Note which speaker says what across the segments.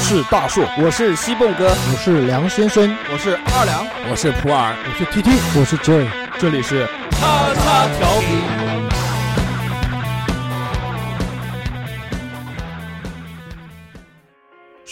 Speaker 1: 是大树，我是西蹦哥，
Speaker 2: 我是梁先生，
Speaker 3: 我是二良，
Speaker 4: 我是普洱，
Speaker 2: 我是 T T，我是 Joy，
Speaker 1: 这里是
Speaker 5: 叉叉调频。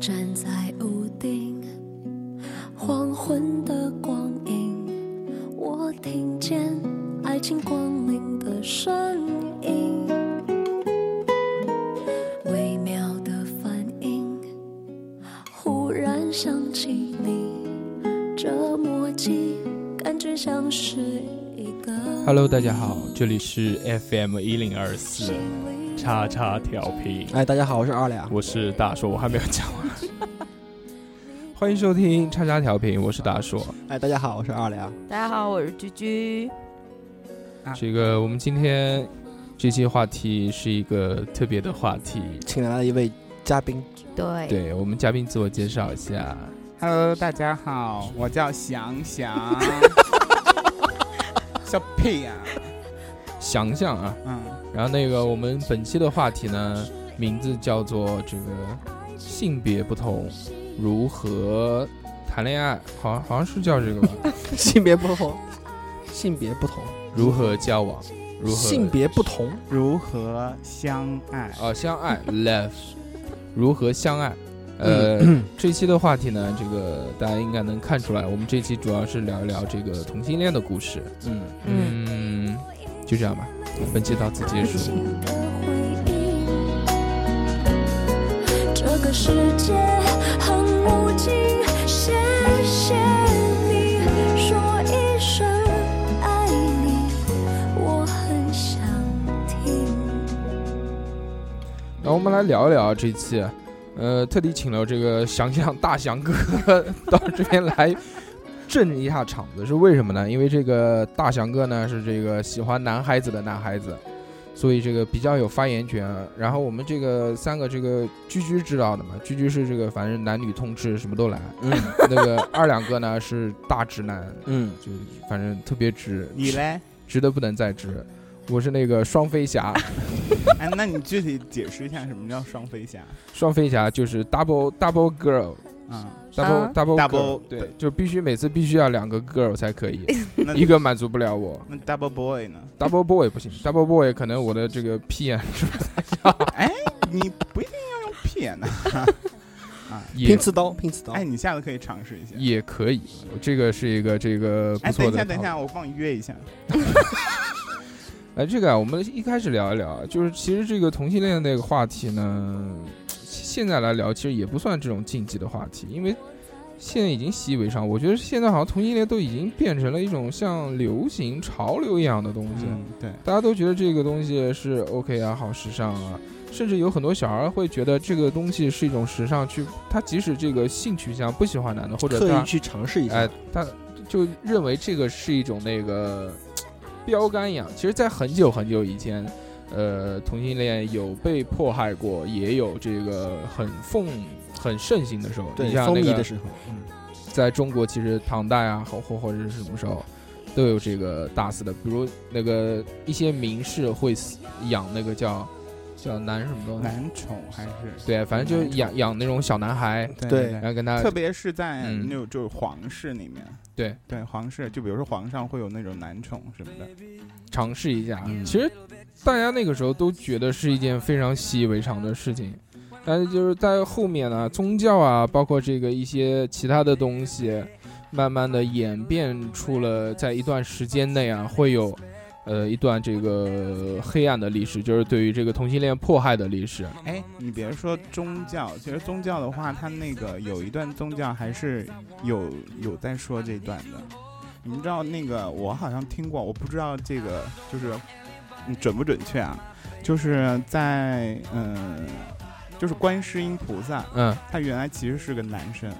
Speaker 6: 站在屋顶，黄昏的光影，我听见爱情光临的声音，微妙的反应，忽然想起你，这默契感觉像是一个。
Speaker 4: Hello，大家好，这里是 FM 一零二四。叉叉调皮，
Speaker 2: 哎，大家好，我是二两，
Speaker 4: 我是大硕，我还没有讲 完。欢迎收听叉叉调频，我是大硕。
Speaker 2: 哎，大家好，我是二两。
Speaker 7: 大家好，我是居居。
Speaker 4: 啊、这个我们今天这期话题是一个特别的话题，
Speaker 2: 请来了一位嘉宾。
Speaker 7: 对，
Speaker 4: 对我们嘉宾自我介绍一下。
Speaker 3: Hello，大家好，我叫翔翔，小屁呀、啊，
Speaker 4: 翔翔啊，嗯。然后那个，我们本期的话题呢，名字叫做这个性别不同如何谈恋爱，好像好像是叫这个吧？
Speaker 2: 性别不同，性别不同
Speaker 4: 如何交往？如何
Speaker 2: 性别不同
Speaker 3: 如何相爱？
Speaker 4: 哦，相爱 love 如何相爱？呃， 这期的话题呢，这个大家应该能看出来，我们这期主要是聊一聊这个同性恋的故事。嗯嗯，就这样吧。本期到此结束。
Speaker 6: 这个世界很无尽，谢谢你说一声爱你，我很想听。
Speaker 4: 那我们来聊一聊这期，呃，特地请了这个翔翔大翔哥 到这边来。震一下场子是为什么呢？因为这个大翔哥呢是这个喜欢男孩子的男孩子，所以这个比较有发言权。然后我们这个三个这个居居知道的嘛，居居是这个反正男女通吃什么都来。嗯，那个二两哥呢是大直男， 嗯，就反正特别直。
Speaker 3: 你嘞？
Speaker 4: 直的不能再直。我是那个双飞侠。
Speaker 3: 哎，那你具体解释一下什么叫双飞 侠？
Speaker 4: 双飞侠就是 double double girl。嗯，double double
Speaker 3: double
Speaker 4: 对，就必须每次必须要两个 girl 才可以，一个满足不了我。
Speaker 3: 那 double boy 呢
Speaker 4: ？double boy 不行，double boy 可能我的这个屁眼是不太
Speaker 3: 哎，你不一定要用屁眼的啊，
Speaker 2: 拼刺刀，拼刺刀。
Speaker 3: 哎，你下次可以尝试一下。
Speaker 4: 也可以，这个是一个这个不错
Speaker 3: 的。哎，等一下，等一下，我帮你约一下。
Speaker 4: 哎，这个啊，我们一开始聊一聊，就是其实这个同性恋那个话题呢。现在来聊，其实也不算这种禁忌的话题，因为现在已经习以为常。我觉得现在好像同性恋都已经变成了一种像流行潮流一样的东西。
Speaker 3: 嗯，对，
Speaker 4: 大家都觉得这个东西是 OK 啊，好时尚啊，甚至有很多小孩会觉得这个东西是一种时尚，去他即使这个性取向不喜欢男的，或者
Speaker 2: 刻意去尝试一下，
Speaker 4: 哎，他就认为这个是一种那个标杆一样。其实，在很久很久以前。呃，同性恋有被迫害过，也有这个很奉、很盛行的时候。
Speaker 2: 对，
Speaker 4: 你像那
Speaker 2: 个的时候，嗯，
Speaker 4: 在中国其实唐代啊，或或或者是什么时候，都有这个大肆的，比如那个一些名士会养那个叫叫男什么东西，
Speaker 3: 男宠还是
Speaker 4: 对，反正就是养养那种小男孩，
Speaker 3: 对，
Speaker 4: 然后跟他，
Speaker 3: 特别是在那种就是皇室里面，
Speaker 4: 对
Speaker 3: 嗯对，皇室就比如说皇上会有那种男宠什么的，
Speaker 4: 尝试一下，其实。大家那个时候都觉得是一件非常习以为常的事情，但是就是在后面呢、啊，宗教啊，包括这个一些其他的东西，慢慢的演变出了在一段时间内啊，会有，呃，一段这个黑暗的历史，就是对于这个同性恋迫害的历史。
Speaker 3: 哎，你别说宗教，其实宗教的话，它那个有一段宗教还是有有在说这段的。你们知道那个我好像听过，我不知道这个就是嗯准不准确啊？就是在嗯、就是观世音菩萨，
Speaker 4: 嗯，
Speaker 3: 他原来其实是个男生。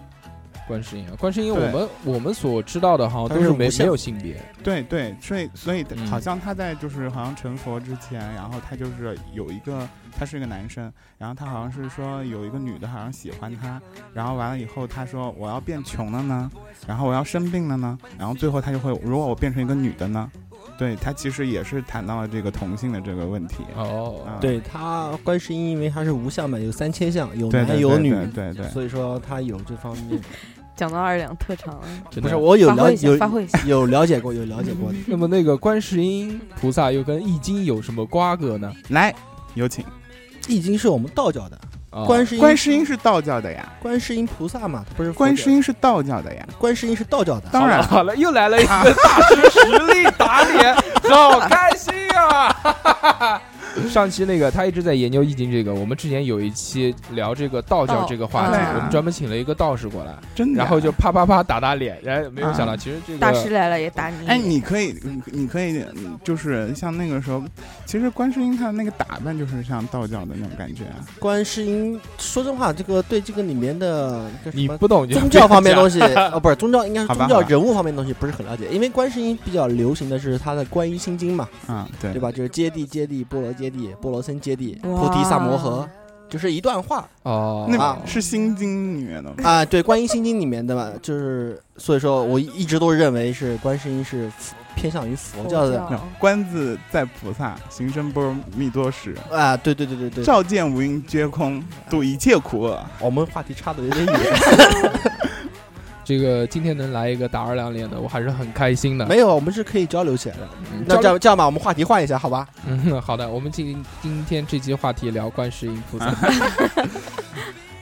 Speaker 4: 观世音，观世音，我
Speaker 3: 对
Speaker 4: 们我们所知道的哈
Speaker 2: 它
Speaker 4: 都
Speaker 2: 是
Speaker 4: 是没
Speaker 2: 无相
Speaker 4: 没有性别，
Speaker 3: 对对，所以所以的
Speaker 4: 嗯
Speaker 3: 好像他在就是好像成佛之前，然后他就是有一个他是一个男生，然后他好像是说有一个女的好像喜欢他，然后完了以后他说我要变穷了呢，然后我要生病了呢，然后最后他就会如果我变成一个女的呢，对他其实也是谈到了这个同性的这个问题。
Speaker 4: 哦，
Speaker 3: 啊
Speaker 2: 对他观世音，因为他是无相嘛，有三千相，有
Speaker 3: 对
Speaker 2: 男
Speaker 3: 对
Speaker 2: 有
Speaker 3: 对
Speaker 2: 女，
Speaker 3: 对对对
Speaker 2: 所以说他有这方面。
Speaker 7: 讲到二两特长，
Speaker 4: 真
Speaker 2: 不
Speaker 4: 的
Speaker 2: 是，我有
Speaker 7: 发
Speaker 2: 了
Speaker 7: 挥一下，
Speaker 2: 有
Speaker 7: 发挥一下。
Speaker 2: 有了解过，有了解过。
Speaker 4: 那么那个观世音菩萨又跟易经有什么瓜葛呢？
Speaker 3: 来，有请
Speaker 2: 易经是我们道教的，
Speaker 3: 哦
Speaker 4: 啊
Speaker 2: 观世音
Speaker 3: 观世音是道教的呀，
Speaker 2: 观世音菩萨嘛，他不是佛
Speaker 3: 观
Speaker 2: 教
Speaker 3: 世音是道教的呀，
Speaker 2: 的，观世音是道教的。
Speaker 3: 当然
Speaker 4: 好了，又来了一
Speaker 3: 啊
Speaker 4: 个大师实力打脸，好开心啊！ 上期那个他一直在研究易经这个，我们之前有一期聊这个道教
Speaker 7: 道
Speaker 4: 这个话题，
Speaker 7: 啊
Speaker 4: 我们专门请了一个道士过来，
Speaker 3: 真
Speaker 2: 啊
Speaker 3: 的呀。
Speaker 4: 然后就啪啪啪打打脸，然后没有想到其实这
Speaker 7: 大师
Speaker 4: 个
Speaker 7: 来了也
Speaker 8: 嗯
Speaker 7: 打你，
Speaker 3: 哎，你可以，你你可以，嗯就是像那个时候，其实观世音他的那个打扮就是像道教的那种感觉啊。
Speaker 2: 观世音，说真话，这个对这个里面的叫什
Speaker 4: 你
Speaker 2: 么
Speaker 4: 不懂就
Speaker 2: 宗教方面的东
Speaker 4: 西，
Speaker 2: 西，哦，不是宗教，应该是
Speaker 3: 好吧
Speaker 2: 宗教
Speaker 3: 好吧
Speaker 2: 人物方面的东西不是很了解，因为观世音比较流行的是他的《观音心经》嘛，
Speaker 3: 啊，对
Speaker 2: 对吧？就是揭谛揭谛，波罗揭谛，波罗僧揭谛，菩提萨摩诃
Speaker 7: 哇，
Speaker 2: 就是一段话
Speaker 4: 哦，
Speaker 3: 那
Speaker 2: 啊
Speaker 3: 是《心经》里面的吗？
Speaker 2: 啊。对，《观音心经》里面的嘛，就是所以说我一直都认为是观世音是佛偏向于佛教的
Speaker 7: 佛
Speaker 8: 哦
Speaker 3: 那观自在菩萨，行深般若蜜多时，
Speaker 2: 啊。对对对对对，
Speaker 3: 照见五蕴皆空，度一切苦厄。
Speaker 2: 我们话题差的有点远。
Speaker 4: 这个今天能来一个打二两脸的，我还是很开心的。
Speaker 2: 没有，我们是可以交流起来的。
Speaker 4: 嗯
Speaker 2: 那这样这样吧，我们话题换一下，好吧？
Speaker 4: 嗯， 好的，我们今今天这期话题聊观世音菩萨。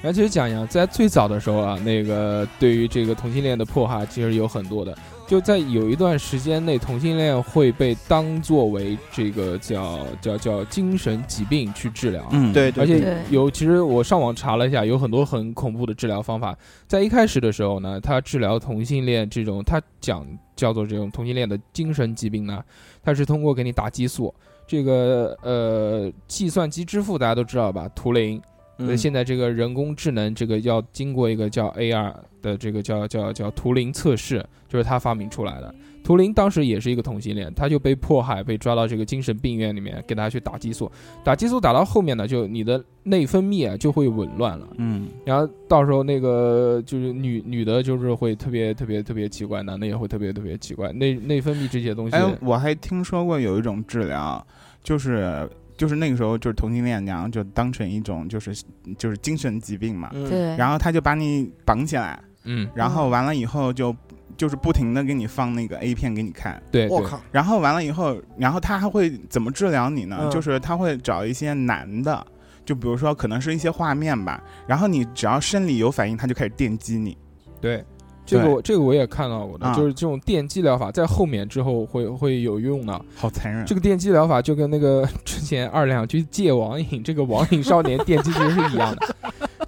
Speaker 4: 然后其实讲一讲，在最早的时候啊，那个对于这个同性恋的迫害其实有很多的，就在有一段时间内，同性恋会被当作为这个叫叫叫精神疾病去治疗。
Speaker 3: 嗯
Speaker 2: 对，对
Speaker 4: 而
Speaker 2: 对
Speaker 7: 对
Speaker 4: 且有，其实我上网查了一下，有很多很恐怖的治疗方法。在一开始的时候呢，他治疗同性恋这种，他讲叫做这种同性恋的精神疾病呢，他是通过给你打激素。这个呃，计算机之父大家都知道吧，图灵。
Speaker 2: 嗯
Speaker 4: 所以现在这个人工智能，这个要经过一个叫 AR 的这个叫叫叫图灵测试，就是他发明出来的。图灵当时也是一个同性恋，他就被迫害，被抓到这个精神病院里面，给他去打激素。打激素打到后面呢，就你的内分泌啊就会紊乱了，
Speaker 3: 嗯，
Speaker 4: 然后到时候那个就是女女的，就是会特别特别特别奇怪，男的也会特别特别奇怪，内内分泌这些东西。
Speaker 3: 哎，我还听说过有一种治疗，就是。就是那个时候，就是同性恋，然后就当成一种就是就是精神疾病嘛，
Speaker 2: 嗯，
Speaker 7: 对，
Speaker 3: 然后他就把你绑起来，
Speaker 4: 嗯，
Speaker 3: 然后完了以后就就是不停的给你放那个 A 片给你看，
Speaker 4: 对
Speaker 2: 我
Speaker 4: 对，
Speaker 2: 靠，
Speaker 3: 然后完了以后，然后他还会怎么治疗你呢？
Speaker 2: 嗯
Speaker 3: 就是他会找一些男的，就比如说可能是一些画面吧，然后你只要生理有反应，他就开始电击你。
Speaker 4: 对，这个
Speaker 3: 对
Speaker 4: 我这个我也看到过的，
Speaker 3: 啊
Speaker 4: 就是这种电击疗法在后面之后会会有用的。
Speaker 3: 好残忍！
Speaker 4: 这个电击疗法就跟那个之前二两去戒网瘾，这个网瘾少年电击其实是一样的，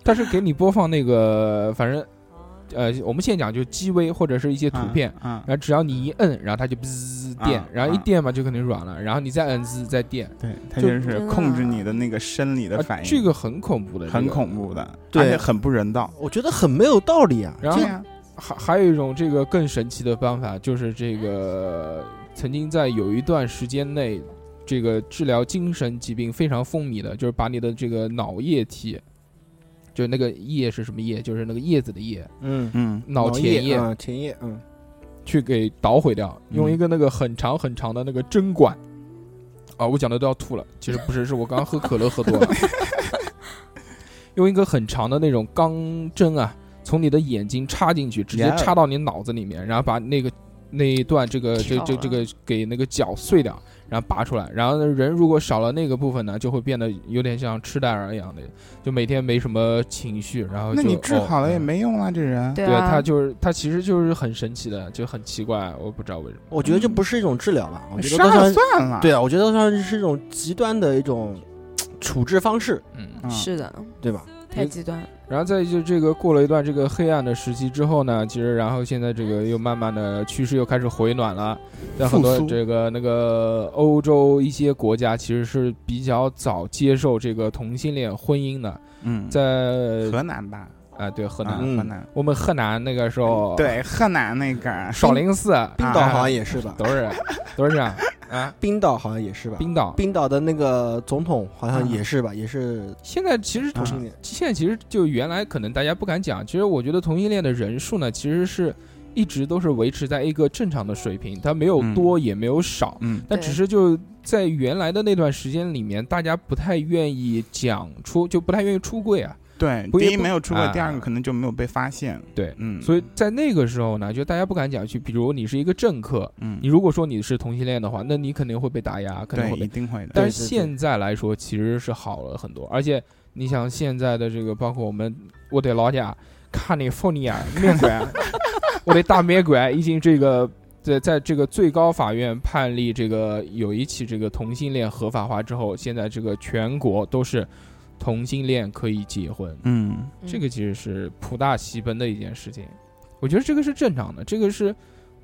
Speaker 4: 但是给你播放那个反正。呃，我们现在讲就鸡威或者是一些图片，呃
Speaker 3: 啊，
Speaker 4: 然后只要你一摁，然后它就滋电，
Speaker 3: 啊
Speaker 4: 然后一
Speaker 3: 啊
Speaker 4: 电嘛就肯定软了，然后你再摁滋再电，
Speaker 3: 对，他
Speaker 4: 就
Speaker 3: 就是控制你的那个生理的
Speaker 4: 啊
Speaker 3: 反应，
Speaker 4: 这个很恐怖的，这
Speaker 3: 很
Speaker 4: 个嗯
Speaker 3: 恐怖的，
Speaker 2: 对
Speaker 3: 而且很不人道。
Speaker 2: 我觉得很没有道理啊。
Speaker 4: 然后
Speaker 3: 对呀
Speaker 4: 还还有一种这个更神奇的办法，就是这个曾经在有一段时间内，这个治疗精神疾病非常风靡的，就是把你的这个脑液体，就是那个液是什么液？就是那个叶子的叶，
Speaker 2: 嗯，
Speaker 3: 嗯，
Speaker 4: 脑前
Speaker 2: 液
Speaker 4: 叶，
Speaker 2: 啊，前叶，嗯，
Speaker 4: 去给捣毁掉，
Speaker 3: 嗯
Speaker 4: 用一个那个很长很长的那个针管。啊，我讲的都要吐了，其实不是，是我刚刚喝可乐喝 多了。用一个很长的那种钢针啊，从你的眼睛插进去，直接
Speaker 3: Yeah
Speaker 4: 插到你脑子里面，然后把那个那一段这个这这这个给那个绞碎掉，然后拔出来。然后呢人如果少了那个部分呢，就会变得有点像痴呆儿一样的，就每天没什么情绪，然后
Speaker 3: 那
Speaker 4: 就
Speaker 3: 你治
Speaker 4: 哦
Speaker 3: 好了也
Speaker 4: 嗯
Speaker 3: 没用啊，这人。
Speaker 7: 对
Speaker 4: 对
Speaker 7: 啊，
Speaker 4: 他就是他其实就是很神奇的，就很奇怪，我不知道为什么。
Speaker 2: 我觉得这不是一种治疗
Speaker 4: 嗯
Speaker 2: 吧，我觉得都
Speaker 3: 杀了
Speaker 2: 算
Speaker 3: 算了，
Speaker 2: 对啊，我觉得算是一种极端的一种嘖处置方式，
Speaker 4: 嗯，
Speaker 3: 嗯，
Speaker 7: 是的，
Speaker 2: 对吧？
Speaker 7: 太极端了。
Speaker 4: 然后在就这个过了一段这个黑暗的时期之后呢，其实然后现在这个又慢慢的趋势又开始回暖了，在很多
Speaker 3: 复苏
Speaker 4: 这个那个欧洲一些国家其实是比较早接受这个同性恋婚姻的，
Speaker 3: 嗯，
Speaker 4: 在
Speaker 3: 河南吧，
Speaker 4: 啊、对河
Speaker 3: 啊
Speaker 4: 南，
Speaker 2: 嗯
Speaker 3: 河南，
Speaker 4: 我们河南那个时候
Speaker 3: 对，啊河南 那个
Speaker 4: 少林寺
Speaker 2: 冰岛好像也是吧？
Speaker 4: 都是都是这样啊，
Speaker 2: 冰岛好像也是吧？
Speaker 4: 冰岛
Speaker 2: 冰岛的那个总统好像也是吧？也是
Speaker 4: 现在其实
Speaker 2: 同性恋。
Speaker 4: 现在其实就原来可能大家不敢讲，其实我觉得同性恋的人数呢，其实是一直都是维持在一个正常的水平，它没有
Speaker 3: 嗯
Speaker 4: 多也没有少，
Speaker 3: 嗯
Speaker 4: 但
Speaker 7: 对
Speaker 4: 只是就在原来的那段时间里面，大家不太愿意讲出，就不太愿意出柜啊，
Speaker 3: 对，
Speaker 4: 不
Speaker 3: 第
Speaker 4: 也
Speaker 3: 一
Speaker 4: 不
Speaker 3: 没有出过，第二
Speaker 4: 啊
Speaker 3: 个可能就没有被发现。
Speaker 4: 对
Speaker 3: 嗯，
Speaker 4: 所以在那个时候呢，就大家不敢讲去，比如你是一个政客，
Speaker 3: 嗯
Speaker 4: 你，如果说你是同性恋的话，那你肯定会被打压，肯定
Speaker 3: 对，
Speaker 4: 会被
Speaker 3: 一定会的。
Speaker 4: 但
Speaker 2: 对
Speaker 4: 是
Speaker 2: 对对
Speaker 4: 现在来说，其实是好了很多。而且你想，现在的这个，包括我们我的老家卡利福尼亚面馆，我的大面馆已经这个在在这个最高法院判例这个有一起这个同性恋合法化之后，现在这个全国都是同性恋可以结婚，
Speaker 3: 嗯，
Speaker 7: 嗯
Speaker 4: 这个其实是普大喜奔的一件事情。我觉得这个是正常的，这个是。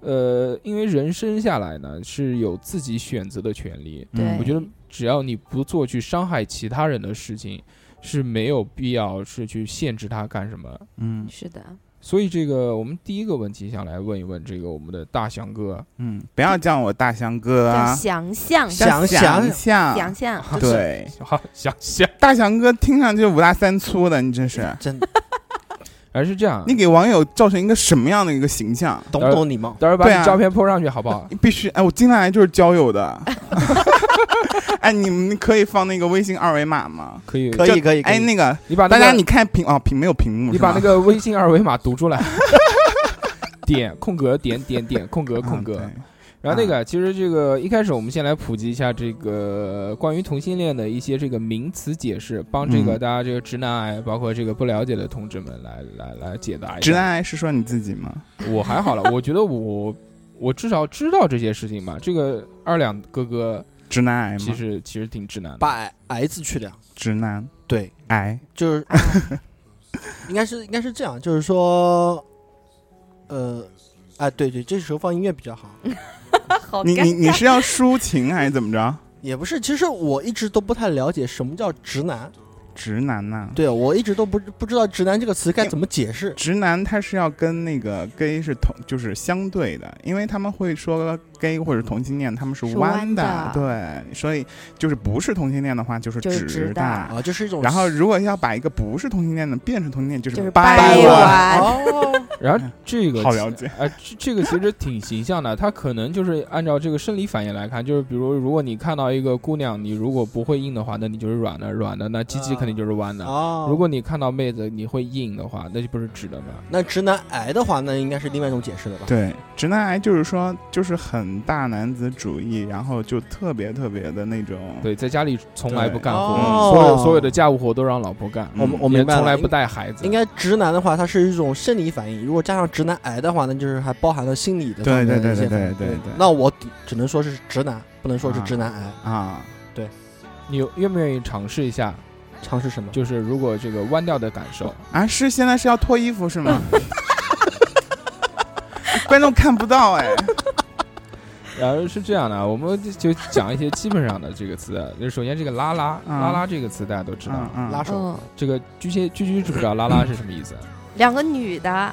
Speaker 4: 呃，因为人生下来呢是有自己选择的权利，
Speaker 3: 嗯
Speaker 7: 对
Speaker 4: 我觉得只要你不做去伤害其他人的事情，是没有必要是去限制他干什么。
Speaker 3: 嗯
Speaker 7: 是的，
Speaker 4: 所以这个我们第一个问题想来问一问这个我们的大翔哥，
Speaker 3: 嗯，不要叫我大翔哥
Speaker 7: 叫
Speaker 3: 啊，
Speaker 7: 想象，
Speaker 2: 想
Speaker 3: 叫
Speaker 2: 想
Speaker 7: 想
Speaker 3: 象，
Speaker 7: 象，
Speaker 3: 对，
Speaker 4: 好想想，
Speaker 3: 大翔哥听上去五大三粗的，你真
Speaker 4: 啊
Speaker 3: 是，
Speaker 2: 真
Speaker 4: 而哎是这样，
Speaker 3: 你给网友造成一个什么样的一个形象？
Speaker 2: 懂不懂礼貌？
Speaker 4: 到时候把
Speaker 3: 对
Speaker 4: 你
Speaker 3: 啊
Speaker 4: 照片 po 上去好不 好？
Speaker 3: 你必须哎，我进来就是交友的。 哎，你们可以放那个微信二维码吗？
Speaker 4: 可以，
Speaker 2: 可以可以，可以
Speaker 3: 哎，那个
Speaker 4: 你把那
Speaker 3: 大
Speaker 4: 个
Speaker 3: 家你看屏啊屏没有屏幕，
Speaker 4: 你
Speaker 3: 是吧
Speaker 4: 把那个微信二维码读出来， 点空格点点点空格空格。哎
Speaker 3: 嗯对
Speaker 4: 然后那个，其实这个一开始我们先来普及一下这个关于同性恋的一些这个名词解释，帮这个
Speaker 3: 嗯
Speaker 4: 大家这个直男癌，包括这个不了解的同志们来来来解答一下。
Speaker 3: 直男癌是说你自己吗？
Speaker 4: 我还好了，我觉得我我至少知道这些事情吧。这个二两哥哥
Speaker 3: 直男癌
Speaker 4: 其
Speaker 3: 吗？
Speaker 4: 实其实挺直男的，
Speaker 2: 把癌癌字去掉。
Speaker 3: 直男
Speaker 2: 对，
Speaker 3: 癌，
Speaker 2: 就是
Speaker 7: 啊
Speaker 2: 应该是应该是这样，就是说，呃，啊，对对，这时候放音乐比较好。
Speaker 7: 嗯好
Speaker 3: 你你
Speaker 7: 哦尴
Speaker 3: 你
Speaker 7: 尬。
Speaker 3: 是要抒情还是怎么着？
Speaker 2: 也不是，其实我一直都不太了解什么叫直男，
Speaker 3: 直男呐、
Speaker 2: 对我一直都不不知道“直男”这个词该怎么解释。
Speaker 3: 直男他是要跟那个 gay 是同，就是相对的，因为他们会说 gay 或者同性恋他们是
Speaker 7: 是
Speaker 3: 弯
Speaker 7: 弯
Speaker 3: 的，
Speaker 7: 的
Speaker 3: 对，所以就是不是同性恋的话就是
Speaker 7: 就是
Speaker 3: 直
Speaker 7: 直的
Speaker 2: 啊，就是一种
Speaker 3: 然后如果要把一个不是同性恋的变成同性恋，就
Speaker 7: 就是
Speaker 3: 掰
Speaker 7: 掰
Speaker 3: 弯
Speaker 7: 弯
Speaker 2: 哦，
Speaker 4: 然后这个
Speaker 3: 好了解
Speaker 4: 啊、这这个其实挺形象的，他可能就是按照这个生理反应来看，就是比如如果你看到一个姑娘，你如果不会硬的话，那你就是软的，软的那鸡鸡肯定就是弯的。
Speaker 2: 哦，
Speaker 4: 如果你看到妹子你会硬的话，那就不是直的嘛。
Speaker 2: 那直男癌的话，那应该是另外一种解释了吧？
Speaker 3: 对，直男癌就是说就是很大男子主义，然后就特别特别的那种，
Speaker 4: 对，在家里从来不干活，
Speaker 2: 哦
Speaker 4: 所有所有的家务活都让老婆干，
Speaker 2: 我们我
Speaker 4: 也
Speaker 2: 明白了，
Speaker 4: 从来
Speaker 2: 应
Speaker 4: 不带孩子。
Speaker 2: 应该直男的话，它是一种生理反应；如果加上直男癌的话，那就是还包含了心理的
Speaker 3: 对
Speaker 2: 方面的
Speaker 3: 对对
Speaker 2: 一些
Speaker 3: 对
Speaker 2: 反
Speaker 3: 对
Speaker 2: 应
Speaker 3: 对对
Speaker 2: 那我只只能说是直男，不能说是
Speaker 3: 啊
Speaker 2: 直男癌。
Speaker 3: 啊，
Speaker 4: 你愿不愿意尝试一下？
Speaker 2: 尝试什么？
Speaker 4: 就是如果这个弯掉的感受，
Speaker 3: 啊，是现在是要脱衣服是吗？ 观众看不到哎，
Speaker 4: 然后呃是这样的，啊我们就就讲一些基本上的这个词。就首先这个拉拉
Speaker 3: 嗯
Speaker 4: 拉拉这个词大家都知道，
Speaker 3: 嗯嗯
Speaker 2: 拉手，
Speaker 7: 嗯，
Speaker 4: 这个居居居居知不知道拉拉是什么意思？
Speaker 2: 嗯
Speaker 7: 两个女的，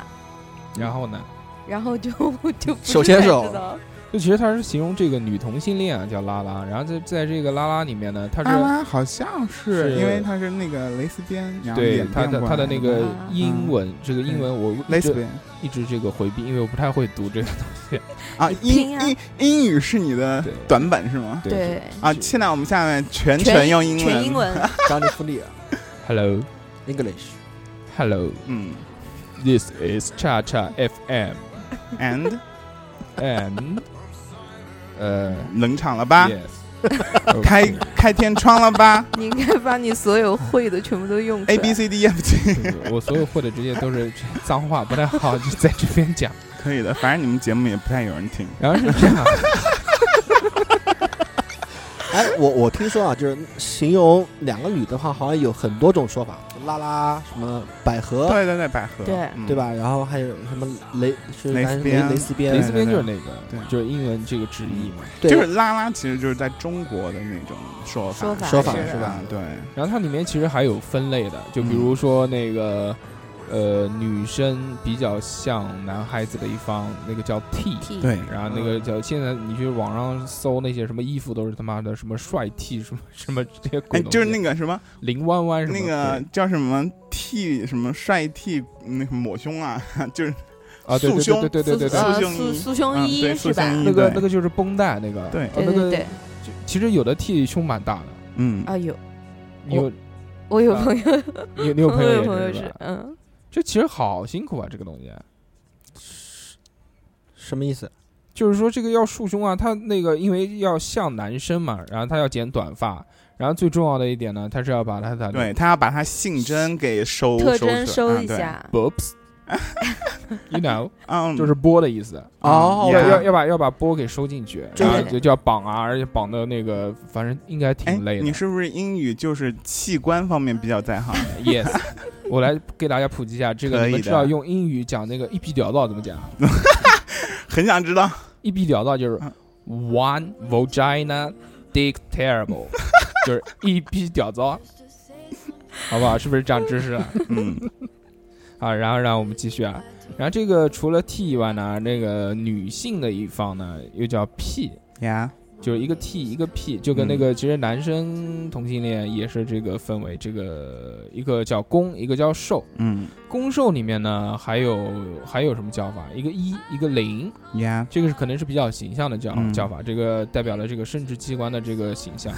Speaker 4: 然后呢，
Speaker 7: 然后就 就不是
Speaker 2: 手牵
Speaker 7: 太
Speaker 2: 手
Speaker 7: 知道
Speaker 4: 就其实它是形容这个女同性恋啊，叫拉拉。然后在在这个拉拉里面呢，
Speaker 2: 啊
Speaker 4: 它
Speaker 3: 拉
Speaker 4: 是
Speaker 3: 拉好像是
Speaker 4: 是
Speaker 3: 因为他是那个蕾丝边，然后
Speaker 4: 对
Speaker 3: 脸
Speaker 4: 它
Speaker 3: 蛋
Speaker 4: 的
Speaker 3: 过
Speaker 4: 它的
Speaker 3: 来嗯
Speaker 4: 那个
Speaker 7: 啊
Speaker 4: 英文，这个英文我
Speaker 3: 蕾
Speaker 4: 一
Speaker 3: 丝
Speaker 4: 直
Speaker 3: 边
Speaker 4: 一直这个回避，因为我不太会读这个东西。
Speaker 3: 啊，英
Speaker 7: 拼啊
Speaker 3: 英英语是你的
Speaker 4: 对
Speaker 3: 短板是吗？
Speaker 7: 对
Speaker 3: 啊，现在我们下面全程用英文，
Speaker 7: 全英文
Speaker 2: 加利福尼亚
Speaker 4: ，Hello
Speaker 2: English。
Speaker 4: Hello。
Speaker 3: 嗯
Speaker 4: This is Cha Cha FM
Speaker 3: ，and
Speaker 4: and 呃
Speaker 3: 冷场 了吧？
Speaker 4: yes，
Speaker 3: 啊
Speaker 4: 哦
Speaker 3: 开开天窗了吧
Speaker 7: 你应该把你所有会的全部都用出来。
Speaker 3: ？A B C D E F G
Speaker 4: 我所有会的这些都是脏话，不太好，就在这边讲。
Speaker 3: 可以的，
Speaker 4: 啊
Speaker 3: 反正你们节目也不太有人听。
Speaker 4: 然后是这样，
Speaker 2: 哎，我我听说啊，就是形容两个女的话，好像有很多种说法，拉拉什么百合，
Speaker 3: 对对对，百合，
Speaker 7: 对
Speaker 3: 嗯
Speaker 2: 对？吧？然后还有什么蕾是
Speaker 3: 蕾丝
Speaker 2: 男蕾
Speaker 3: 边
Speaker 2: 蕾丝边
Speaker 4: 蕾
Speaker 3: 对
Speaker 4: 丝边就是那个，
Speaker 3: 对
Speaker 4: 就是英文这个直译嘛。
Speaker 2: 对
Speaker 3: 就是拉拉，其实就是在中国的那种说
Speaker 7: 说
Speaker 3: 法，
Speaker 7: 法嗯
Speaker 2: 说法
Speaker 3: 是
Speaker 2: 是
Speaker 3: 吧
Speaker 2: 吧？
Speaker 3: 对，
Speaker 4: 然后它里面其实还有分类的，就比如说那个，呃，女生比较像男孩子的一方，那个叫 T。
Speaker 7: 嗯 T 嗯
Speaker 3: 对
Speaker 4: 然后那个叫现在你去网上搜那些什么衣服都是他妈的什么帅 T 什么 什么这些鬼
Speaker 3: 哎，
Speaker 4: 东西，
Speaker 3: 就是那个什么，
Speaker 4: 林弯弯什么
Speaker 3: 那个叫什么 T 什么帅 T 那个抹胸啊，就是
Speaker 4: 啊，对
Speaker 3: 束胸
Speaker 4: 对对对对对对，
Speaker 7: 呃
Speaker 3: 胸
Speaker 7: 束
Speaker 3: 衣
Speaker 7: 束胸
Speaker 3: 嗯对
Speaker 7: 衣
Speaker 3: 束
Speaker 7: 是吧？
Speaker 3: 胸衣
Speaker 4: 那个
Speaker 3: 对
Speaker 4: 那个就是绷带那个，
Speaker 3: 对
Speaker 4: 哦
Speaker 7: 对
Speaker 4: 那
Speaker 7: 对
Speaker 4: 个
Speaker 7: 对，
Speaker 4: 就其实有的 T 胸蛮大的，
Speaker 3: 嗯，
Speaker 7: 啊有
Speaker 4: 你有
Speaker 7: 我有朋友，
Speaker 4: 你有你有
Speaker 7: 我
Speaker 4: 朋友
Speaker 7: 有
Speaker 4: 也
Speaker 7: 朋友
Speaker 4: 是
Speaker 7: 是
Speaker 4: 吧？
Speaker 7: 嗯，
Speaker 4: 这其实好辛苦啊，这个东西。
Speaker 2: 什么意思？
Speaker 4: 就是说这个要束胸啊，他那个因为要像男生嘛，然后他要剪短发，然后最重要的一点呢，他是要把他的
Speaker 3: 对他要把他性征给收
Speaker 7: 特
Speaker 3: 出来
Speaker 7: 征收一，
Speaker 3: 啊
Speaker 7: 下，
Speaker 4: boobs，you know，
Speaker 3: 对嗯，
Speaker 4: 就是波的意思，
Speaker 2: 哦
Speaker 4: 要要
Speaker 3: 要
Speaker 4: 要把要把波给收进去，
Speaker 2: 就
Speaker 4: 然
Speaker 2: 是
Speaker 4: 后就就要绑啊，而且绑的那个反正应该
Speaker 3: 哎
Speaker 4: 挺累，的。
Speaker 3: 你是不是英语就是器官方面比较 在行？
Speaker 4: yes，我来给大家普及一下这
Speaker 3: 可
Speaker 4: 个，
Speaker 3: 以
Speaker 4: 你们
Speaker 3: 的
Speaker 4: 知道用英语讲那个一臂屌道怎么讲？啊
Speaker 3: 很 想知道，
Speaker 4: 一臂屌道就是
Speaker 3: 嗯
Speaker 4: one vagina dick terrible，就是一臂屌糟，好不好？是不是长知识了？
Speaker 3: 嗯，
Speaker 4: 啊，然后让我们继续啊。然后这个除了 T 以外呢，那个女性的一方呢又叫 P，
Speaker 3: 呀，
Speaker 4: 就是一个 T 一个 P，就跟那
Speaker 3: 嗯
Speaker 4: 个、其实男生同性恋也是这个分为这个一个叫攻，一个叫受。
Speaker 3: 嗯，
Speaker 4: 攻受里面呢还有还有什么叫法？一个一，一个零，
Speaker 3: 呀，
Speaker 4: 这个是可能是比较形象的叫、
Speaker 3: 嗯
Speaker 4: 叫法，这个代表了这个生殖器官的这个形象。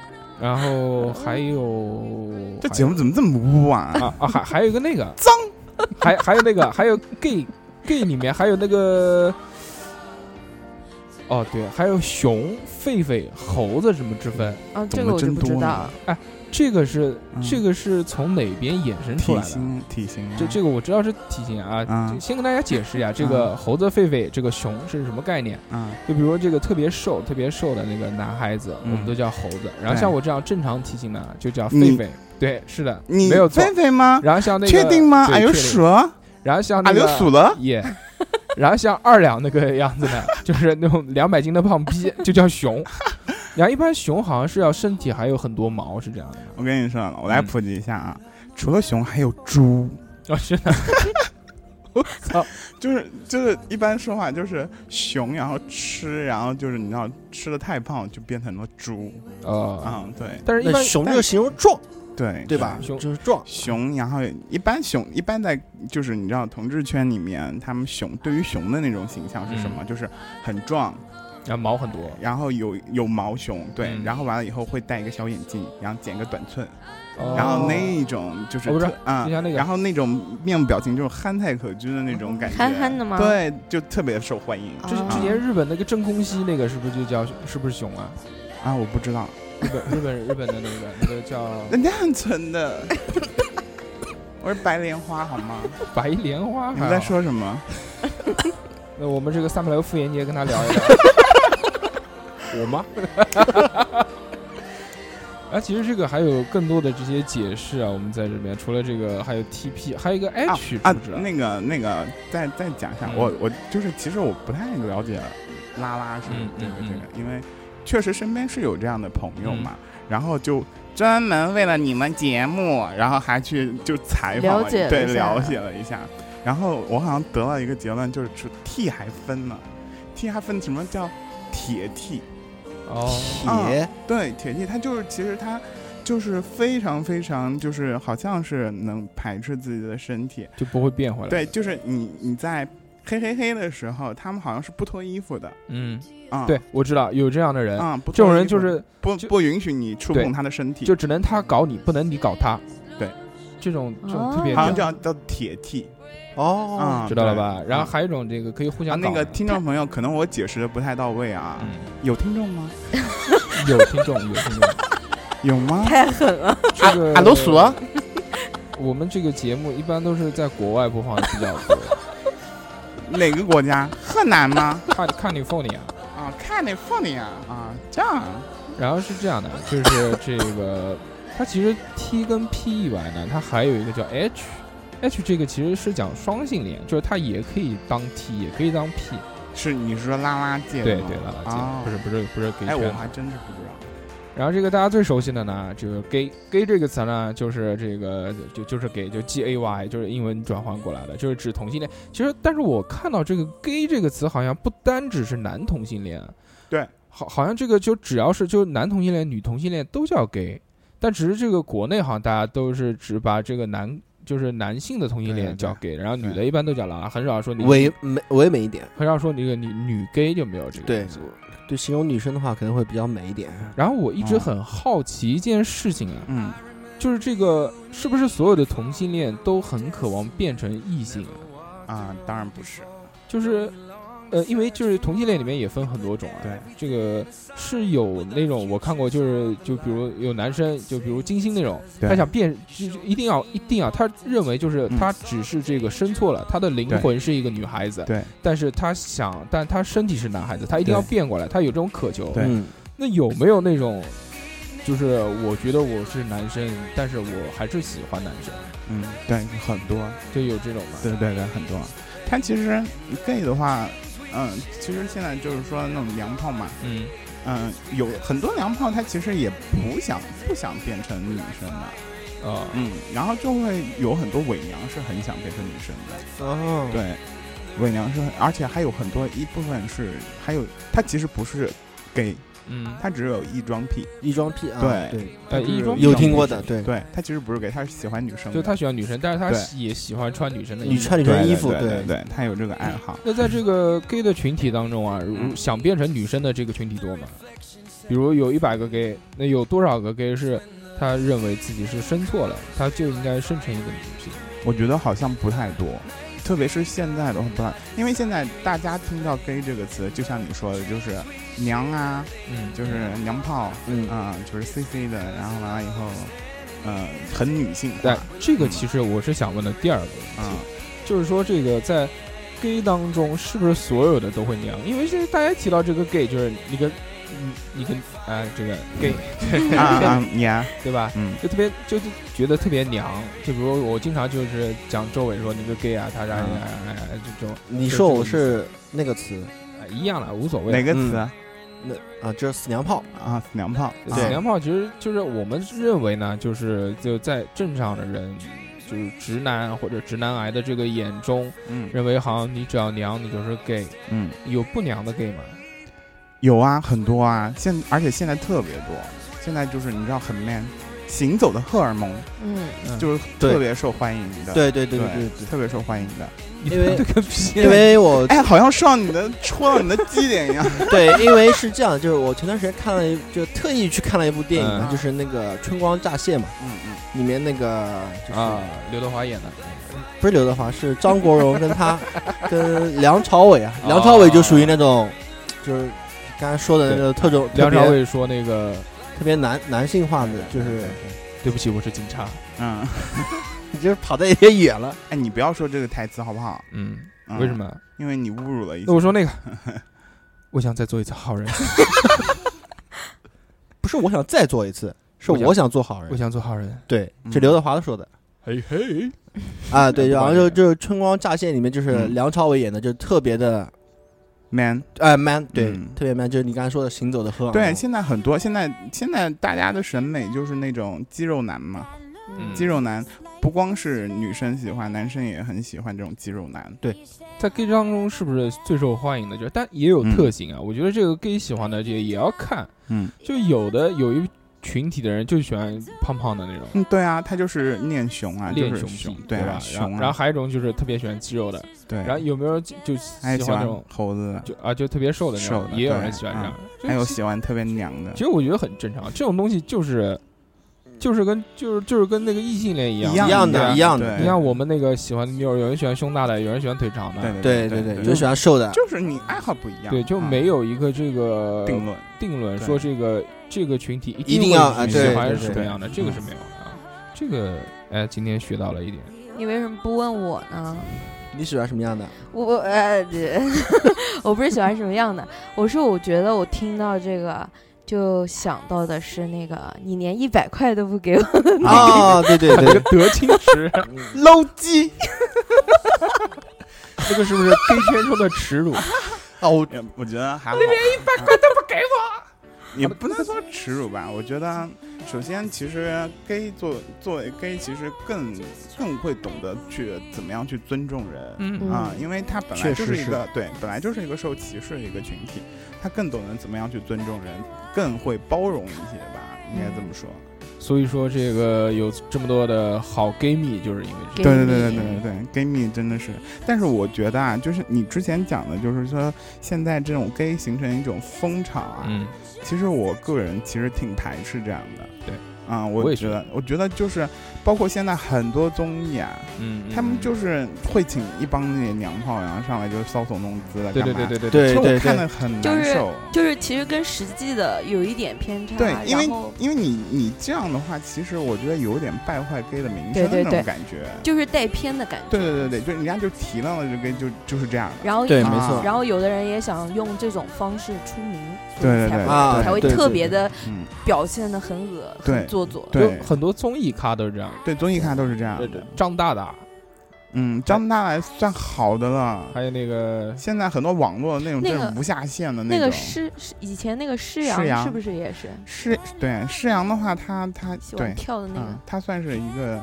Speaker 4: 然后还有
Speaker 3: 这
Speaker 4: 还
Speaker 3: 节目怎么这么污啊？
Speaker 4: 啊啊，还还有一个那个脏， 还还有那个还有 gay gay 里面还有那个，哦对，还有熊、狒狒、猴子什么之分，
Speaker 7: 哦，这个
Speaker 3: 懂
Speaker 7: 我
Speaker 3: 得
Speaker 7: 就
Speaker 3: 真
Speaker 7: 不知
Speaker 3: 多
Speaker 7: 道
Speaker 3: 呢，
Speaker 4: 这个是、
Speaker 3: 嗯
Speaker 4: 这个是从哪边衍生出
Speaker 3: 体
Speaker 4: 来的？
Speaker 3: 型，体型啊，
Speaker 4: 这这个我知道是体型啊，
Speaker 3: 嗯
Speaker 4: 就先跟大家解释一下，这个猴子、狒狒、这个熊是什么概念？
Speaker 3: 啊，
Speaker 4: 就比如说这个特别瘦、特别瘦的那个男孩子，
Speaker 3: 嗯
Speaker 4: 我们都叫猴子，然后
Speaker 3: 对
Speaker 4: 像我这样正常体型的就叫狒
Speaker 3: 你
Speaker 4: 狒。对，是的，
Speaker 3: 你
Speaker 4: 没有错。
Speaker 3: 狒狒吗？
Speaker 4: 然后像那个
Speaker 3: 确定吗？
Speaker 4: 对
Speaker 3: 哎呦
Speaker 4: 确定
Speaker 3: 蛇，
Speaker 4: 然后像那
Speaker 3: 哎
Speaker 4: 个
Speaker 3: 呦鼠了，
Speaker 4: 耶。然后像二两那个样子的， 就是那种两百斤的胖逼， 就叫熊。然后一般熊好像是要身体还有很多毛，是这样的。
Speaker 3: 我跟你说，我来
Speaker 4: 嗯
Speaker 3: 普及一下啊，除了熊还有猪，
Speaker 4: 哦，是的，
Speaker 3: 就是就是一般说法就是熊，然后吃，然后就是你知道吃的太胖就变成了猪
Speaker 4: 呃，
Speaker 3: 啊、对
Speaker 4: 但是一
Speaker 2: 那
Speaker 4: 般
Speaker 2: 熊这个形容壮，
Speaker 3: 对
Speaker 2: 对吧？
Speaker 4: 熊
Speaker 2: 就是壮，
Speaker 3: 熊，然后一般熊一般在就是你知道同志圈里面，他们熊对于熊的那种形象是什么？就是很壮，
Speaker 4: 啊毛很多
Speaker 3: 然后有有毛熊，对，
Speaker 4: 嗯
Speaker 3: 然后完了以后会戴一个小眼镜，然后剪个短寸，
Speaker 4: 哦
Speaker 3: 然后那种就是
Speaker 4: 哦不是
Speaker 3: 特啊
Speaker 4: 就，像那个
Speaker 3: 然后那种面部表情就是憨态可掬的那种感觉，
Speaker 7: 憨憨的吗哦
Speaker 3: 对，就特别受欢迎。
Speaker 4: 之之前日本那个真空吸那个是不是就叫是不是熊啊？
Speaker 3: 啊，我不 知道，
Speaker 4: 日本日本日本的那 个那个叫
Speaker 3: 那很纯的。 我是白莲花好 吗？
Speaker 4: 白莲花。
Speaker 3: 你们在？说什么？
Speaker 4: 那我们这个三百六妇炎洁跟他聊一 聊。我吗？啊，其实这个还有更多的这些解释啊，我们在这边除了这个，还有 TP，还有一个 H，、
Speaker 3: 啊
Speaker 4: 是不是？
Speaker 3: 那个那个，再再讲一下，
Speaker 4: 嗯
Speaker 3: 我我就是其实我不太了解拉拉什么
Speaker 4: 嗯
Speaker 3: 这个
Speaker 4: 嗯
Speaker 3: 这个，因为确实身边是有这样的朋友嘛，然后就专门为了你们节目，然后还去就采访
Speaker 7: 了解了
Speaker 3: 对
Speaker 7: 一下
Speaker 3: 了解了一下，然后我好像得到一个结论，就是出 T 还分呢，T 还分什么叫铁 T，
Speaker 4: 哦，
Speaker 2: 铁
Speaker 3: 对，铁 T 它就是其实它。就是非常非常，就是好像是能排斥自己的身体，
Speaker 4: 就不会变回来。，
Speaker 3: 对，就是你你在嘿嘿嘿的时候，他们好像是不脱衣服的
Speaker 4: 嗯，
Speaker 3: 啊、
Speaker 4: 对，我知道有这样的人，
Speaker 3: 啊、不脱
Speaker 4: 这种人
Speaker 3: 衣服
Speaker 4: 就是
Speaker 3: 不
Speaker 4: 就
Speaker 3: 不允许你触
Speaker 4: 对
Speaker 3: 碰他的身体，
Speaker 4: 就只能他搞你，不能你搞他。
Speaker 3: 对，
Speaker 4: 这种这种特别
Speaker 3: 好像
Speaker 7: 哦
Speaker 3: 叫叫铁 T
Speaker 2: 哦，
Speaker 3: 啊、
Speaker 4: 知道了
Speaker 3: 对
Speaker 4: 吧？然后。还有一种这个可以互
Speaker 3: 啊，
Speaker 4: 相搞
Speaker 3: 那
Speaker 4: 的
Speaker 3: 个听众朋友，可能我解释的不太到位啊，
Speaker 4: 嗯，
Speaker 3: 有听众吗？
Speaker 4: 有听众有听众，
Speaker 3: 有吗？
Speaker 7: 太狠 了，
Speaker 4: 这个
Speaker 3: 啊都死了，
Speaker 4: 我们这个节目一般都是在国外播放的比较多。
Speaker 3: 哪个国家？河南吗？
Speaker 4: 看看你 phone 啊，
Speaker 3: 啊，看你放你啊啊，这样啊，
Speaker 4: 然后是这样的，就是这个， 它其实 T 跟 P 以外呢，它还有一个叫 H。H 这个其实是讲双性恋，就是它也可以当 T，也可以当 P。
Speaker 3: 是你是说拉拉界
Speaker 4: 对
Speaker 3: 的吗
Speaker 4: 对，拉拉界，
Speaker 3: 哦
Speaker 4: 不是不是不是 gay
Speaker 3: 哎，
Speaker 4: 圈
Speaker 3: 我还真是不知道。
Speaker 4: 然后这个大家最熟悉的呢，就是 gay gay 这个词呢，就是这个就就是给就 G A Y，就是英文转换过来的，就是指同性恋。其实，但是我看到这个 gay 这个词，好像不单只是男同性恋，啊
Speaker 3: 对，
Speaker 4: 好好像这个就只要是就男同性恋、女同性恋都叫 gay，但只是这个国内好像大家都是只把这个男就是男性的同性恋
Speaker 3: 对
Speaker 4: 叫 gay，然后女的
Speaker 3: 对
Speaker 4: 一般都叫拉拉，很少说你
Speaker 2: 唯美唯美一点，
Speaker 4: 很少说你这个女女 gay 就没有这个
Speaker 2: 对
Speaker 4: 词。
Speaker 2: 对，形容女生的话可能会比较美一点。
Speaker 4: 然后我一直
Speaker 3: 哦
Speaker 4: 很好奇一件事情啊，
Speaker 3: 嗯，
Speaker 4: 就是这个，是不是所有的同性恋都很渴望变成异性啊？
Speaker 3: 啊，当然不是，
Speaker 4: 就是，呃，因为就是同性恋里面也分很多种啊。
Speaker 3: 对，
Speaker 4: 这个是有那种我看过，就是就比如有男生，就比如金星那种，
Speaker 3: 对
Speaker 4: 他想变，就是一定要一定要，他认为就是
Speaker 3: 嗯
Speaker 4: 他只是这个生错了，他的灵魂是一个女孩子，
Speaker 3: 对，
Speaker 4: 但是他想，但他身体是男孩子，他一定
Speaker 3: 对
Speaker 4: 要变过来，他有这种渴求。
Speaker 3: 对
Speaker 2: 嗯，
Speaker 4: 那有没有那种，就是我觉得我是男生，但是我还是喜欢男生？
Speaker 3: 嗯，对，很多，
Speaker 4: 就有这种嘛。
Speaker 3: 对对对，很多。他其实 gay 的话，嗯，其实现在就是说那种娘炮嘛，
Speaker 4: 嗯，
Speaker 3: 嗯，有很多娘炮，他其实也不想不想变成女生的，
Speaker 4: 啊、
Speaker 3: 嗯，然后就会有很多伪娘是很想变成女生的，
Speaker 2: 哦，
Speaker 3: 对，伪娘是很，而且还有很多一部分是，还有他其实不是 gay，
Speaker 4: 嗯，
Speaker 3: 他只有异装癖，
Speaker 2: 异装癖啊，
Speaker 3: 对
Speaker 2: 对，
Speaker 4: 呃，
Speaker 3: 就是
Speaker 4: 一装
Speaker 2: 有听过的，对，
Speaker 3: 对他其实不是 gay，他是喜欢女生
Speaker 4: 就
Speaker 3: 的，
Speaker 4: 他喜欢女生，但是他
Speaker 3: 对
Speaker 4: 喜也喜欢穿女生的
Speaker 2: 你
Speaker 4: 衣服。
Speaker 2: 穿女生
Speaker 3: 对
Speaker 2: 衣服，
Speaker 3: 对对对，他有这个爱好，
Speaker 4: 那在这个 gay 的群体当中啊，如
Speaker 3: 嗯
Speaker 4: 想变成女生的这个群体多吗？比如有一百个 gay，那有多少个 gay 是他认为自己是生错了，他就应该生成一个女性？
Speaker 3: 我觉得好像不太多，特别是现在的话不太，因为现在大家听到 gay 这个词，就像你说的，就是娘啊，
Speaker 4: 嗯
Speaker 3: 就是娘炮，
Speaker 2: 嗯
Speaker 3: 啊、就是 C C 的，然后完了以后，呃，很女性化，
Speaker 4: 对
Speaker 3: 啊、，
Speaker 4: 这个其实我是想问的第二个问题，就是说这个在 gay 当中是不是所有的都会那样？因为现在大家提到这个 gay，就是你跟你你跟啊这个 gay
Speaker 3: 啊啊 娘，
Speaker 4: 对吧？
Speaker 3: 嗯
Speaker 4: 就特别就是觉得特别娘，就比如我经常就是讲周伟说你个 gay 啊，他啥啥啥啥啥这种，
Speaker 2: 你说我是那个词，
Speaker 4: 哎一样了，无所谓。
Speaker 3: 哪个
Speaker 2: 嗯
Speaker 3: 词、
Speaker 2: 那啊，就是死娘炮，
Speaker 3: 啊？娘炮，
Speaker 4: 死
Speaker 3: 啊
Speaker 4: 娘炮其实就是我们认为呢，就是就在正常的人，就是直男或者直男癌的这个眼中，
Speaker 3: 嗯
Speaker 4: 认为好像你只要娘你就是 gay，
Speaker 3: 嗯，
Speaker 4: 有不娘的 gay 吗？
Speaker 3: 有啊，很多啊，现而且现在特别多，现在就是你知道很 man，行走的荷尔蒙，
Speaker 7: 嗯，
Speaker 4: 嗯
Speaker 3: 就是
Speaker 2: 对
Speaker 3: 特别受欢迎的，
Speaker 2: 对对对
Speaker 3: 对
Speaker 2: 对对，
Speaker 3: 特别受欢迎的。
Speaker 2: 因为
Speaker 4: 这个屁
Speaker 2: 因为我
Speaker 3: 哎，好像是让你的戳到你的基点一样。
Speaker 2: 对，因为是这样，就是我前段时间看了一，就特意去看了一部电影嘛，
Speaker 4: 嗯
Speaker 2: 就是那个《春光乍泄》嘛，
Speaker 3: 嗯嗯，
Speaker 2: 里面那个就是、
Speaker 4: 啊， 刘德华演的，
Speaker 2: 不是刘德华，是张国荣跟 他跟梁朝伟啊，梁朝伟就属于那种，就是刚才说的那个特种，特
Speaker 4: 啊梁
Speaker 2: 别
Speaker 4: 朝伟说那个
Speaker 2: 特别男男性化的，就是
Speaker 4: 对不起，我是警察，
Speaker 3: 嗯，
Speaker 2: 你就是跑的有点远了，
Speaker 3: 哎，你不要说这个台词好不好？
Speaker 4: 嗯，
Speaker 3: 嗯
Speaker 4: 为什？么？哦
Speaker 3: 因为你侮辱了一
Speaker 4: 那我说那个， 我想再做一次好人，
Speaker 2: 不是我想再做一次，是
Speaker 4: 我想
Speaker 2: 我想做好
Speaker 4: 我
Speaker 2: 人，
Speaker 4: 想做好人。
Speaker 2: 对，
Speaker 3: 嗯
Speaker 2: 这刘德华说的。
Speaker 4: 嘿嘿，
Speaker 2: 啊，对，
Speaker 4: 不
Speaker 2: 然后
Speaker 4: 管这
Speaker 2: 就
Speaker 4: 个
Speaker 2: 就是《春光乍泄》里面就是
Speaker 3: 嗯
Speaker 2: 梁朝伟演的，就特别的
Speaker 3: man。
Speaker 2: 呃 man，对，
Speaker 3: 嗯
Speaker 2: 特别 man，就是你刚才说的行走的
Speaker 4: 哦
Speaker 2: 荷尔蒙。
Speaker 3: 对，现在很多，现在现在大家的审美就是那种肌肉男嘛，
Speaker 4: 嗯
Speaker 3: 肌肉男不光是女生喜欢，男生也很喜欢这种肌肉男。
Speaker 4: 在 gay 当中是不是最受欢迎的？就是，但也有特性啊。我觉得这个 gay 喜欢的这个也要看，
Speaker 3: 嗯
Speaker 4: 就有的有一群体的人就喜欢胖胖的那种。
Speaker 3: 嗯，对啊，他就是练熊啊，
Speaker 4: 练
Speaker 3: 就是
Speaker 4: 胸
Speaker 3: 熊
Speaker 4: 屁，，
Speaker 3: 对
Speaker 4: 吧？然
Speaker 3: 熊
Speaker 4: 后
Speaker 3: 啊，
Speaker 4: 然后还有一种就是特别喜欢肌肉的，
Speaker 3: 对，
Speaker 4: 然后有没有就就喜
Speaker 3: 还喜
Speaker 4: 欢那
Speaker 3: 欢
Speaker 4: 种
Speaker 3: 猴子，
Speaker 4: 就啊就特别瘦的那种
Speaker 3: 瘦？的
Speaker 4: 也有
Speaker 3: 对
Speaker 4: 人喜欢这样
Speaker 3: 啊。
Speaker 4: 就
Speaker 3: 还有喜欢特别娘的
Speaker 4: 其，实我觉得很正常，这种东西就是就是跟就是就是跟那个异性恋一样
Speaker 2: 一样的嗯一样的
Speaker 3: 对
Speaker 4: 你像我们那个喜欢妞儿，有人喜欢胸大的，有人喜欢腿长的，
Speaker 2: 对
Speaker 3: 对对
Speaker 2: 对对，有
Speaker 3: 就
Speaker 2: 的喜欢瘦的，
Speaker 3: 就是你爱好不一样，
Speaker 4: 对，就
Speaker 3: 啊
Speaker 4: 没有一个这个
Speaker 3: 定论。
Speaker 4: 定论
Speaker 3: 对
Speaker 4: 说这个这个群体一
Speaker 2: 一定
Speaker 4: 会
Speaker 2: 要啊
Speaker 4: 喜
Speaker 2: 对
Speaker 4: 欢
Speaker 2: 对
Speaker 4: 是什
Speaker 2: 对
Speaker 4: 么
Speaker 3: 对
Speaker 4: 样的，这个是没有的啊。这个哎，今天学到了一点，
Speaker 7: 你为什么不问我呢？
Speaker 2: 你喜欢什么样的？
Speaker 7: 我哎我
Speaker 3: 嗯
Speaker 7: 呃，我不是喜欢什么样的，我是我觉得我听到这个就想到的是那个你连一百块都不给我，
Speaker 2: 啊，对对 嗯对，
Speaker 4: 德清池，
Speaker 2: 搂 鸡
Speaker 4: 这个是不是 gay 圈中的耻辱？
Speaker 2: 啊，我
Speaker 3: 也我觉得还好，你连一百块都不给我，也不能说耻辱吧。我觉得，首先其实 gay 作作为 gay，其实更更会懂得去怎么样去尊重人。
Speaker 4: 嗯
Speaker 3: 啊、因为他本来
Speaker 2: 确
Speaker 3: 就
Speaker 2: 实
Speaker 3: 是一
Speaker 2: 是
Speaker 3: 个对，本来就是一个受歧视的一个群体，他更懂得怎么样去尊重人，更会包容一些吧，
Speaker 7: 嗯
Speaker 3: 应该这么说。
Speaker 4: 所以说这个有这么多的好 gay 蜜，就是因为这
Speaker 7: 给
Speaker 4: 个。
Speaker 3: 对对
Speaker 7: 你
Speaker 3: 对对对对，gay 蜜真的是，但是我觉得啊，就是你之前讲的，就是说现在这种 gay 形成一种风潮啊，
Speaker 4: 嗯，
Speaker 3: 其实我个人其实挺排斥这样的。
Speaker 4: 对，
Speaker 3: 啊、
Speaker 4: 我
Speaker 3: 我
Speaker 4: 也
Speaker 3: 觉
Speaker 4: 是
Speaker 3: 得，我觉得就是包括现在很多综艺啊，
Speaker 4: 嗯，
Speaker 3: 他们就是会请一帮那些娘炮，然后上来就搔首弄姿的，
Speaker 4: 对
Speaker 3: 干
Speaker 4: 对
Speaker 3: 嘛
Speaker 4: 对对对对，
Speaker 2: 对
Speaker 3: 其实
Speaker 2: 对
Speaker 3: 我看
Speaker 2: 对，
Speaker 3: 的很
Speaker 7: 就
Speaker 3: 难
Speaker 7: 是
Speaker 3: 受。
Speaker 7: 就是其实跟实际的有一点偏差，
Speaker 3: 对，因为
Speaker 7: 然后
Speaker 3: 因为你你这样的话，其实我觉得有点败坏 gay 的名声
Speaker 7: 对
Speaker 3: 的
Speaker 7: 对
Speaker 3: 那
Speaker 7: 对
Speaker 3: 种感觉。
Speaker 7: 就是带偏的感觉，
Speaker 3: 对对对对，就人家就提到了这个，就就是这样的。
Speaker 7: 然后
Speaker 2: 对，
Speaker 3: 啊
Speaker 2: 没错，
Speaker 7: 然后有的人也想用这种方式出名，所
Speaker 3: 对对
Speaker 7: 以
Speaker 3: 对
Speaker 7: 才会
Speaker 2: 啊，
Speaker 7: 才会
Speaker 2: 对
Speaker 7: 特别，的
Speaker 3: 嗯，
Speaker 7: 表现的很恶
Speaker 3: 对
Speaker 7: 很做作，
Speaker 4: 就
Speaker 3: 对
Speaker 4: 很多综艺咖都是这样。
Speaker 3: 对，综艺咖都是这样
Speaker 4: 对
Speaker 3: 的。
Speaker 4: 张大大，
Speaker 3: 嗯，张大来算好的了。
Speaker 4: 还有那个
Speaker 3: 现在很多网络那种
Speaker 7: 那
Speaker 3: 真
Speaker 7: 个
Speaker 3: 是无下限的
Speaker 7: 那
Speaker 3: 种
Speaker 7: 个。施是以前那个施
Speaker 3: 施
Speaker 7: 洋
Speaker 3: 洋
Speaker 7: 是不是也是
Speaker 3: 是，对施洋的话，他他
Speaker 7: 哦喜欢
Speaker 3: 对，
Speaker 7: 跳的那
Speaker 3: 嗯
Speaker 7: 个？，
Speaker 3: 他算是一个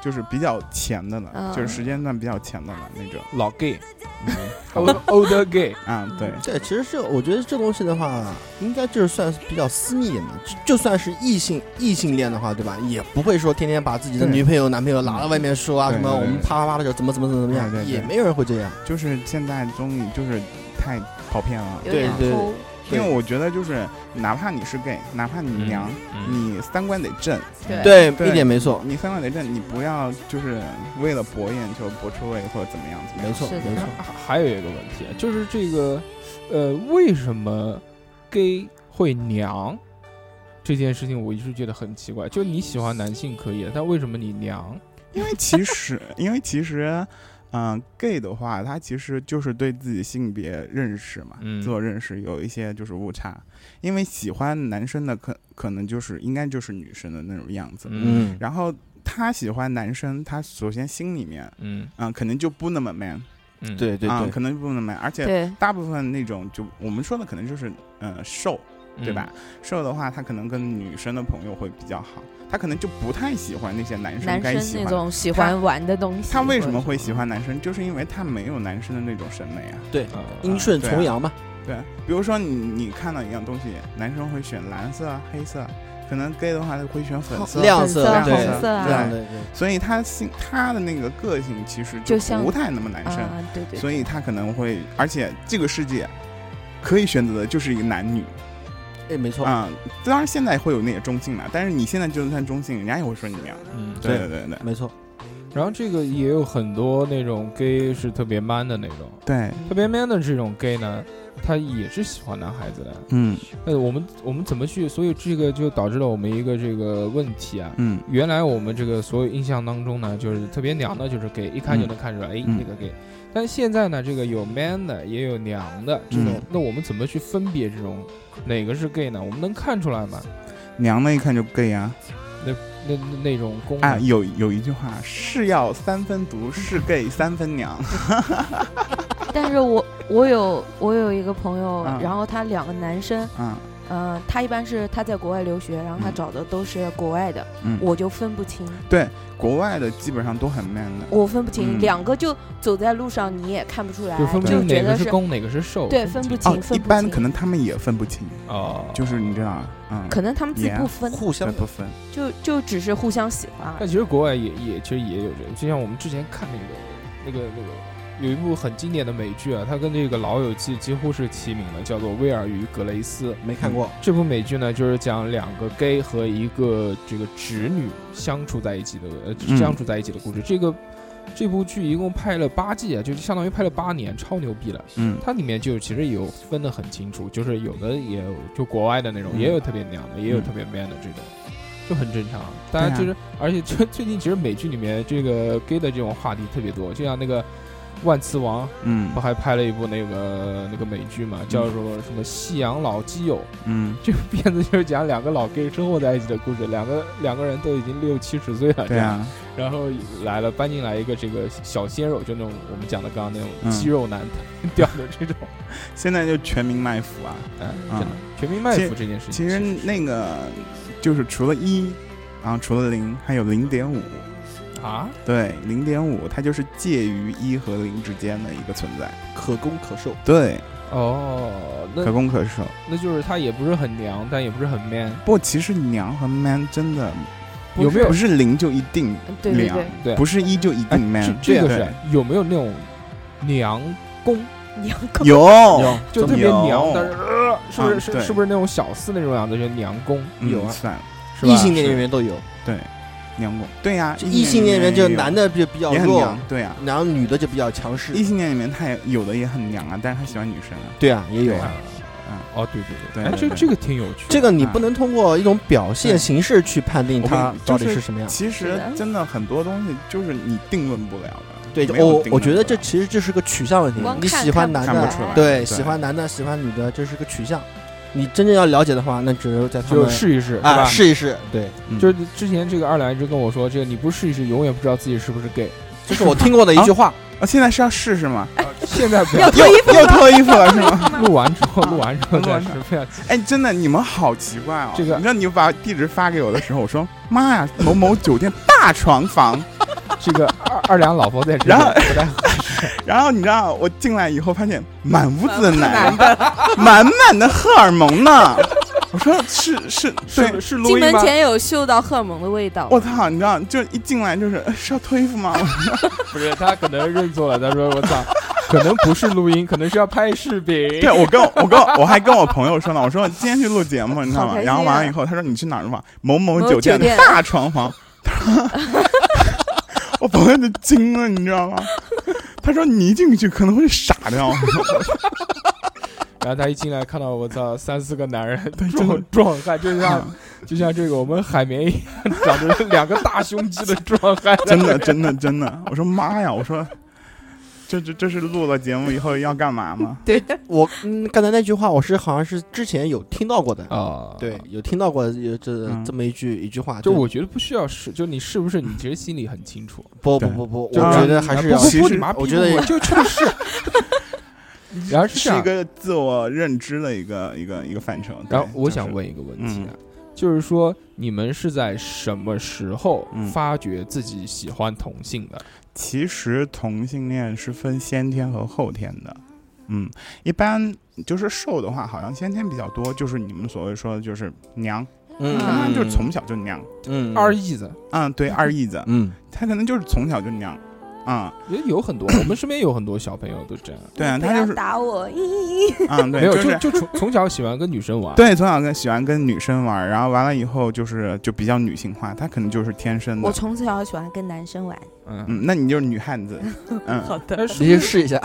Speaker 3: 就是比较前的了，
Speaker 7: 嗯
Speaker 3: 就是时间段比较前的了那种。
Speaker 4: 老 gay，
Speaker 3: 好
Speaker 4: ，old
Speaker 3: 吧
Speaker 4: old gay，
Speaker 3: 啊，对，
Speaker 2: 对，其实是我觉得这东西的话，应该就是算是比较私密一点的，就就算是异性异性恋的话，对吧？也不会说天天把自己的
Speaker 3: 对
Speaker 2: 女朋友、男朋友拿到外面说啊，
Speaker 3: 对
Speaker 2: 什么
Speaker 3: 对
Speaker 2: 我们
Speaker 3: 对
Speaker 2: 啪啪啪的就怎么怎么怎么怎么
Speaker 3: 对
Speaker 2: 样，
Speaker 3: 对对
Speaker 2: 也没有人会这样。
Speaker 3: 就是现在综艺就是太跑偏了，
Speaker 7: 有
Speaker 2: 对
Speaker 7: 点
Speaker 2: 对
Speaker 3: 嗯
Speaker 7: 抠，
Speaker 3: 因为我觉得就是哪怕你是 gay，哪怕你娘，
Speaker 4: 嗯，
Speaker 3: 你三观得正，
Speaker 7: 对
Speaker 2: 对，
Speaker 3: 对
Speaker 2: 一点没错，
Speaker 3: 你三观得正，你不要就是为了博眼球、博出位或者怎么样怎么样。
Speaker 2: 没错，
Speaker 7: 是的
Speaker 2: 没错。
Speaker 4: 还嗯还有一个问题，就是这个，呃，为什么 gay 会娘这件事情，我一直觉得很奇怪。就你喜欢男性可以，但为什么你娘？
Speaker 3: 因为其实，因为其实，嗯、g a y 的话，他其实就是对自己性别认识嘛，
Speaker 4: 嗯
Speaker 3: 自我认识有一些就是误差。因为喜欢男生的可可能就是应该就是女生的那种样子，
Speaker 4: 嗯
Speaker 3: 然后他喜欢男生，他首先心里面，
Speaker 4: 嗯
Speaker 3: 嗯、可能就不那么 man，
Speaker 4: 嗯，
Speaker 2: 对对
Speaker 3: 啊、
Speaker 2: 对，
Speaker 3: 可能不那么 man，而且
Speaker 7: 对
Speaker 3: 大部分那种就我们说的可能就是，呃，瘦，
Speaker 4: 嗯
Speaker 3: 对吧？？瘦的话，他可能跟女生的朋友会比较好，他可能就不太喜欢那些男生
Speaker 7: 男
Speaker 3: 该
Speaker 7: 生
Speaker 3: 喜欢
Speaker 7: 那
Speaker 3: 的
Speaker 7: 种喜欢玩的东西，
Speaker 3: 他为什么会喜？欢男生？就是因为他没有男生的那种审美啊。
Speaker 2: 嗯对，
Speaker 4: 呃
Speaker 2: 因顺从阳嘛，
Speaker 3: 对，比如说你你看到一样东西，男生会选蓝色、黑色，可能 gay 的话他会选粉色。
Speaker 2: 亮
Speaker 7: 粉
Speaker 2: 色
Speaker 7: 色、
Speaker 3: 亮
Speaker 2: 对
Speaker 7: 红色啊
Speaker 2: 亮的，对
Speaker 3: 所以他性他的那个个性其实
Speaker 7: 就像
Speaker 3: 不太那么男生，
Speaker 7: 啊，对对，
Speaker 3: 所以他可能会，而且这个世界可以选择的就是一个男女
Speaker 2: 哎，没
Speaker 7: 哦
Speaker 2: 错，
Speaker 3: 啊、当然现在会有那些中性嘛，但是你现在就算中性，人家也会说你娘。
Speaker 4: 嗯，
Speaker 3: 对对对对
Speaker 2: 没错，
Speaker 4: 然后这个也有很多那种 gay 是特别 man 的那种，
Speaker 3: 对，
Speaker 4: 特别 man 的这种 gay 呢，他也是喜欢男孩子的。
Speaker 3: 嗯
Speaker 4: 那呃我们我们怎么去？所以这个就导致了我们一个这个问题啊。
Speaker 3: 嗯
Speaker 4: 原来我们这个所有印象当中呢，就是特别娘的，就是 gay，一看就能看出来，哎，
Speaker 3: 嗯
Speaker 4: 那个 gay。但现在呢，这个有 man 的，也有娘的这种
Speaker 3: 嗯，
Speaker 4: 那我们怎么去分别这种哪个是 gay 呢？我们能看出来吗？
Speaker 3: 娘的一看就 gay 啊。
Speaker 4: 那那那种公
Speaker 3: 啊，有有一句话是要三分毒，是 gay 三分娘。
Speaker 7: 但是我我有我有一个朋友
Speaker 3: 啊，
Speaker 7: 然后他两个男生，
Speaker 3: 啊，
Speaker 7: 呃，他一般是他在国外留学，然后他
Speaker 3: 嗯
Speaker 7: 找的都是国外的，
Speaker 3: 嗯，
Speaker 7: 我就分不清，
Speaker 3: 国外的基本上都很 man 的。
Speaker 7: 我分不清，
Speaker 3: 嗯
Speaker 7: 两个就走在路上你也看不出来，
Speaker 4: 就分不
Speaker 7: 就
Speaker 4: 清
Speaker 7: 觉
Speaker 4: 哪
Speaker 7: 得
Speaker 4: 个
Speaker 7: 是
Speaker 4: 是攻，哪个是受，
Speaker 7: 对分不清
Speaker 3: 哦
Speaker 7: 分，不
Speaker 3: 一般
Speaker 7: 清
Speaker 3: 可能他们也分不清，
Speaker 4: 哦，
Speaker 3: 就是你知道，嗯，
Speaker 7: 可能他们自己
Speaker 3: Yeah
Speaker 7: 不分，
Speaker 2: 互
Speaker 3: 对
Speaker 2: 相
Speaker 3: 不分。
Speaker 7: 就就只是互相喜欢而
Speaker 4: 但
Speaker 7: 已。
Speaker 4: 其实国外也也其实也有这个，就像我们之前看那个那个那个有一部很经典的美剧啊，它跟这个《老友记》几乎是齐名的，叫做《威尔与格雷斯》。
Speaker 2: 没看过，
Speaker 4: 这部美剧呢，就是讲两个 gay 和一个这个直女相处在一起的呃
Speaker 3: 嗯
Speaker 4: 相处在一起的故事。这个这部剧一共拍了八季啊，就相当于拍了八年，超牛逼了。
Speaker 3: 嗯
Speaker 4: 它里面就其实有分得很清楚，就是有的也有就国外的那种，
Speaker 3: 嗯
Speaker 4: 也有特别娘的，也有
Speaker 3: 嗯
Speaker 4: 特别 man 的这种，就很正常。当
Speaker 3: 啊
Speaker 4: 然就是，而且就最近其实美剧里面这个 gay 的这种话题特别多，就像那个万磁王
Speaker 3: 嗯
Speaker 4: 不还拍了一部那个那个美剧嘛，叫什么什么《夕阳老基友》。
Speaker 3: 嗯，
Speaker 4: 这个片子就是讲两个老 gay 生活在一起的故事，两个两个人都已经六七十岁了，这
Speaker 3: 对啊，
Speaker 4: 样，然后来了搬进来一个这个小鲜肉，就那种我们讲的刚刚那种
Speaker 3: 嗯
Speaker 4: 肌肉男 调的这种，
Speaker 3: 现在就全民卖腐啊。
Speaker 4: 哎，
Speaker 3: 嗯
Speaker 4: 真的全民卖
Speaker 3: 其
Speaker 4: 腐这件事情，
Speaker 3: 其实那个就是除了一，然后除了零，还有零点五。
Speaker 4: 啊，
Speaker 3: 对，零点五它就是介于一和零之间的一个存在。
Speaker 2: 可攻可受。
Speaker 3: 对，
Speaker 4: 哦，那
Speaker 3: 可攻可受。
Speaker 4: 那就是他也不是很娘，但也不是很 man，
Speaker 3: 不过其实娘和 man 真的不
Speaker 4: 有没有
Speaker 3: 不？是零就一定
Speaker 8: 嗯
Speaker 7: 对对
Speaker 3: 娘，
Speaker 7: 对，
Speaker 4: 对，
Speaker 3: 不是一就一
Speaker 4: 哎
Speaker 3: 定，man、
Speaker 4: 这这个
Speaker 3: 对
Speaker 4: 是有没有那种娘公？
Speaker 7: 娘
Speaker 3: 有
Speaker 4: 有，就特别
Speaker 3: 有
Speaker 4: 娘，但是、呃、是不是、
Speaker 3: 嗯
Speaker 4: 是
Speaker 3: 对
Speaker 4: 是不是那种小四那种样子，就是娘公
Speaker 3: 嗯
Speaker 4: 有啊，
Speaker 3: 算了
Speaker 4: 是吧？
Speaker 2: 异性恋里面都有，
Speaker 3: 对，娘公对呀、
Speaker 2: 这异性恋里面就男的就比较
Speaker 3: 也很
Speaker 2: 弱
Speaker 3: 娘，，对呀、
Speaker 2: 然后女的就比较强势
Speaker 3: 异。性恋里面他也有的也很娘啊，但是他喜欢女生啊。
Speaker 2: 对啊，也有
Speaker 3: 对
Speaker 2: 啊。
Speaker 3: 啊
Speaker 4: 哦，对对对，
Speaker 3: 对
Speaker 4: 哎，
Speaker 3: 对
Speaker 4: 这
Speaker 3: 对
Speaker 4: 这个挺有趣的，
Speaker 2: 这个你不能通过一种表现形式去判定
Speaker 3: 我
Speaker 2: 它
Speaker 3: 们就
Speaker 2: 到底
Speaker 3: 是
Speaker 2: 是什么
Speaker 4: 啊
Speaker 2: 样。
Speaker 3: 其实真的很多东西就是你定论不了的。
Speaker 2: 对，
Speaker 3: 没有
Speaker 2: 我
Speaker 3: 定论
Speaker 2: 我觉得
Speaker 3: 的
Speaker 2: 这其实这是个取向问题
Speaker 7: 光。
Speaker 2: 你
Speaker 7: 看
Speaker 2: 喜欢
Speaker 7: 看
Speaker 2: 男
Speaker 3: 看不
Speaker 2: 的，
Speaker 3: 出来，
Speaker 2: 对，喜欢男的，喜欢女的，这是个取向。你真正要了解的话，那只有在他
Speaker 4: 就
Speaker 2: 们
Speaker 4: 试一试，
Speaker 2: 啊
Speaker 4: 是吧？
Speaker 2: 试一试。对，
Speaker 3: 嗯
Speaker 4: 就是之前这个二两一直跟我说，这个你不试一试，永远不知道自己是不是 gay。
Speaker 2: 这是我听过的一句话。
Speaker 3: 啊，现在是要试试吗？
Speaker 4: 现哎在不
Speaker 7: 要
Speaker 4: 要
Speaker 7: 脱衣服
Speaker 3: 又脱衣服了是吗？
Speaker 4: 录完之后，录完之后
Speaker 3: 录
Speaker 4: 再
Speaker 3: 完
Speaker 4: 试
Speaker 3: 之后，
Speaker 4: 不要
Speaker 3: 哎，真的，你们好奇怪哦！
Speaker 4: 这个
Speaker 3: 你知道你把地址发给我的时候，我说妈呀，某某酒店大床房。
Speaker 4: 这个二二两老婆在这里
Speaker 3: 然后
Speaker 4: 不太好，
Speaker 3: 然后你知道我进来以后，发现满屋子的男的，满满的荷尔蒙 呢。我说是是，对
Speaker 4: 是，是录
Speaker 8: 进
Speaker 4: 音
Speaker 8: 门
Speaker 4: 吗？
Speaker 8: 前有嗅到荷尔蒙的味道，
Speaker 3: 我操！你知道，就一进来就是呃是要脱衣服 吗？
Speaker 4: 不是，他可能认错了，他说我操，可能不是录音，可能是要拍视 频。
Speaker 3: 对我跟我我跟我还跟我朋友说呢，我说我今天去录节目，你知道
Speaker 8: 好
Speaker 3: 吗？
Speaker 8: 开心
Speaker 3: 然后完
Speaker 8: 啊
Speaker 3: 了以后，他说你去哪儿了嘛？某某
Speaker 8: 某
Speaker 3: 酒店
Speaker 8: 酒
Speaker 3: 的
Speaker 8: 店
Speaker 3: 大床 房。他说我朋友就惊了，你知道吗？他说你一进去可能会傻掉。
Speaker 4: 然后他一进来看到我操三四个男人壮壮汉，就像就像这个我们海绵一样，长着两个大胸肌的壮汉，
Speaker 3: 真的，真的，真的，我说妈呀，我说，这这这是录了节目以后要干嘛吗？
Speaker 2: 我嗯，刚才那句话我是好像是之前有听到过的，
Speaker 4: 啊，
Speaker 2: 对，有听到过有这
Speaker 3: 嗯
Speaker 2: 这么一句一句话。
Speaker 4: 就
Speaker 2: 对
Speaker 4: 我觉得不需要试，就你是不是，你其实心里很清楚。
Speaker 2: 不
Speaker 3: 对
Speaker 2: 不不不，我
Speaker 4: 就
Speaker 2: 觉得
Speaker 3: 让
Speaker 2: 还
Speaker 4: 啊
Speaker 2: 是
Speaker 4: 不
Speaker 2: 要
Speaker 4: 不
Speaker 3: 其
Speaker 4: 不
Speaker 3: 实
Speaker 4: 你妈逼
Speaker 2: 我觉得
Speaker 4: 不就去试。 然后是啊这
Speaker 3: 是一
Speaker 4: 样，
Speaker 3: 个自我认知的一个一个一个范畴。对
Speaker 4: 然后我
Speaker 3: 就是
Speaker 4: 想问一个问题啊
Speaker 3: 嗯，
Speaker 4: 就是说你们是在什么时候
Speaker 3: 嗯
Speaker 4: 发觉自己喜欢同性的？
Speaker 3: 其实同性恋是分先天和后天的，嗯，一般就是瘦的话，好像先天比较多，就是你们所谓说的就是娘，
Speaker 2: 嗯，
Speaker 3: 他
Speaker 2: 嗯
Speaker 3: 就是从小就娘，
Speaker 2: 嗯
Speaker 4: 二义子
Speaker 3: 嗯，对，二义子，
Speaker 2: 嗯
Speaker 3: 他可能就是从小就娘，啊、
Speaker 4: 也有很多，我们身边有很多小朋友都这样，
Speaker 3: 对啊，
Speaker 8: 不
Speaker 3: 他
Speaker 8: 要
Speaker 3: 就是，
Speaker 8: 打我，
Speaker 3: 嗯，对，
Speaker 4: 没有
Speaker 3: 是
Speaker 4: 就就从从小喜欢跟女
Speaker 8: 啊
Speaker 4: 生玩。
Speaker 3: 对，从小跟喜欢跟女生玩儿，然后完了以后就是就比较女性化，她可能就是天 生
Speaker 8: 我
Speaker 3: 的。
Speaker 8: 从小喜欢跟男生玩。
Speaker 4: 嗯，
Speaker 3: 嗯，那你就是女汉 子。嗯，
Speaker 8: 好 的，
Speaker 4: 但是
Speaker 2: 你去试一下，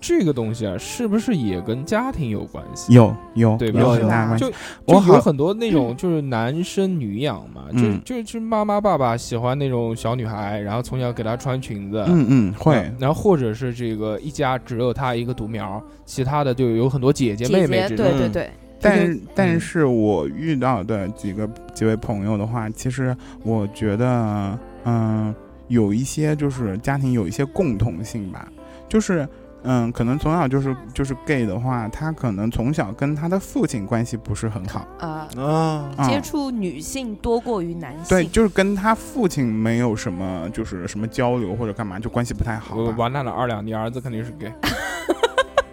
Speaker 4: 这个东西啊，是不是也跟家庭有关系？
Speaker 3: 有有
Speaker 4: 对吧啊
Speaker 3: 有
Speaker 2: 有
Speaker 3: 很大关系。
Speaker 4: 就
Speaker 3: 我
Speaker 4: 就有
Speaker 3: 好
Speaker 4: 很多那种就是男生女养嘛，
Speaker 3: 嗯
Speaker 4: 就就就妈妈爸爸喜欢那种小女孩，然后从小给她穿裙子，
Speaker 3: 嗯嗯，会
Speaker 4: 嗯，然后或者是这个一家只有她一个独苗，其他的就有很多姐姐妹
Speaker 8: 姐
Speaker 4: 妹
Speaker 8: 姐，嗯
Speaker 4: 这
Speaker 8: 对
Speaker 4: 种。
Speaker 8: 对对，
Speaker 3: 但
Speaker 4: 天
Speaker 3: 是但是我遇到的几个几位朋友的话，其实我觉得，嗯、有一些就是家庭有一些共同性吧，就是。嗯，可能从小就是就是 gay 的话，他可能从小跟他的父亲关系不是很好，
Speaker 8: 呃，
Speaker 2: 啊，
Speaker 3: 啊
Speaker 8: 接触女性多过于男性。
Speaker 3: 对，就是跟他父亲没有什么就是什么交流或者干嘛，就关系不太好
Speaker 4: 我
Speaker 3: 吧。
Speaker 4: 完蛋了，二两，你儿子肯定是 gay。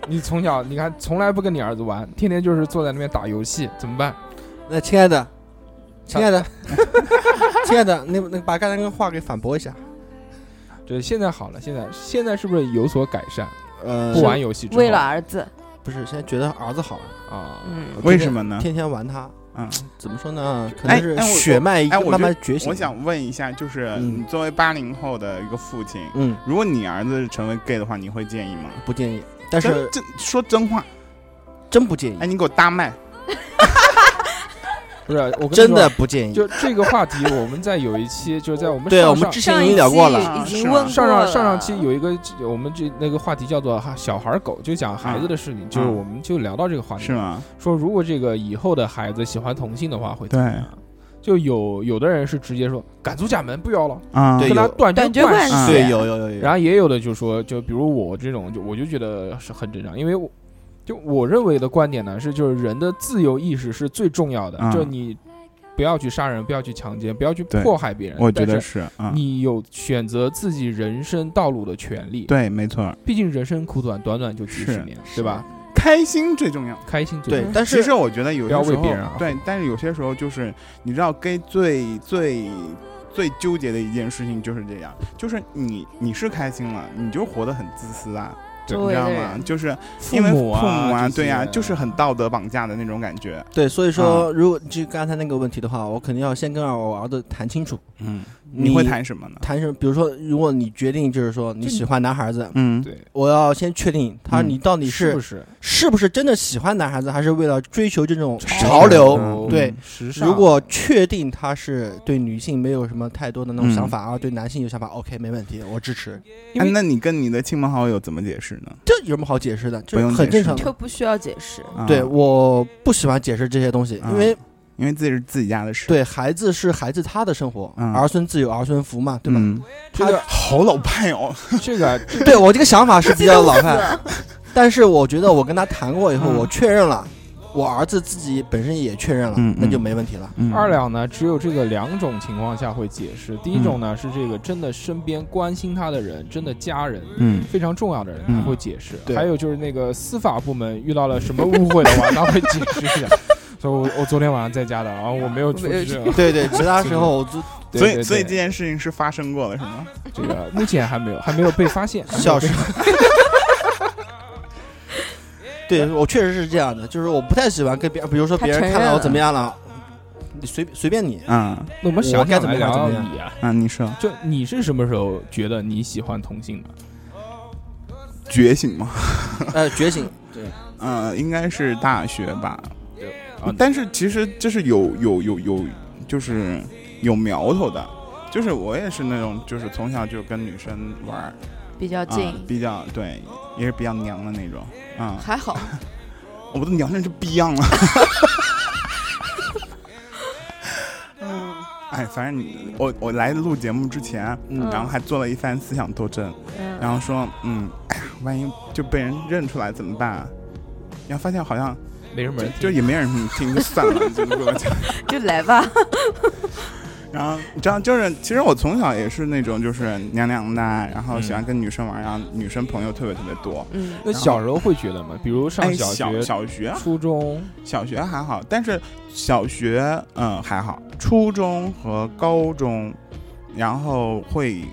Speaker 4: 你从小你看，从来不跟你儿子玩，天天就是坐在那边打游戏，怎么办？
Speaker 2: 那亲爱的，亲爱的， 亲爱的，那那把刚才那个话给反驳一下。
Speaker 4: 这现在好了，现在现在是不是有所改善？
Speaker 2: 呃，
Speaker 4: 不玩游戏之后
Speaker 8: 为了儿子，
Speaker 2: 不是，现在觉得儿子好了，
Speaker 4: 啊，
Speaker 8: 嗯，
Speaker 3: 为什么呢？
Speaker 2: 天天玩他，
Speaker 3: 嗯，
Speaker 2: 怎么说呢？可
Speaker 3: 哎
Speaker 2: 能
Speaker 3: 哎我
Speaker 2: 是血脉
Speaker 3: 哎我
Speaker 2: 慢慢觉醒。
Speaker 3: 我，想问一下，就是
Speaker 2: 嗯
Speaker 3: 你作为八零后的一个父亲，
Speaker 2: 嗯，
Speaker 3: 如果你儿子成为 gay 的话，你会介意吗？
Speaker 2: 不建议，但
Speaker 3: 真
Speaker 2: 是
Speaker 3: 真说真话，哎
Speaker 2: 真不建议
Speaker 3: 哎，。你给我大麦，
Speaker 4: 不是，我跟你
Speaker 2: 真的
Speaker 4: 说，
Speaker 2: 不建议。
Speaker 4: 就这个话题，我们在有一期，就是在我们
Speaker 2: 对，
Speaker 4: 上
Speaker 2: 我们
Speaker 4: 上
Speaker 2: 之
Speaker 8: 上
Speaker 2: 前
Speaker 8: 一
Speaker 2: 已经
Speaker 8: 期
Speaker 2: 聊过了。
Speaker 8: 已经
Speaker 3: 是啊
Speaker 8: 问过
Speaker 4: 上上上上
Speaker 8: 了
Speaker 4: 期有一个，我们这那个话题叫做“小孩儿狗”，就讲孩子的事情，
Speaker 2: 嗯
Speaker 4: 就是我们就聊到这个话题，
Speaker 3: 是吗？
Speaker 4: 说如果这个以后的孩子喜欢同性的话，会怎
Speaker 3: 对
Speaker 4: 么样？就有有的人是直接说赶出家门，不要了，
Speaker 3: 啊，
Speaker 2: 对
Speaker 4: 跟他
Speaker 2: 有
Speaker 4: 断
Speaker 8: 断绝
Speaker 4: 绝
Speaker 8: 关
Speaker 4: 系。
Speaker 3: 系
Speaker 2: 嗯对，有有有有。
Speaker 4: 然后也有的就说，就比如我这种，就我就觉得是很正常，因为我就我认为的观点呢是，就是人的自由意识是最重要的，
Speaker 3: 嗯
Speaker 4: 就你不要去杀人，不要去强奸，不要去
Speaker 3: 对
Speaker 4: 迫害别人。
Speaker 3: 我觉
Speaker 4: 但
Speaker 3: 得
Speaker 4: 是
Speaker 3: 是啊，
Speaker 4: 你有选择自己人生道路的权利。，
Speaker 3: 对，没错儿，
Speaker 4: 毕竟人生苦短，短短就几十
Speaker 3: 是
Speaker 4: 年，对吧？
Speaker 3: 开心最重要。
Speaker 4: 开心最
Speaker 2: 对
Speaker 4: 重，要
Speaker 2: 但
Speaker 3: 嗯其
Speaker 2: 是
Speaker 3: 实我觉得有
Speaker 4: 不
Speaker 3: 些
Speaker 4: 要
Speaker 3: 时
Speaker 4: 为
Speaker 3: 候
Speaker 4: 别人而活。
Speaker 3: 对，但是有些时候就是你知道，gay 最最最纠结的一件事情就是这样，就是你你是开心了，你就活得很自私啊，
Speaker 4: 对
Speaker 3: 你知道吗？就是因为
Speaker 4: 母啊，
Speaker 3: 父母啊，
Speaker 4: 这些
Speaker 3: 对啊，就是很道德绑架的那种感觉。
Speaker 2: 对，所以说，
Speaker 4: 嗯
Speaker 2: 如果就刚才那个问题的话，我肯定要先跟我儿子谈清楚，
Speaker 3: 嗯，
Speaker 2: 你
Speaker 3: 你会谈什么呢？
Speaker 2: 谈什么？比如说，如果你决定就是说你喜欢男孩子，
Speaker 3: 嗯，
Speaker 4: 对，
Speaker 2: 我要先确定他
Speaker 3: 嗯
Speaker 2: 你到底
Speaker 4: 是
Speaker 2: 是
Speaker 4: 不是
Speaker 2: 是不是真的喜欢男孩子，还是为了追求这种潮流？
Speaker 3: 嗯
Speaker 2: 对，
Speaker 4: 时尚？
Speaker 2: 如果确定他是对女性没有什么太多的那种
Speaker 3: 嗯
Speaker 2: 想法啊，对男性有想法，OK，没问题，我支持。
Speaker 4: 因
Speaker 3: 哎
Speaker 4: 为，
Speaker 3: 那你跟你的亲朋好友怎么解释呢？
Speaker 2: 这有什么好解释的？
Speaker 3: 不
Speaker 2: 这
Speaker 3: 用
Speaker 2: 很
Speaker 3: 解
Speaker 2: 正
Speaker 3: 释
Speaker 2: 常
Speaker 8: 就
Speaker 2: 的。
Speaker 8: 不需要解释。
Speaker 3: 啊
Speaker 2: 对，我不喜欢解释这些东西，
Speaker 3: 嗯
Speaker 2: 因为
Speaker 3: 因为自己是自己家的事，
Speaker 2: 对孩子是孩子他的生活，
Speaker 3: 嗯
Speaker 2: 儿孙自有儿孙福嘛，对吧？
Speaker 3: 嗯
Speaker 4: 这个
Speaker 3: 好老派哦，
Speaker 4: 这个
Speaker 2: 对我这个想法是比较老派，但是我觉得我跟他谈过以后，
Speaker 3: 嗯
Speaker 2: 我确认了，我儿子自己本身也确认了，
Speaker 3: 嗯嗯
Speaker 2: 那就没问题了。
Speaker 3: 嗯
Speaker 4: 二两呢，只有这个两种情况下会解释。第一种
Speaker 2: 嗯
Speaker 4: 呢，是这个真的身边关心他的人，真的家人，
Speaker 3: 嗯，
Speaker 4: 非常重要的人，
Speaker 3: 嗯
Speaker 4: 他会解释。
Speaker 2: 对
Speaker 4: 还有就是那个司法部门遇到了什么误会的话，他会解 释一下。所以我我昨天晚上在家的，然后我没有出
Speaker 8: 没有
Speaker 4: 去。
Speaker 2: 对对，其他时候我就
Speaker 4: 对
Speaker 3: 所
Speaker 4: 对
Speaker 3: 以
Speaker 4: 对
Speaker 3: 所以这件事情是发生过的，是吗？
Speaker 4: 这个目前还没有还没有被发现。
Speaker 2: 小时候。 对我确实是这样的，就是我不太喜欢跟别人，比如说别人
Speaker 8: 他承认
Speaker 2: 看到我
Speaker 8: 了
Speaker 2: 怎么样了，你随随便 你。
Speaker 3: 嗯
Speaker 4: 那我们想
Speaker 2: 我该怎么
Speaker 4: 想来
Speaker 2: 样
Speaker 4: 聊
Speaker 2: 怎么
Speaker 4: 聊
Speaker 2: 样
Speaker 4: 你啊，
Speaker 3: 嗯，你说
Speaker 4: 就你是什么时候觉得你喜欢同性的？
Speaker 3: 觉醒吗？
Speaker 2: 呃，觉醒，
Speaker 3: 嗯，应该是大学吧呃
Speaker 4: 啊。
Speaker 3: 但是其实这是有有有有，就是有苗头的。就是我也是那种，就是从小就跟女生玩儿，
Speaker 8: 比较近，
Speaker 3: 啊、比较对，也是比较娘的那种。啊、
Speaker 8: 还好，
Speaker 3: 我的娘成就逼样了。
Speaker 8: 嗯
Speaker 3: 哎，反正你我我来录节目之前，
Speaker 2: 嗯
Speaker 3: 然后还做了一番思想斗争，
Speaker 8: 嗯，
Speaker 3: 然后说，嗯，哎呀，万一就被人认出来怎么办、啊？然后发现好像
Speaker 4: 没什么
Speaker 3: 就
Speaker 4: 人
Speaker 3: 就
Speaker 4: 听
Speaker 3: 也没人听，就 算了，就不了。
Speaker 8: 就来吧，
Speaker 3: 然后你知道，就是其实我从小也是那种就是娘娘的，然后喜欢跟女生玩，然后女生朋友特别特别多。
Speaker 8: 嗯，
Speaker 4: 那小时候会觉得吗？比如上
Speaker 3: 哎，
Speaker 4: 小
Speaker 3: 小
Speaker 4: 学、
Speaker 3: 小学
Speaker 4: 初中，
Speaker 3: 小学嗯还好，但是小学嗯、呃还好，初中和高中，然后会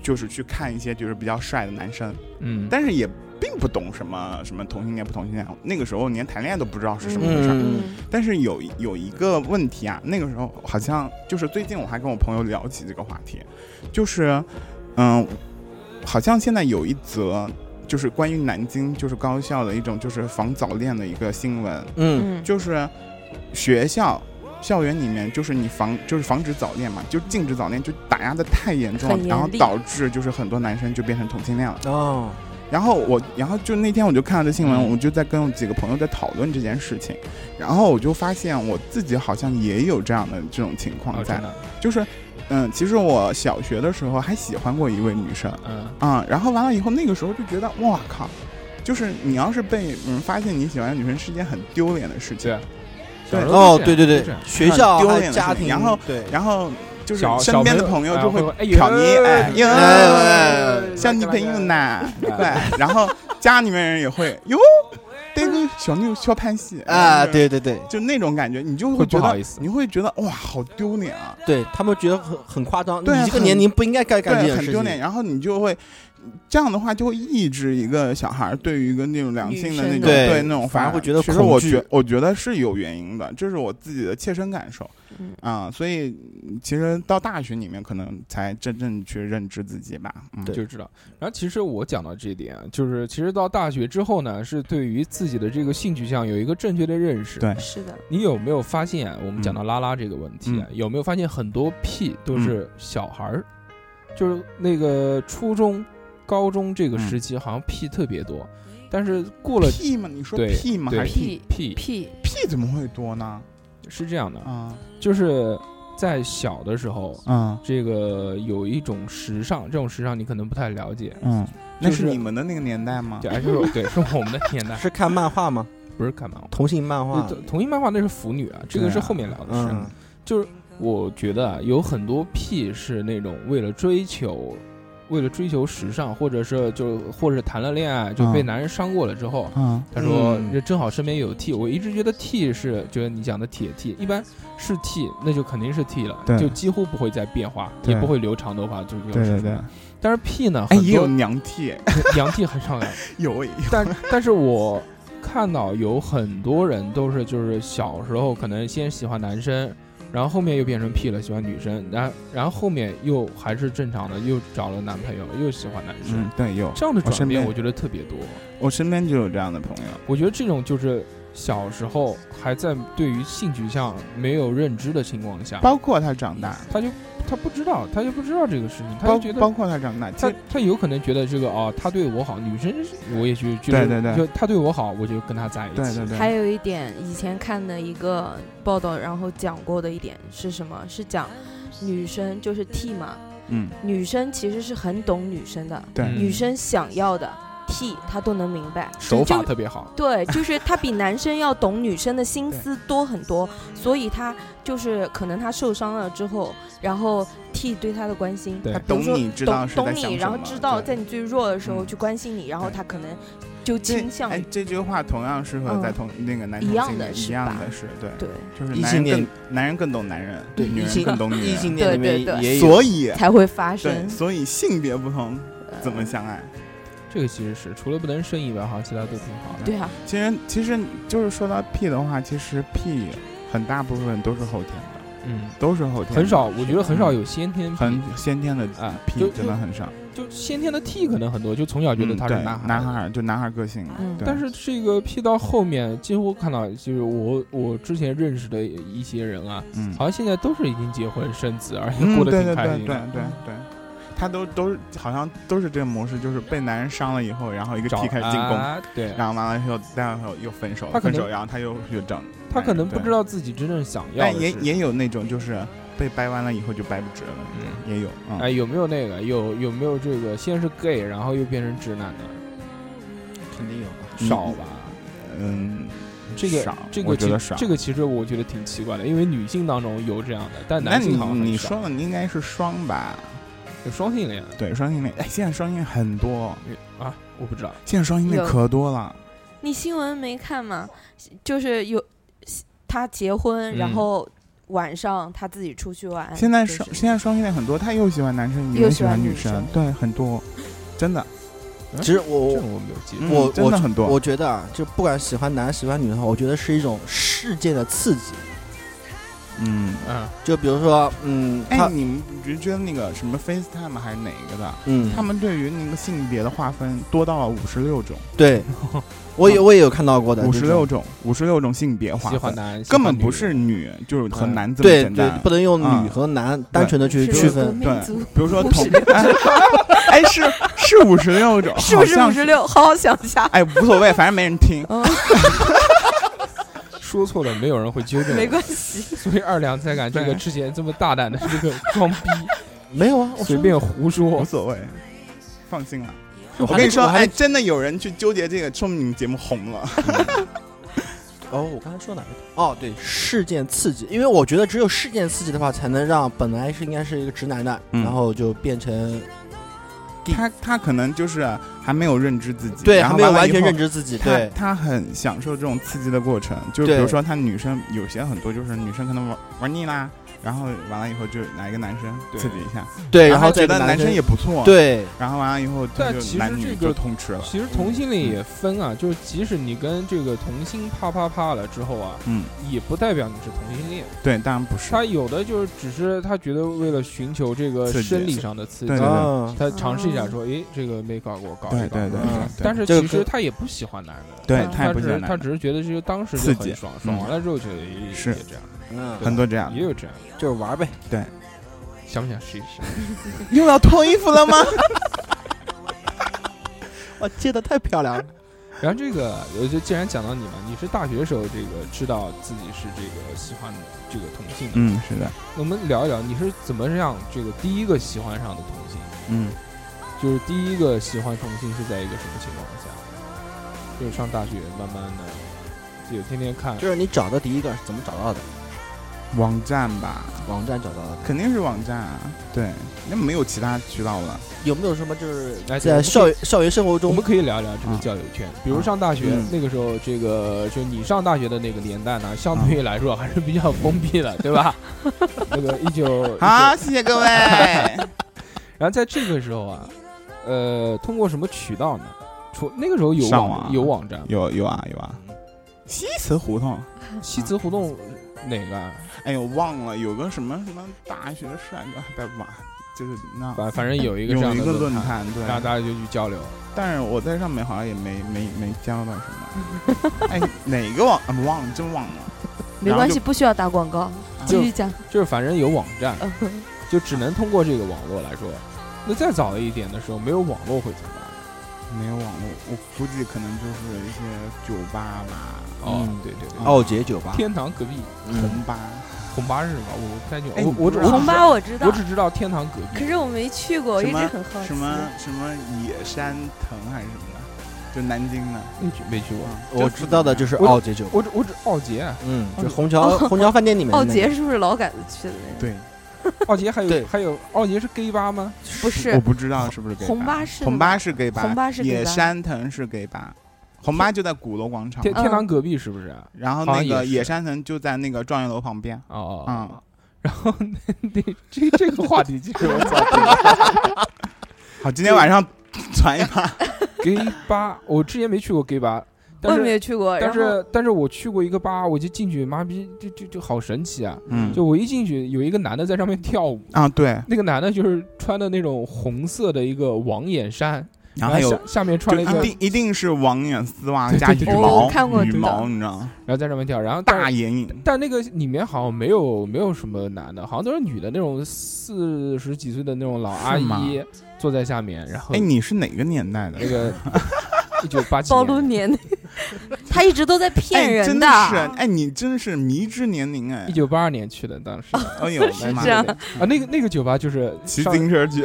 Speaker 3: 就是去看一些就是比较帅的男生，
Speaker 4: 嗯，
Speaker 3: 但是也并不懂什么什么同性恋不同性恋，那个时候连谈恋爱都不知道是什么回事儿。
Speaker 2: 嗯，
Speaker 3: 但是有有一个问题啊，那个时候好像就是最近我还跟我朋友聊起这个话题，就是嗯，好像现在有一则就是关于南京就是高校的一种就是防早恋的一个新闻，
Speaker 2: 嗯，
Speaker 8: 嗯，
Speaker 3: 就是学校。校园里面就是你防就是防止早恋嘛，就禁止早恋，就打压的太严重了
Speaker 8: 很，严
Speaker 3: 然后
Speaker 8: 厉
Speaker 3: 导致就是很多男生就变成同性恋了。
Speaker 2: 哦，
Speaker 3: 然后我，然后就那天我就看到这新闻，
Speaker 4: 嗯
Speaker 3: 我就在跟我几个朋友在讨论这件事情，然后我就发现我自己好像也有这样的这种情
Speaker 4: 哦
Speaker 3: 况在
Speaker 4: 真，的，
Speaker 3: 就是，嗯，其实我小学的时候还喜欢过一位女生
Speaker 4: 嗯。
Speaker 3: 啊、然后完了以后，那个时候就觉得，哇靠，就是你要是被嗯发现你喜欢的女生是一件很丢脸的事情，
Speaker 4: 对
Speaker 3: 对
Speaker 4: 小时候
Speaker 2: 哦
Speaker 4: 就，
Speaker 2: 对
Speaker 4: 这
Speaker 2: 对
Speaker 4: 样
Speaker 2: 对
Speaker 4: 就这样，
Speaker 2: 学校
Speaker 3: 丢
Speaker 2: 还
Speaker 3: 脸
Speaker 2: 有
Speaker 3: 的
Speaker 2: 家
Speaker 3: 事情
Speaker 2: 庭，
Speaker 3: 然后
Speaker 2: 对，
Speaker 3: 然后就是
Speaker 4: 小
Speaker 3: 身边的
Speaker 4: 小
Speaker 3: 朋友就会
Speaker 4: 哎呦
Speaker 3: 瞟你一眼，哟，
Speaker 2: 哎呦
Speaker 3: 小女朋友，呢？ 对，然后家里面人也会哟，那个小妞小潘西
Speaker 2: 啊，，对对对
Speaker 3: 就那种感觉，你就
Speaker 4: 会不
Speaker 3: 觉
Speaker 4: 好
Speaker 3: 得
Speaker 4: 意思
Speaker 3: 你会觉得哇，好丢脸啊，
Speaker 2: 对，他们觉得很很夸张，你
Speaker 3: 对啊
Speaker 2: 这个
Speaker 3: 很
Speaker 2: 年龄不应该干干这
Speaker 3: 对，啊
Speaker 2: 件
Speaker 3: 很
Speaker 2: 事
Speaker 3: 丢脸。
Speaker 2: 情，
Speaker 3: 然后你就会这样的话就会抑制一个小孩儿对于一个那种良性的那
Speaker 8: 女生
Speaker 3: 种
Speaker 8: 的
Speaker 3: 对
Speaker 2: 对
Speaker 3: 那种
Speaker 2: 反而
Speaker 3: 反
Speaker 2: 会觉得
Speaker 3: 其实
Speaker 2: 恐
Speaker 3: 我
Speaker 2: 惧
Speaker 3: 觉我觉得是有原因的，这是我自己的切身感受
Speaker 8: 嗯
Speaker 3: 啊。所以其实到大学里面，可能才真正去认知自己吧。嗯，
Speaker 2: 对
Speaker 4: 就知道。然后其实我讲到这一点啊，就是其实到大学之后呢，是对于自己的这个性取向有一个正确的认识。
Speaker 3: 对
Speaker 8: 是的，
Speaker 4: 你有没有发现啊？我们讲到
Speaker 3: 嗯
Speaker 4: 拉拉这个问题啊，有没有发现很多屁都是小孩儿，就是那个初中、高中这个时期，好像屁特别多，但是过了
Speaker 3: 嗯屁吗？你说
Speaker 4: 对
Speaker 3: 屁吗？
Speaker 4: 对
Speaker 3: 还是屁
Speaker 8: 屁
Speaker 4: 屁
Speaker 8: 屁
Speaker 3: 屁怎么会多呢？
Speaker 4: 是这样的，
Speaker 3: 啊
Speaker 4: 就是在小的时候。
Speaker 3: 嗯
Speaker 4: 这个有一种时尚，这种时尚你可能不太了解，
Speaker 3: 嗯，那
Speaker 4: 就是
Speaker 3: 是你们的那个年代吗
Speaker 4: 对，？哎就是对，是我们的年代，
Speaker 2: 是看漫画吗？
Speaker 4: 不是看漫 画。
Speaker 2: 同性漫画
Speaker 4: 对，同性漫画那是腐女啊，这个是后面聊的事。
Speaker 3: 啊
Speaker 2: 嗯，
Speaker 4: 就是我觉得啊，有很多屁是那种为了追求，为了追求时尚，或者是就或者谈了恋爱就被
Speaker 3: 嗯
Speaker 4: 男人伤过了之后，
Speaker 3: 嗯
Speaker 4: 他说
Speaker 2: 嗯
Speaker 4: 这正好身边有 T，我一直觉得 T 是就是你讲的铁 T，一般是 T 那就肯定是 T 了，
Speaker 3: 对
Speaker 4: 就几乎不会再变化，
Speaker 3: 对
Speaker 4: 也不会留长头发，就是
Speaker 3: 对对对，
Speaker 4: 但是 P 呢，
Speaker 3: 哎，
Speaker 4: 很
Speaker 3: 也有
Speaker 4: 多
Speaker 3: 娘替，
Speaker 4: 洋 T 很上扬，
Speaker 3: 有
Speaker 4: 但但是我看到有很多人都是就是小时候可能先喜欢男生，然后后面又变成屁了喜欢女生，然然后后面又还是正常的，又找了男朋友，又喜欢男生，
Speaker 3: 嗯，对有，
Speaker 4: 这样的
Speaker 3: 我
Speaker 4: 转
Speaker 3: 身
Speaker 4: 变
Speaker 3: 边
Speaker 4: 我觉得特别多。
Speaker 3: 我身边就有这样的朋友。
Speaker 4: 我觉得这种就是小时候还在对于性取向没有认知的情况下，
Speaker 3: 包括他长大，
Speaker 4: 他就他不知道，他就不知道这个事情，他
Speaker 3: 包
Speaker 4: 就觉得
Speaker 3: 包括他长大，其
Speaker 4: 他
Speaker 3: 实
Speaker 4: 他有可能觉得这个哦，他对我好，女生我也就觉得
Speaker 3: 对对对
Speaker 4: 就他对我好，我就跟他在一起。
Speaker 3: 对对
Speaker 8: 还
Speaker 3: 对，
Speaker 8: 有一点，以前看的一个报道，然后讲过的一点是什么？是讲女生就是 T 嘛，
Speaker 3: 嗯，
Speaker 8: 女生其实是很懂女生的，
Speaker 3: 对
Speaker 4: 嗯
Speaker 8: 女生想要的 T 她都能明白，
Speaker 4: 手法
Speaker 8: 就
Speaker 4: 特别好，
Speaker 8: 对，就是她比男生要懂女生的心思多很多，所以她就是可能她受伤了之后，然后 T 对她的关心，
Speaker 4: 对
Speaker 3: 他
Speaker 8: 比如
Speaker 3: 懂
Speaker 8: 说
Speaker 3: 你知道
Speaker 8: 懂
Speaker 3: 是在
Speaker 8: 懂
Speaker 3: 想
Speaker 8: 你，
Speaker 3: 什
Speaker 8: 然后
Speaker 3: 么
Speaker 8: 知道
Speaker 3: 对
Speaker 8: 在你最弱的时候
Speaker 3: 嗯
Speaker 8: 去关心你，然后她可能就
Speaker 3: 这
Speaker 8: 倾向
Speaker 3: 哎
Speaker 8: 于，
Speaker 3: 这句话同样适合
Speaker 8: 嗯
Speaker 3: 在同那个男
Speaker 8: 一
Speaker 3: 同
Speaker 8: 样
Speaker 3: 性
Speaker 8: 的
Speaker 3: 恋一
Speaker 8: 是
Speaker 3: 样
Speaker 8: 吧
Speaker 3: 的是对，
Speaker 8: 对，
Speaker 3: 就是
Speaker 2: 异
Speaker 3: 男
Speaker 2: 性
Speaker 3: 人
Speaker 2: 恋
Speaker 3: 更男人更懂男人，
Speaker 2: 对
Speaker 3: 女
Speaker 2: 异
Speaker 3: 人
Speaker 2: 性
Speaker 3: 更懂女人，
Speaker 2: 异性恋里
Speaker 8: 对对
Speaker 2: 面
Speaker 8: 对
Speaker 2: 也有，
Speaker 3: 所以
Speaker 8: 才会发生
Speaker 3: 对，。所以性别不同
Speaker 8: 呃
Speaker 3: 怎么啊相爱？
Speaker 4: 这个其实是除了不能生以外，好像其他都挺好的。
Speaker 8: 对啊，
Speaker 3: 其实其实就是说到 P 的话，其实 P 很大部分都是后天的，
Speaker 4: 嗯，
Speaker 3: 都是后天的，
Speaker 4: 很少，我觉得很少
Speaker 3: 嗯
Speaker 4: 有先天癖
Speaker 3: 很先天的
Speaker 4: 啊，就
Speaker 3: P 真的
Speaker 4: 就
Speaker 3: 很少，
Speaker 4: 就先天的 T 可能很多，就从小觉得
Speaker 3: 嗯
Speaker 4: 他是
Speaker 3: 对
Speaker 4: 男孩。
Speaker 3: 男孩儿就男孩儿个性，啊
Speaker 8: 嗯
Speaker 3: 对
Speaker 4: 但是这个 P 到后面，几乎看到就是我我之前认识的一些人啊，
Speaker 3: 嗯，
Speaker 4: 好像现在都是已经结婚生子，而且
Speaker 3: 嗯，
Speaker 4: 过得
Speaker 3: 对对
Speaker 4: 挺开
Speaker 3: 对
Speaker 4: 心
Speaker 3: 对
Speaker 4: 的。
Speaker 3: 对对，他都都是好像都是这个模式，就是被男人伤了以后，然后一个
Speaker 4: 找
Speaker 3: T 开始进攻，
Speaker 4: 啊对，
Speaker 3: 然后完了以后，然后又分手，
Speaker 4: 他可
Speaker 3: 分
Speaker 4: 能
Speaker 3: 手，然后他又又找，
Speaker 4: 他可能不知道
Speaker 3: 道，
Speaker 4: 自己真正想要的
Speaker 3: 但
Speaker 4: 是
Speaker 3: 也
Speaker 4: 什么
Speaker 3: 也有那种就是被掰弯了以后就掰不直了，
Speaker 4: 嗯
Speaker 3: 也有，嗯
Speaker 4: 哎，有没有那个有有没有这个先是 gay，然后又变成直男的
Speaker 2: 肯定有吧。啊
Speaker 3: 嗯
Speaker 4: 少吧？
Speaker 3: 嗯，
Speaker 4: 这个
Speaker 3: 少
Speaker 4: 这
Speaker 3: 我
Speaker 4: 个
Speaker 3: 觉
Speaker 4: 其
Speaker 3: 得少，
Speaker 4: 这个其实我觉得挺奇怪的，因为女性当中有这样的，但
Speaker 3: 那
Speaker 4: 男
Speaker 3: 你
Speaker 4: 性好像很
Speaker 3: 你
Speaker 4: 少
Speaker 3: 说的你应该是双吧？
Speaker 4: 有双性恋
Speaker 3: 对，双性恋，哎，现在双性恋很多，
Speaker 4: 啊？我不知道，
Speaker 3: 现在双性恋
Speaker 8: 有
Speaker 3: 可多了，
Speaker 8: 你新闻没看吗？就是有他结婚，
Speaker 4: 嗯
Speaker 8: 然后晚上他自己出去玩。
Speaker 3: 现在
Speaker 8: 就是
Speaker 3: 双现在双性恋很多，他又喜欢男生，
Speaker 8: 又
Speaker 3: 也
Speaker 8: 喜
Speaker 3: 喜欢
Speaker 8: 欢
Speaker 3: 女
Speaker 8: 女
Speaker 3: 生
Speaker 8: 生，
Speaker 3: 对，很多，真的，
Speaker 2: 其实我我
Speaker 4: 这个我没有记住。
Speaker 3: 嗯
Speaker 2: 我
Speaker 3: 真的很多，
Speaker 2: 我觉得啊，就不管喜欢男喜欢女的话，我觉得是一种事件的刺激。
Speaker 3: 嗯。
Speaker 4: 嗯，
Speaker 2: 就比如说，嗯，
Speaker 3: 哎，
Speaker 2: 他，
Speaker 3: 你们你觉得那个什么 FaceTime 啊还是哪一个的？
Speaker 2: 嗯，
Speaker 3: 他们对于那个性别的划分多到了五十六种，
Speaker 2: 对，我也我也有看到过的
Speaker 3: 五十六
Speaker 2: 这种
Speaker 3: 种，五十六种性别划
Speaker 4: 喜欢
Speaker 3: 分，
Speaker 4: 男，喜欢
Speaker 3: 根本
Speaker 4: 女
Speaker 3: 不是女就是和
Speaker 4: 嗯
Speaker 3: 男这么
Speaker 2: 对
Speaker 3: 简
Speaker 2: 对
Speaker 3: 单，。
Speaker 2: 不能用女
Speaker 3: 嗯
Speaker 2: 和男单纯的去
Speaker 8: 是
Speaker 2: 区
Speaker 8: 有个
Speaker 2: 分。
Speaker 8: 民
Speaker 3: 对
Speaker 8: 族
Speaker 3: 比如说同
Speaker 8: 56，
Speaker 3: 哎哎是是五十六种，
Speaker 8: 是不是
Speaker 3: 好
Speaker 8: 五
Speaker 3: 像。
Speaker 8: 十？六？好好想一下
Speaker 3: 哎，无所谓，反正没人听。
Speaker 8: 嗯，
Speaker 4: 说错了，没有人会纠正我。
Speaker 8: 没关 系。
Speaker 4: 所以二两才敢这个
Speaker 3: 对
Speaker 4: 之前这么大胆的这个装逼，
Speaker 2: 没有啊，我
Speaker 4: 随
Speaker 2: 说
Speaker 4: 便胡
Speaker 3: 无
Speaker 4: 说。
Speaker 3: 所谓，放心了。
Speaker 2: 我
Speaker 3: 我
Speaker 2: 还
Speaker 3: 跟你说，
Speaker 2: 我还
Speaker 3: 哎，真的有人去纠结这个，说明你们节目红了。
Speaker 2: 哦，我刚才说哪个？哦，对，事件刺激，因为我觉得只有事件刺激的话，才能让本来是应该是一个直男的，
Speaker 3: 嗯
Speaker 2: 然后就变成
Speaker 3: 他他可能就是还没有认知自己，
Speaker 2: 对，
Speaker 3: 然
Speaker 2: 还
Speaker 3: 后
Speaker 2: 没有
Speaker 3: 完了
Speaker 2: 完
Speaker 3: 以
Speaker 2: 全
Speaker 3: 后
Speaker 2: 认知自己，
Speaker 3: 他
Speaker 2: 对，
Speaker 3: 他很享受这种刺激的过程，就比
Speaker 2: 对
Speaker 3: 如说他女生有些很多就是女生可能玩玩腻啦，然后完了以后就来一个男生
Speaker 4: 对
Speaker 3: 刺激一下，
Speaker 2: 对，然
Speaker 3: 后
Speaker 2: 后
Speaker 3: 觉
Speaker 2: 这
Speaker 3: 得
Speaker 2: 个
Speaker 3: 男
Speaker 2: 生
Speaker 3: 也不错，，
Speaker 2: 对，
Speaker 3: 然后完了以后他
Speaker 4: 但
Speaker 3: 就
Speaker 4: 其实
Speaker 3: 男女
Speaker 4: 这个
Speaker 3: 就通吃了，
Speaker 4: 其实同性恋也分啊，就是即使你跟这个同性啪啪啪了之后啊，
Speaker 3: 嗯，
Speaker 4: 也不代表你是同性恋。
Speaker 3: 对，当然不是，
Speaker 4: 他有的就是只是他觉得为了寻求这个
Speaker 3: 刺激
Speaker 4: 生理上的刺激啊
Speaker 3: 对，对对
Speaker 2: 嗯，
Speaker 4: 他尝试一下说，诶，这个没搞过，搞一
Speaker 3: 对
Speaker 4: 搞。啊
Speaker 3: 对对
Speaker 2: 嗯，
Speaker 3: 对
Speaker 4: 但是
Speaker 2: 这个
Speaker 4: 其实
Speaker 2: 跟
Speaker 4: 他也不喜欢男的，
Speaker 3: 对
Speaker 4: 他
Speaker 3: 他也不
Speaker 4: 只
Speaker 3: 喜欢
Speaker 4: 是
Speaker 3: 男
Speaker 4: 他
Speaker 3: 的
Speaker 4: 只是觉得就当时就
Speaker 3: 刺
Speaker 4: 很
Speaker 3: 激
Speaker 4: 爽，爽
Speaker 3: 嗯
Speaker 4: 完了之后就也
Speaker 3: 是
Speaker 4: 也这样，
Speaker 2: 嗯，
Speaker 3: 很多这样的
Speaker 4: 也有这样的，
Speaker 2: 就是玩呗，
Speaker 4: 想不想试一试？
Speaker 2: 又要脱衣服了吗？ 哇，接的太漂 亮了，
Speaker 4: 然后这个，我就既然讲到你嘛，你是大学时候这个知道自己是这个喜欢这个同性的，
Speaker 3: 嗯，是的，
Speaker 4: 那我们聊一聊你是怎么让这个第一个喜欢上的同性，
Speaker 3: 嗯，
Speaker 4: 就是第一个喜欢同性是在一个什么情况下？就是上大学，慢慢的就天天看，
Speaker 2: 就是你找的第一个是怎么找到的？
Speaker 3: 网站吧，
Speaker 2: 网站找到的，
Speaker 3: 肯定是网站啊，对，那没有其他渠道了，
Speaker 2: 有没有什么就是
Speaker 3: 哎
Speaker 4: 来
Speaker 2: 在校园校园生活
Speaker 4: 我
Speaker 2: 中
Speaker 4: 们可以聊一聊这个
Speaker 3: 啊
Speaker 4: 交友圈，比如上大学、
Speaker 3: 嗯
Speaker 4: 那个时候，这个就你上大学的那个年代呢，相对于来说还是比较封闭的，对 吧？那个一九
Speaker 3: 好，谢谢各位，
Speaker 4: 然后在这个时候啊，呃，通过什么渠道呢？除那个时候有
Speaker 3: 上
Speaker 4: 网
Speaker 3: 网啊
Speaker 4: 有网站吗，
Speaker 3: 有有啊有啊，西祠胡同，
Speaker 4: 西祠胡同哪个啊？
Speaker 3: 哎呦忘了，有个什么什么大学帅哥，不不，就是那
Speaker 4: 反反正有一个这
Speaker 3: 有
Speaker 4: 样
Speaker 3: 一
Speaker 4: 的
Speaker 3: 个论
Speaker 4: 坛，
Speaker 3: 坛，对，
Speaker 4: 然后大家就去交流。
Speaker 3: 但是我在上面好像也没没没交到什 么。哎，哪个网、啊、忘了真忘了。
Speaker 7: 没关系，不需要打广告，
Speaker 3: 嗯
Speaker 7: 继续讲。
Speaker 4: 就是反正有网站，
Speaker 7: 嗯
Speaker 4: 就只能通过这个网络来说。那再早一点的时候，没有网络会怎么办？
Speaker 3: 没有网络，我估计可能就是一些酒吧吧，
Speaker 4: 哦
Speaker 2: 嗯，
Speaker 4: 对对对，
Speaker 2: 奥杰酒吧，嗯
Speaker 4: 天堂隔壁
Speaker 3: 红吧。
Speaker 4: 红八是什么？我不太清楚。
Speaker 3: 哎
Speaker 4: 我
Speaker 3: 你
Speaker 4: 我
Speaker 3: 不
Speaker 4: 只
Speaker 3: 知道
Speaker 4: 我
Speaker 7: 红
Speaker 4: 只
Speaker 7: 吧我知道
Speaker 4: 我，只知道天堂隔壁。
Speaker 8: 可是我没去过，我一
Speaker 3: 什么
Speaker 8: 直很好奇。
Speaker 3: 什么什么野山藤还是什么的，就南京的。
Speaker 4: 没去没去过。
Speaker 3: 啊
Speaker 2: 我知道的就是是奥杰酒吧，
Speaker 4: 我只我只奥啊 杰，
Speaker 2: 嗯，
Speaker 3: 哦
Speaker 2: 就虹桥虹桥饭店里面的
Speaker 8: 奥
Speaker 2: 那个
Speaker 8: 杰是哦不是老杆子去的那
Speaker 3: 对，
Speaker 4: 奥杰还
Speaker 2: 对
Speaker 4: 有还有奥杰是 gay 吧吗？
Speaker 8: 种？不
Speaker 3: 我
Speaker 8: 是，
Speaker 3: 不知道是不是 gay
Speaker 8: 红
Speaker 3: 吧
Speaker 8: 吧是
Speaker 3: 红
Speaker 8: 吗
Speaker 3: 吧是 gay 吧，
Speaker 8: 红吧是 gay 吧
Speaker 3: 野山藤是 gay 吧，红吧就在鼓楼广场
Speaker 4: 天，
Speaker 8: 嗯
Speaker 4: 天堂隔壁是不是？
Speaker 3: 然后
Speaker 4: 好像
Speaker 3: 那个
Speaker 4: 也是
Speaker 3: 野山藤就在那个状元楼旁边。
Speaker 4: 哦，
Speaker 3: 嗯
Speaker 4: 然后那 那这这个话题其实我 操
Speaker 3: 好，今天晚上传一把。
Speaker 4: ，gay 吧，我之前没去过 gay 吧，
Speaker 8: 我
Speaker 4: 但
Speaker 8: 也没
Speaker 4: 是
Speaker 8: 有去过。然
Speaker 4: 但
Speaker 8: 后
Speaker 4: 是但是我去过一个吧，我就进去，妈逼，就就就好神奇啊！
Speaker 3: 嗯
Speaker 4: 就我一进去，有一个男的在上面跳舞，
Speaker 3: 啊，对，
Speaker 4: 那个男的就是穿的那种红色的一个网眼衫，然
Speaker 3: 然后还
Speaker 4: 后
Speaker 3: 有
Speaker 4: 下下面穿
Speaker 3: 就
Speaker 4: 了一
Speaker 3: 一
Speaker 4: 个，
Speaker 3: 定一定是网眼丝袜
Speaker 4: 对
Speaker 3: 加
Speaker 4: 对
Speaker 3: 羽
Speaker 4: 对
Speaker 8: 哦
Speaker 3: 毛
Speaker 8: 我看过，
Speaker 3: 羽
Speaker 8: 知道
Speaker 3: 毛你知道吗？
Speaker 4: 然后在上面跳，然后但
Speaker 3: 大眼影，
Speaker 4: 但那个里面好像没有没有什么男的，好像都是女的那种四十几岁的那种老阿
Speaker 3: 是吗
Speaker 4: 姨坐在下面，然后
Speaker 3: 哎，你是哪个年代的
Speaker 4: 那？ 个一九八七
Speaker 8: 暴露年龄，他一直都在骗
Speaker 3: 哎，真
Speaker 8: 人
Speaker 3: 的是，哎，你真的是迷之年龄哎
Speaker 4: 一！九八二年去 的，当时
Speaker 3: 哎呦，我的妈
Speaker 8: 这样
Speaker 3: 呀！
Speaker 4: 啊，那个那个酒吧就是
Speaker 3: 骑自
Speaker 4: 上
Speaker 3: 行车去，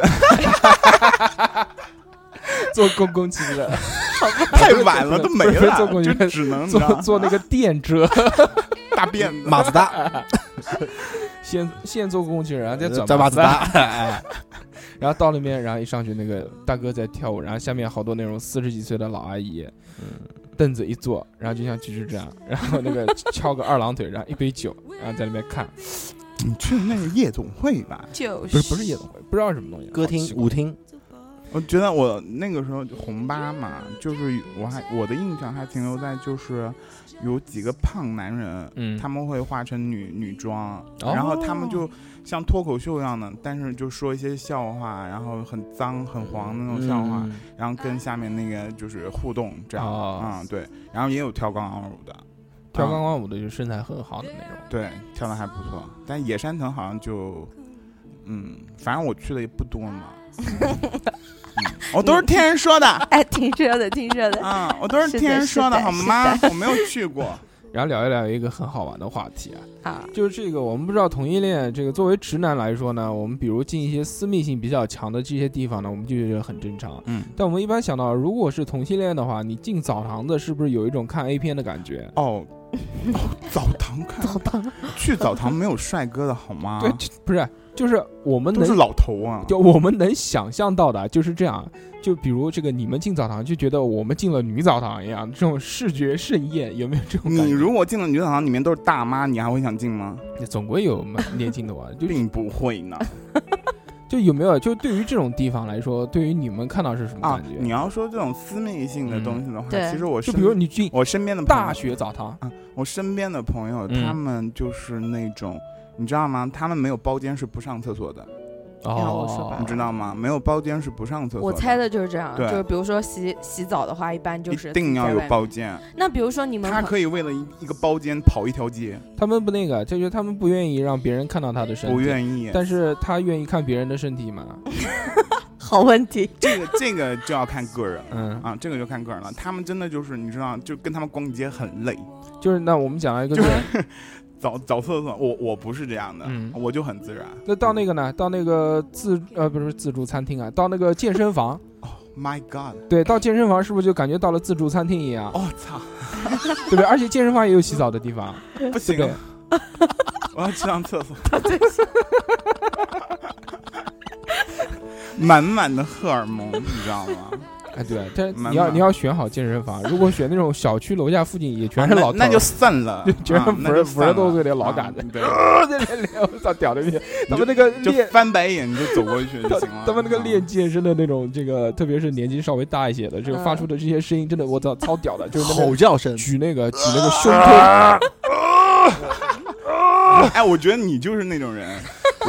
Speaker 4: 坐公共汽 车，
Speaker 3: 太晚了，都没
Speaker 4: 不是坐公
Speaker 3: 了，
Speaker 4: 交
Speaker 3: 就只能你知道
Speaker 4: 坐坐那个电车，
Speaker 3: 大便子
Speaker 2: 马自达，
Speaker 4: 先先坐公共汽车，然后再
Speaker 3: 呃
Speaker 4: 转
Speaker 2: 在马自
Speaker 4: 达，
Speaker 2: 达，哎
Speaker 4: 然后到那边，然后一上去那个大哥在跳舞，然后下面好多那种四十几岁的老阿姨。凳子一坐，然后就像居居这样，然后那个翘个二郎腿，然后一杯酒，然后在那边看，
Speaker 3: 你去那个夜总会吧？
Speaker 8: 就
Speaker 4: 不是不是夜总会，不知道是什么东西，
Speaker 2: 歌
Speaker 4: 好
Speaker 2: 厅
Speaker 4: 奇怪
Speaker 2: 舞厅，
Speaker 3: 我觉得我那个时候红吧嘛，就是我还我的印象还停留在就是有几个胖男人，
Speaker 4: 嗯
Speaker 3: 他们会化成女女装，
Speaker 4: 哦
Speaker 3: 然后他们就像脱口秀一样的，但是就说一些笑话，然后很脏很黄的那种笑话，
Speaker 4: 嗯
Speaker 3: 然后跟下面那个就是互动这样，
Speaker 4: 哦
Speaker 3: 嗯对，然后也有跳钢管舞的，
Speaker 4: 跳钢
Speaker 3: 啊
Speaker 4: 管舞的，就是身材很好的那种。
Speaker 3: 对，跳的还不错，但野山藤好像就，嗯，反正我去的也不多嘛，嗯我都是听人说的。
Speaker 8: 哎，听说的，听说的。
Speaker 3: 啊，我都
Speaker 8: 是
Speaker 3: 是
Speaker 8: 的
Speaker 3: 听人
Speaker 8: 是
Speaker 3: 说的，
Speaker 8: 的
Speaker 3: 好
Speaker 8: 是
Speaker 3: 吗？
Speaker 8: 的
Speaker 3: 我没有去过，
Speaker 4: 然后聊一聊一个很好玩的话题啊，
Speaker 8: 啊，
Speaker 4: 就是这个我们不知道同性恋这个作为直男来说呢，我们比如进一些私密性比较强的这些地方呢，我们就觉得很正常。
Speaker 3: 嗯，
Speaker 4: 但我们一般想到，如果是同性恋的话，你进澡堂子是不是有一种看 A 片的感觉？
Speaker 3: 哦，哦澡堂看澡堂去澡堂没有帅哥的好吗？
Speaker 4: 啊对，就不是就是我们
Speaker 3: 都
Speaker 4: 能
Speaker 3: 是老头啊，
Speaker 4: 就我们能想象到的就是这样，就比如这个你们进澡堂就觉得我们进了女澡堂一样，这种视觉盛宴有没有这种感
Speaker 3: 你
Speaker 4: 觉？
Speaker 3: 如果进了女澡堂，里面都是大妈，你还会想进吗？
Speaker 4: 你总归有蛮年轻的吧？就
Speaker 3: 并不会呢。
Speaker 4: 就有没有？就对于这种地方来说，对于你们看到是什么
Speaker 3: 啊
Speaker 4: 感，觉？
Speaker 3: 你要说这种私密性的东西的话，
Speaker 7: 嗯对
Speaker 3: 其实我
Speaker 4: 就
Speaker 3: 身
Speaker 4: 比如你进
Speaker 3: 我身边的朋友
Speaker 4: 大学澡堂，
Speaker 3: 啊，我身边的朋友，
Speaker 4: 嗯
Speaker 3: 他们就是那种。你知道吗？他们没有包间是不上厕所的，
Speaker 4: 哦
Speaker 8: 让我说吧
Speaker 3: 你知道吗？没有包间是不上厕所
Speaker 8: 我猜的就是这样，就
Speaker 3: 对
Speaker 8: 是比如说洗洗澡的话，一般就
Speaker 3: 一
Speaker 8: 是
Speaker 3: 定要有
Speaker 8: 包。
Speaker 3: 包间，
Speaker 8: 那比如说你们
Speaker 3: 他可以为了一一个包间跑一条街，
Speaker 4: 他们不那个，就是他们不愿意让别人看到他的身体，
Speaker 3: 不愿意。
Speaker 4: 但是他愿意看别人的身体 嘛？
Speaker 8: 好问题，
Speaker 3: 这个这个就要看个人
Speaker 4: 嗯，
Speaker 3: 啊，这个就看个人了。他们真的就是你知道，就跟他们逛街很累，
Speaker 4: 就是那我们讲到一个
Speaker 3: 就
Speaker 4: 最
Speaker 3: 是
Speaker 8: 嗯
Speaker 3: 找找厕所。我我不是这样的，
Speaker 4: 嗯
Speaker 3: 我就很自然。
Speaker 4: 那到那个呢？到那个自呃不是自助餐厅啊，到那个健身房，
Speaker 3: ，Oh My God，
Speaker 4: 对，到健身房是不是就感觉到了自助餐厅一样，
Speaker 3: 哦操，
Speaker 4: 对不对？而且健身房也有洗澡的地方，
Speaker 3: 不
Speaker 4: 对
Speaker 3: 行
Speaker 4: 不对
Speaker 3: 了，？ 我要去趟厕所。 满满的荷尔蒙，你知道吗？
Speaker 4: 哎， 对，但
Speaker 3: 蛮
Speaker 4: 你要
Speaker 3: 满
Speaker 4: 你要选好健身房，如果选那种小区楼下附近也全是
Speaker 3: 啊那
Speaker 4: 老头儿，
Speaker 3: 那就散了
Speaker 4: 对，全是
Speaker 3: 啊
Speaker 4: 五十
Speaker 3: 那就
Speaker 4: 五十多
Speaker 3: 散了
Speaker 4: 岁的老杆子
Speaker 3: 啊 对
Speaker 4: 在那里， 我操，屌的逼！他们那个
Speaker 3: 就
Speaker 4: 练，
Speaker 3: 翻白眼就走过去就行了。
Speaker 4: 他们那个
Speaker 3: 啊
Speaker 4: 练健身的那种，这个特别是年纪稍微大一些的，这个
Speaker 8: 嗯
Speaker 4: 发出的这些声音，真的我操，超屌的，就是那
Speaker 2: 吼
Speaker 4: 种
Speaker 2: 叫声，
Speaker 4: 举那个举那个胸
Speaker 3: 啊
Speaker 4: 推，
Speaker 3: 哎，我觉得你就是那种人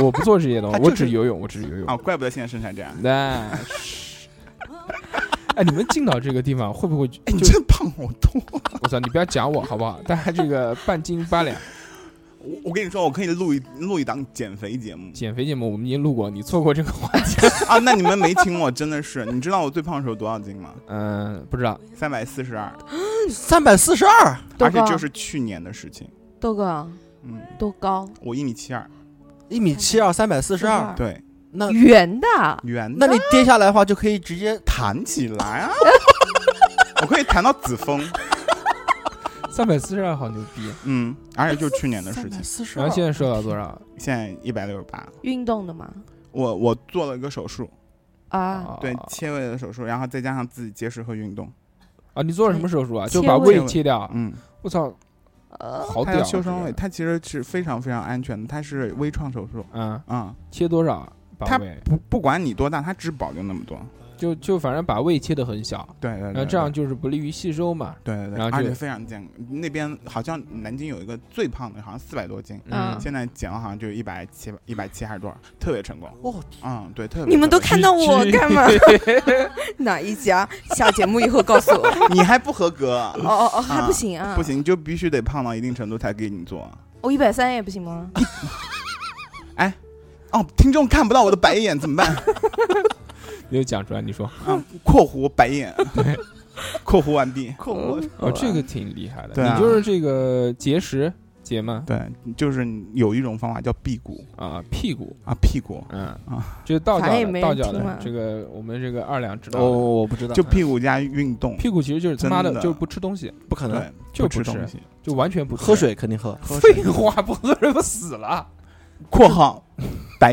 Speaker 4: 我不做这些东西，我
Speaker 3: 他就是
Speaker 4: 只游泳，我只游泳
Speaker 3: 啊，。怪不得现在身 材这样。
Speaker 4: 那是，哎，你们进到这个地方会不会就？
Speaker 3: 哎，你
Speaker 4: 就
Speaker 3: 真胖好多。
Speaker 4: 我操，你不要讲我好不好？大家这个半斤八两，
Speaker 3: 我我跟你说，我可以录一录一档减肥 节目
Speaker 4: 减肥节目我们已经录过，你错过这个话题，
Speaker 3: 啊！那你们没请我，真的是。你知道我最胖的时候多少斤吗？
Speaker 4: 嗯，不知道，
Speaker 3: 三百四十二，
Speaker 2: 三百四十二，
Speaker 8: 豆
Speaker 3: 而且
Speaker 4: 啊
Speaker 8: 哥，
Speaker 3: 就是去年的事情。
Speaker 8: 豆哥
Speaker 3: 嗯，
Speaker 8: 多高？
Speaker 3: 我一米七二，
Speaker 2: 一米七二，三百四十二。
Speaker 3: 对，
Speaker 2: 那
Speaker 8: 圆的，
Speaker 3: 圆
Speaker 2: 那你跌下来的话，就可以直接
Speaker 3: 弹起来啊！ 我可以弹到子峰，
Speaker 4: 三百四十二，好牛逼！
Speaker 3: 嗯，而且就是去年的事 情。
Speaker 2: 四十
Speaker 4: 然后现在瘦到多少？
Speaker 3: 现在一百六十八，
Speaker 8: 运动的嘛。
Speaker 3: 我我做了一个手术，
Speaker 8: 啊，
Speaker 3: 对
Speaker 4: 啊
Speaker 3: 切胃的手术，然后再加上自己节食和运动，
Speaker 4: 啊，你做了什么手术啊？就
Speaker 8: 切
Speaker 4: 把
Speaker 8: 胃
Speaker 4: 胃切掉。
Speaker 3: 嗯，
Speaker 4: 我操，
Speaker 8: 呃，
Speaker 4: 好
Speaker 3: 它
Speaker 4: 屌
Speaker 3: 要
Speaker 4: 啊！
Speaker 3: 修双
Speaker 4: 这
Speaker 3: 胃，
Speaker 4: 个
Speaker 3: 它其实是非常非常安全的，它是微创手术，
Speaker 4: 嗯，
Speaker 3: 啊、
Speaker 4: 切多少？把
Speaker 3: 它
Speaker 4: 胃
Speaker 3: 不不管你多大，它只保留那么多，
Speaker 4: 就就反正把胃切的很小，
Speaker 3: 对对
Speaker 4: 然
Speaker 3: 对，
Speaker 4: 后这样就是不利于吸收嘛。
Speaker 3: 对对对，
Speaker 4: 然后
Speaker 3: 而
Speaker 4: 就
Speaker 3: 且非常健康。那边好像南京有一个最胖的，好像四百多斤，
Speaker 4: 嗯
Speaker 8: 嗯，
Speaker 3: 现在减了好像就一百七一百七还是多少，特别成功，
Speaker 2: 哦，
Speaker 3: 嗯，对，特别
Speaker 8: 你们都
Speaker 3: 特
Speaker 8: 看到我干 嘛？哪一家？下节目以后告诉 我。
Speaker 3: 别你还不合格，
Speaker 8: 哦哦哦，还
Speaker 3: 啊
Speaker 8: 不行啊？
Speaker 3: 不，行，你就必须得胖到一定程度才给你做。
Speaker 8: 我一百三也不行吗？
Speaker 3: 嗯哦，听众看不到我的白眼怎么办？
Speaker 4: 你就讲出来，你说
Speaker 3: 啊，括弧白眼，括弧完毕，括弧
Speaker 4: 哦，这个挺厉害
Speaker 3: 对
Speaker 4: 的。
Speaker 3: 啊
Speaker 4: 你就是这个节食节嘛
Speaker 3: 对，就是有一种方法叫辟谷
Speaker 4: 啊，屁股。
Speaker 3: 啊，辟谷
Speaker 4: 嗯
Speaker 3: 啊，
Speaker 4: 就是道教
Speaker 8: 反正也
Speaker 4: 的
Speaker 8: 没
Speaker 4: 道
Speaker 8: 人
Speaker 4: 教
Speaker 8: 听啊
Speaker 4: 的
Speaker 8: 嘛
Speaker 4: 这个，我们这个二两知道
Speaker 2: 我
Speaker 4: 的。
Speaker 2: 哦我不知道，
Speaker 3: 就辟谷加运动，
Speaker 4: 嗯屁股其实就是他妈的
Speaker 3: 哦真的
Speaker 4: 就是不吃东西，
Speaker 2: 不可能
Speaker 3: 对，
Speaker 4: 就
Speaker 3: 吃
Speaker 4: 不吃
Speaker 3: 东西。
Speaker 4: 就完全不吃
Speaker 2: 喝。水肯定 喝，
Speaker 4: 废话，不喝水不死 了。
Speaker 3: 括号 白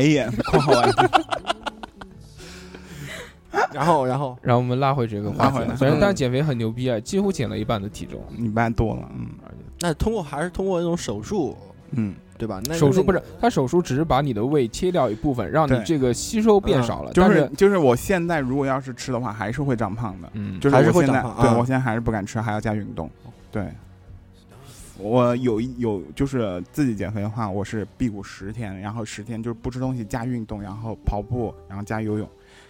Speaker 3: 眼，括号完毕。
Speaker 2: 然后然后
Speaker 4: 然后我们拉回这个话
Speaker 3: 拉回
Speaker 4: 题
Speaker 3: 来，
Speaker 4: 反
Speaker 2: 嗯
Speaker 4: 正但减肥很牛逼啊，几乎减了一半的体重。
Speaker 3: 你办多了，嗯
Speaker 2: 那通过还是通过那种手术，
Speaker 3: 嗯，
Speaker 2: 对吧？那
Speaker 4: 手术
Speaker 2: 那
Speaker 4: 不是，他手术只是把你的胃切掉一部分，让你
Speaker 3: 对嗯
Speaker 4: 这个吸收变少了，
Speaker 3: 就
Speaker 4: 但
Speaker 3: 是
Speaker 4: 是
Speaker 3: 就是，我现在如果要是吃的话，还是会长胖的。
Speaker 4: 嗯，
Speaker 3: 就是
Speaker 2: 还是
Speaker 3: 我
Speaker 2: 会
Speaker 3: 现在，
Speaker 2: 长胖
Speaker 3: 对
Speaker 2: 啊哦
Speaker 3: 我现在还是不敢吃，还要加运动。对，我有一有就是自己减肥的话，我是辟谷十天，然后十天就是不吃东西加运动，然后跑步，然后加游泳，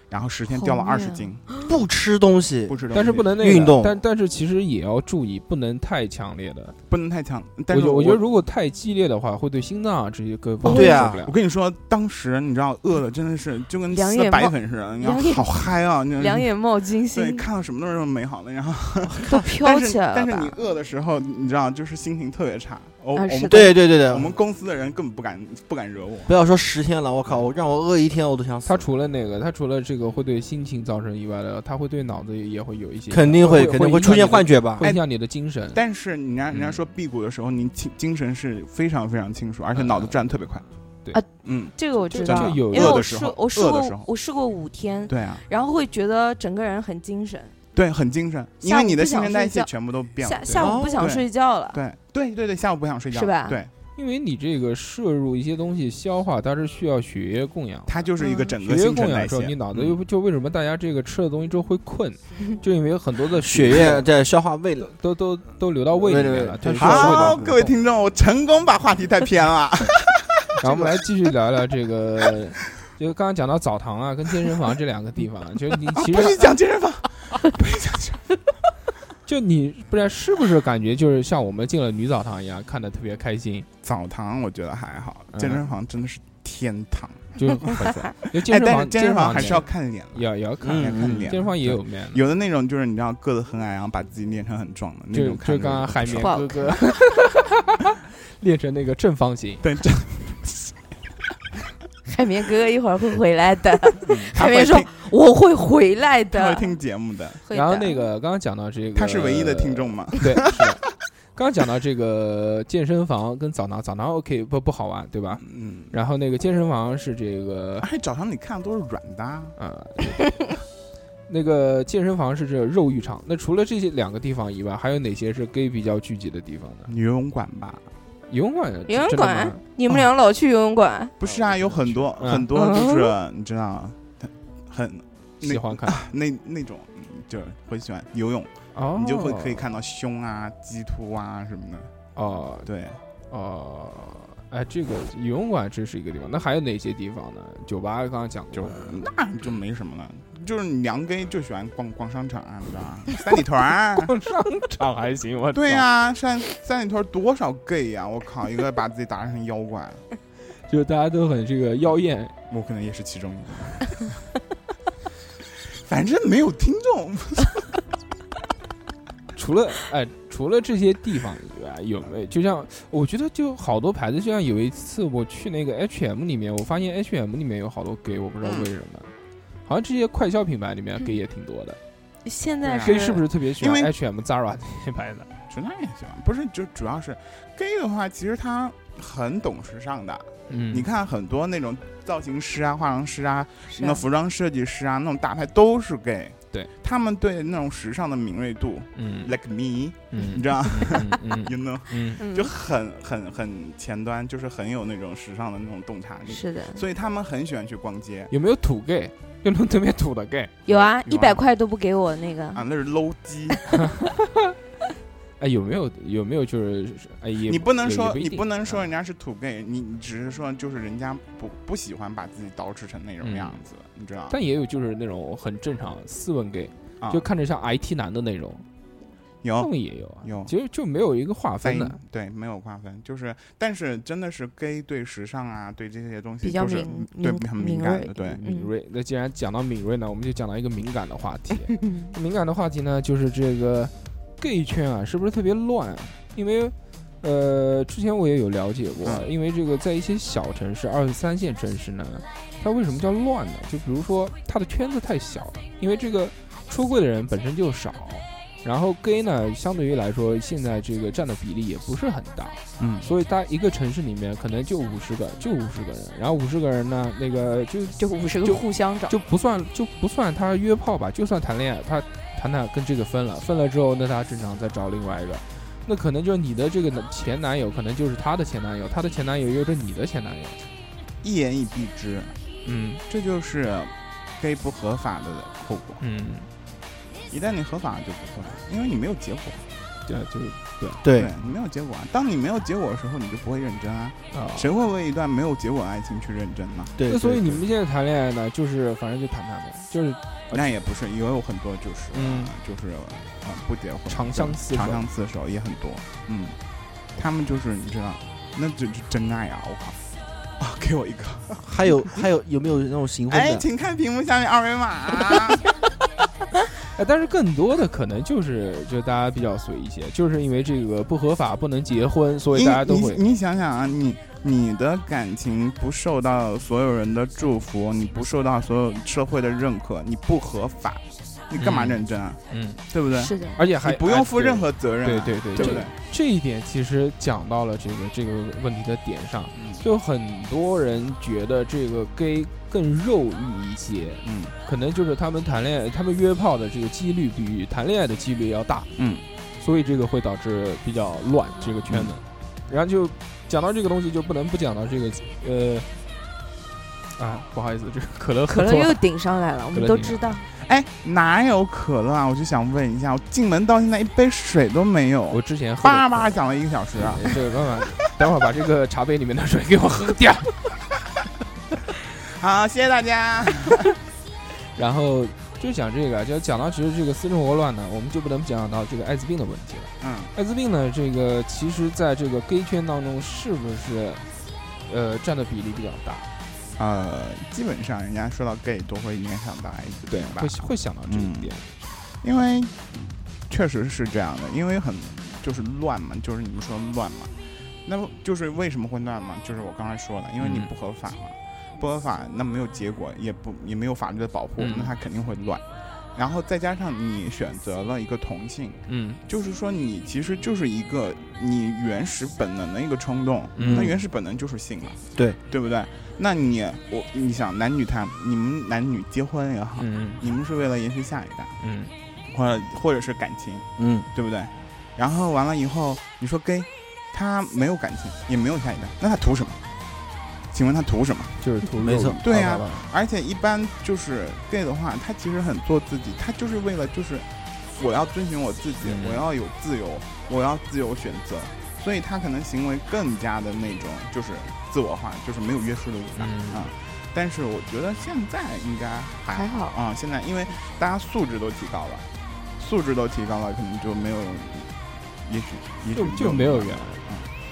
Speaker 3: 然后十天掉了
Speaker 8: 好啊
Speaker 3: 二
Speaker 8: 厉
Speaker 3: 十
Speaker 8: 害
Speaker 3: 斤，
Speaker 2: 不吃东西
Speaker 3: 不，吃东西，
Speaker 4: 但是不能那个
Speaker 2: 运动
Speaker 4: 但但是其实也要注意，不能太强烈的。
Speaker 3: 不能太强。
Speaker 4: 我
Speaker 3: 但是
Speaker 4: 觉我觉得如果太激烈的话，会对心脏啊这些各方面
Speaker 2: 对啊
Speaker 4: 受不了
Speaker 3: 我。跟你说，当时你知道饿的真的是就跟
Speaker 8: 两
Speaker 3: 吃
Speaker 8: 眼
Speaker 3: 白
Speaker 8: 冒
Speaker 3: 粉似的，你知道
Speaker 8: 两眼
Speaker 3: 好嗨啊！你知 道
Speaker 8: 两眼冒金
Speaker 3: 对，
Speaker 8: 星，
Speaker 3: 看到什么都是美好的，然后
Speaker 8: 都飘
Speaker 3: 但
Speaker 8: 起
Speaker 3: 是
Speaker 8: 来了
Speaker 3: 但是你
Speaker 8: 吧？
Speaker 3: 饿的时候，你知道就是心情特别差。我我
Speaker 8: 啊
Speaker 3: 们
Speaker 8: 是的
Speaker 2: 对对对对，
Speaker 3: 我们公司的人根本不敢不敢惹我。
Speaker 2: 不要说十天了，我靠，我让我饿一天我都想死
Speaker 4: 它。除了那个，它除了这个会对心情造成意外的，它会对脑子也会有一些，
Speaker 2: 肯定
Speaker 4: 会
Speaker 2: 会，肯定会
Speaker 4: 影响
Speaker 2: 出
Speaker 4: 你的
Speaker 2: 现幻，觉吧？
Speaker 4: 会影响你的精神。
Speaker 3: 但是人家人家
Speaker 4: 嗯
Speaker 3: 说辟谷的时候，你精精神是非常非常清楚，而且脑子转得特别快。
Speaker 8: 嗯
Speaker 4: 对
Speaker 8: 啊，
Speaker 3: 嗯，
Speaker 8: 这个我知
Speaker 3: 真
Speaker 8: 道
Speaker 3: 的，
Speaker 4: 有
Speaker 8: 因为
Speaker 3: 饿
Speaker 8: 我
Speaker 3: 的时
Speaker 8: 试
Speaker 3: 候
Speaker 8: 我试
Speaker 3: 饿的时
Speaker 8: 过
Speaker 3: 候
Speaker 8: 我试过五天，
Speaker 3: 对啊，
Speaker 8: 然后会觉得整个人很精神，
Speaker 3: 对，很精神，因
Speaker 8: 下
Speaker 3: 为
Speaker 8: 午
Speaker 3: 你的
Speaker 8: 不
Speaker 3: 新
Speaker 8: 想
Speaker 3: 陈代
Speaker 8: 睡
Speaker 3: 谢
Speaker 8: 觉
Speaker 3: 全部都变
Speaker 8: 下
Speaker 3: 了。
Speaker 8: 下午不想
Speaker 3: 对哦
Speaker 8: 睡觉了，
Speaker 3: 对对对对，下午不想睡觉
Speaker 8: 是吧
Speaker 3: 对，
Speaker 4: 因为你这个摄入一些东西消化，它是需要血液供养的。
Speaker 3: 它就是一
Speaker 8: 嗯
Speaker 3: 个整
Speaker 4: 血
Speaker 3: 个
Speaker 4: 液
Speaker 3: 新
Speaker 4: 供
Speaker 3: 陈
Speaker 4: 养
Speaker 3: 代
Speaker 4: 之后，
Speaker 3: 谢。
Speaker 4: 你脑子
Speaker 3: 嗯
Speaker 4: 就就为什么大家这个吃了东西之后会困，就因为很多的
Speaker 2: 血液在消化胃里，
Speaker 4: 都都都流到胃里面了，它
Speaker 2: 对对对
Speaker 4: 需要胃
Speaker 3: 好，
Speaker 4: 的
Speaker 3: 各位听众，我成功把话题带偏 了。
Speaker 4: 然后我们来继续聊聊这个，就刚刚讲到澡堂啊跟健身房这两个地方，就你其
Speaker 2: 啊
Speaker 3: 啊不是
Speaker 4: 实
Speaker 3: 讲健身房，
Speaker 4: 就你不然是不是感觉就是像我们进了女澡堂一样，看的特别开 心，
Speaker 3: 澡堂我觉得还好，
Speaker 4: 嗯
Speaker 3: 健身房真的是天堂。
Speaker 4: 就 就健
Speaker 3: 哎，
Speaker 4: 身
Speaker 3: 但是
Speaker 4: 房
Speaker 3: 健身房还是要
Speaker 4: 健
Speaker 3: 看脸
Speaker 4: 身房
Speaker 3: 了，
Speaker 4: 也要也要看，
Speaker 3: 也要嗯看
Speaker 4: 健
Speaker 3: 脸。
Speaker 4: 身房也有嗯
Speaker 3: 对
Speaker 4: 面。
Speaker 3: 有的那种就是你知道个子很矮，然后把自己练成很壮的那
Speaker 4: 就
Speaker 3: 种看着就
Speaker 4: 就刚刚海绵
Speaker 7: 不好
Speaker 4: 哥哥 练成那个正方形，
Speaker 3: 对，这
Speaker 8: 海绵哥哥一会儿会回来的，
Speaker 3: 他
Speaker 8: 海
Speaker 3: 会
Speaker 8: 绵说
Speaker 3: 听
Speaker 8: 我会回来
Speaker 3: 他
Speaker 8: 的，
Speaker 3: 会听节目的，
Speaker 8: 会
Speaker 4: 然后
Speaker 8: 的
Speaker 4: 那个刚刚讲到这个，
Speaker 3: 他是唯一的听众嘛？
Speaker 4: 对，是的。刚刚讲到这个健身房跟澡堂，澡堂 OK 不不好玩，对吧？
Speaker 3: 嗯，
Speaker 4: 然后那个健身房是这个
Speaker 3: 而且澡哎堂你看的都是软的啊，
Speaker 4: 呃， 那个健身房是这个肉浴场。那除了这些两个地方以外，还有哪些是 gay 比较聚集的地方呢？
Speaker 3: 游泳馆吧？
Speaker 4: 游泳馆，
Speaker 8: 游泳
Speaker 4: 真的吗
Speaker 8: 馆，你们俩老去游泳馆，
Speaker 3: 不是啊，有很多
Speaker 4: 嗯
Speaker 3: 很多就是你知道，很
Speaker 4: 喜欢看
Speaker 3: 那那种嗯就是会喜欢游泳，
Speaker 4: 哦，
Speaker 3: 你就会可以看到胸啊、鸡突啊什么的。
Speaker 4: 哦
Speaker 3: 对，
Speaker 4: 哦。哎，这个游泳馆这是一个地方，那还有哪些地方呢？酒吧刚刚讲过
Speaker 3: 就
Speaker 4: 了，
Speaker 3: 那就没什么了。就是娘根就喜欢逛逛商场啊，你知道 吧？三里屯儿，啊
Speaker 4: 商场还行，我
Speaker 3: 对呀、三三里屯儿多少 gay 呀、我靠，一个把自己打成妖怪，
Speaker 4: 操，就大家都很这个妖艳，
Speaker 3: 我可能也是其中一个。 反正没有听众，
Speaker 4: 除了哎，除了这些地方以外，有没有就像我觉得就好多牌子，就像有一次我去那个 H&M 里面，我发现 H&M 里面有好多 gay，我不
Speaker 3: 嗯
Speaker 4: 知道为什么，好像这些快消品牌里面 gay 也挺多的
Speaker 3: 嗯
Speaker 8: 现在
Speaker 3: 啊
Speaker 4: ，gay 是不
Speaker 8: 是？
Speaker 4: 是特别喜欢
Speaker 3: 因为
Speaker 4: H&M、Zara 那些牌子？
Speaker 3: 直男也喜欢，不是就主要是 gay 的话，其实他很懂时尚的。
Speaker 4: 嗯
Speaker 3: 你看很多那种造型师啊、化妆师啊，什
Speaker 8: 是
Speaker 3: 么
Speaker 8: 啊
Speaker 3: 服装设计师啊，那种大牌都是 gay。
Speaker 4: 对，
Speaker 3: 他们对那种时尚的敏锐度
Speaker 4: 嗯
Speaker 3: ，like me，你
Speaker 4: 嗯
Speaker 3: 知道
Speaker 4: 嗯嗯
Speaker 3: ，you know，
Speaker 4: 嗯
Speaker 8: 嗯
Speaker 3: 就很很很前端，就是很有那种时尚的那种洞察力。
Speaker 8: 是的，
Speaker 3: 所以他们很喜欢去逛街
Speaker 4: 有没有土 gay？有没有特别土的 gay？
Speaker 8: 有啊，
Speaker 3: 有
Speaker 8: 一
Speaker 3: 啊
Speaker 8: 百块都不给我那个
Speaker 3: 啊，那是 low 鸡，
Speaker 4: 哎，有没有有没有就是哎也
Speaker 3: 你不能
Speaker 4: 也
Speaker 3: 说
Speaker 4: 也一
Speaker 3: 你
Speaker 4: 定
Speaker 3: 不能说
Speaker 4: 啊
Speaker 3: 人家是土 gay，你你只是说就是人家不不喜欢把自己捯饬成那种
Speaker 4: 嗯
Speaker 3: 样子，你知道？
Speaker 4: 但也有就是那种很正常斯文 gay，
Speaker 3: 啊
Speaker 4: 就看着像 IT 男的那种，他
Speaker 3: 有
Speaker 4: 们也有啊，
Speaker 3: 哦有
Speaker 4: 其实就没有一个划分
Speaker 3: 在
Speaker 4: 的。
Speaker 3: 对没有划分，就是但是真的是 gay 对时尚啊，对这些东西
Speaker 8: 比较
Speaker 3: 都是
Speaker 8: 敏
Speaker 3: 对
Speaker 8: 敏
Speaker 3: 很
Speaker 8: 敏
Speaker 3: 敏感
Speaker 8: 锐
Speaker 3: 的，对，
Speaker 4: 嗯敏锐，那既然讲到敏锐呢，我们就讲到一个敏感的话题。敏感的话题呢，就是这个 gay 圈啊，是不是特别乱？因为，呃，之前我也有了解过，
Speaker 3: 嗯
Speaker 4: 因为这个在一些小城市、二三线城市呢，它为什么叫乱呢？就比如说它的圈子太小了，因为这个出柜的人本身就少，然后 gay 呢，相对于来说，现在这个占的比例也不是很大。
Speaker 3: 嗯
Speaker 4: 所以他一个城市里面可能就五十个，就五十个人，然后五十个人呢，那个就
Speaker 8: 就五十个
Speaker 4: 就
Speaker 8: 互相找，
Speaker 4: 就不算就不算他约炮吧，就算谈恋爱，他谈谈跟这个分了，分了之后，那他正常再找另外一个，那可能就是你的这个男前男友，可能就是他的前男友，他的前男友又是你的前男友，
Speaker 3: 一言以蔽之，
Speaker 4: 嗯
Speaker 3: 这就是 gay 不合法的后果。
Speaker 4: 嗯，
Speaker 3: 一旦你合法就不会，因为你没有结果，
Speaker 4: 对，就是
Speaker 2: 对，
Speaker 3: 你没有结果啊。当你没有结果的时候，你就不会认真啊。
Speaker 4: 啊。
Speaker 3: 谁会为一段没有结果的爱情去认真呢？
Speaker 2: 对，
Speaker 4: 那所以
Speaker 2: 对
Speaker 4: 你们现在谈恋爱呢，就是反正就谈谈呗，就是
Speaker 3: 那也不是，也有很多就是，
Speaker 4: 嗯
Speaker 3: 就是啊、呃不结婚，
Speaker 4: 长相厮守
Speaker 3: 长相厮守也很多。嗯，他们就是你知道，那就就真爱啊！我靠，啊，给我一个！
Speaker 2: 还有还有有没有那种行婚
Speaker 3: 哎，
Speaker 2: 的？
Speaker 3: 请看屏幕下面二维码。啊
Speaker 4: 哎，但是更多的可能就是，就大家比较随意一些，就是因为这个不合法，不能结婚，所以
Speaker 3: 因
Speaker 4: 大家都会
Speaker 3: 你你想想啊，你你的感情不受到所有人的祝福，你不受到所有社会的认可，你不合法，你干嘛认真啊？
Speaker 4: 嗯，
Speaker 3: 对不对？
Speaker 8: 是的，
Speaker 4: 而且还
Speaker 3: 你不用负任
Speaker 4: 何。
Speaker 3: 何责任
Speaker 4: 对
Speaker 3: 啊，
Speaker 4: 对对，
Speaker 3: 对
Speaker 4: 这
Speaker 3: 不对？
Speaker 4: 这一点其实讲到了这个这个问题的点上，
Speaker 3: 嗯
Speaker 4: 就很多人觉得这个 gay 更肉欲一些，
Speaker 3: 嗯
Speaker 4: 可能就是他们谈恋爱、他们约炮的这个几率比谈恋爱的几率要大，
Speaker 3: 嗯，
Speaker 4: 所以这个会导致比较乱这个圈子。然后就讲到这个东西，就不能不讲到这个呃，啊，不好意思，这个可乐
Speaker 8: 可
Speaker 4: 喝
Speaker 8: 乐
Speaker 4: 多了
Speaker 8: 又顶上来了，我们
Speaker 4: 可乐
Speaker 8: 都
Speaker 4: 顶
Speaker 8: 知道。
Speaker 3: 哎，哪有可乐啊？我就想问一下，我进门到现在一杯水都没有
Speaker 4: 我，之前喝
Speaker 3: 叭
Speaker 4: 过
Speaker 3: 叭讲了一个小时啊！
Speaker 4: 这个办法，等会儿把这个茶杯里面的水给我喝掉。
Speaker 3: 好，谢谢大家。
Speaker 4: 然后就讲这个，就讲到其实这个私生活乱呢，我们就不能讲到这个艾滋病的问题了。
Speaker 3: 嗯，
Speaker 4: 艾滋病呢，这个其实在这个 gay 圈当中是不是呃占的比例比较大？
Speaker 3: 呃，基本上人家说到 gay 都会联想到艾滋病吧
Speaker 4: 会，会想到这一点。
Speaker 3: 因为确实是这样的，因为很就是乱嘛，就是你们说乱嘛，那么就是为什么会乱嘛？就是我刚才说的，因为你
Speaker 4: 嗯
Speaker 3: 不合法嘛，不合法那没有结果，也不也没有法律的保护，
Speaker 4: 嗯
Speaker 3: 那它肯定会乱。然后再加上你选择了一个同性，
Speaker 4: 嗯
Speaker 3: 就是说你其实就是一个你原始本能的一个冲动，
Speaker 4: 嗯
Speaker 3: 那原始本能就是性嘛，
Speaker 2: 对
Speaker 3: 对不对？那你我你想男女谈，你们男女结婚也好，
Speaker 4: 嗯
Speaker 3: 你们是为了延续下一代，
Speaker 4: 嗯
Speaker 3: 或者或者是感情，
Speaker 2: 嗯，
Speaker 3: 对不对？然后完了以后，你说 gay，他没有感情，也没有下一代，那他图什么？请问他图什么？
Speaker 4: 就是图
Speaker 2: 没错，
Speaker 3: 对呀
Speaker 2: 好吧好吧
Speaker 3: 而且一般就是 gay 的话，他其实很做自己，他就是为了就是我要遵循我自己，
Speaker 4: 嗯
Speaker 3: 我要有自由，我要自由选择，所以他可能行为更加的那种就是自我化，就是没有约束力啊、
Speaker 4: 嗯
Speaker 3: 啊。但是我觉得现在应该还
Speaker 8: 还好
Speaker 3: 啊、现在因为大家素质都提高了，素质都提高了，可能就没有，也许也许
Speaker 4: 就就没有嗯
Speaker 3: 了
Speaker 4: 原来。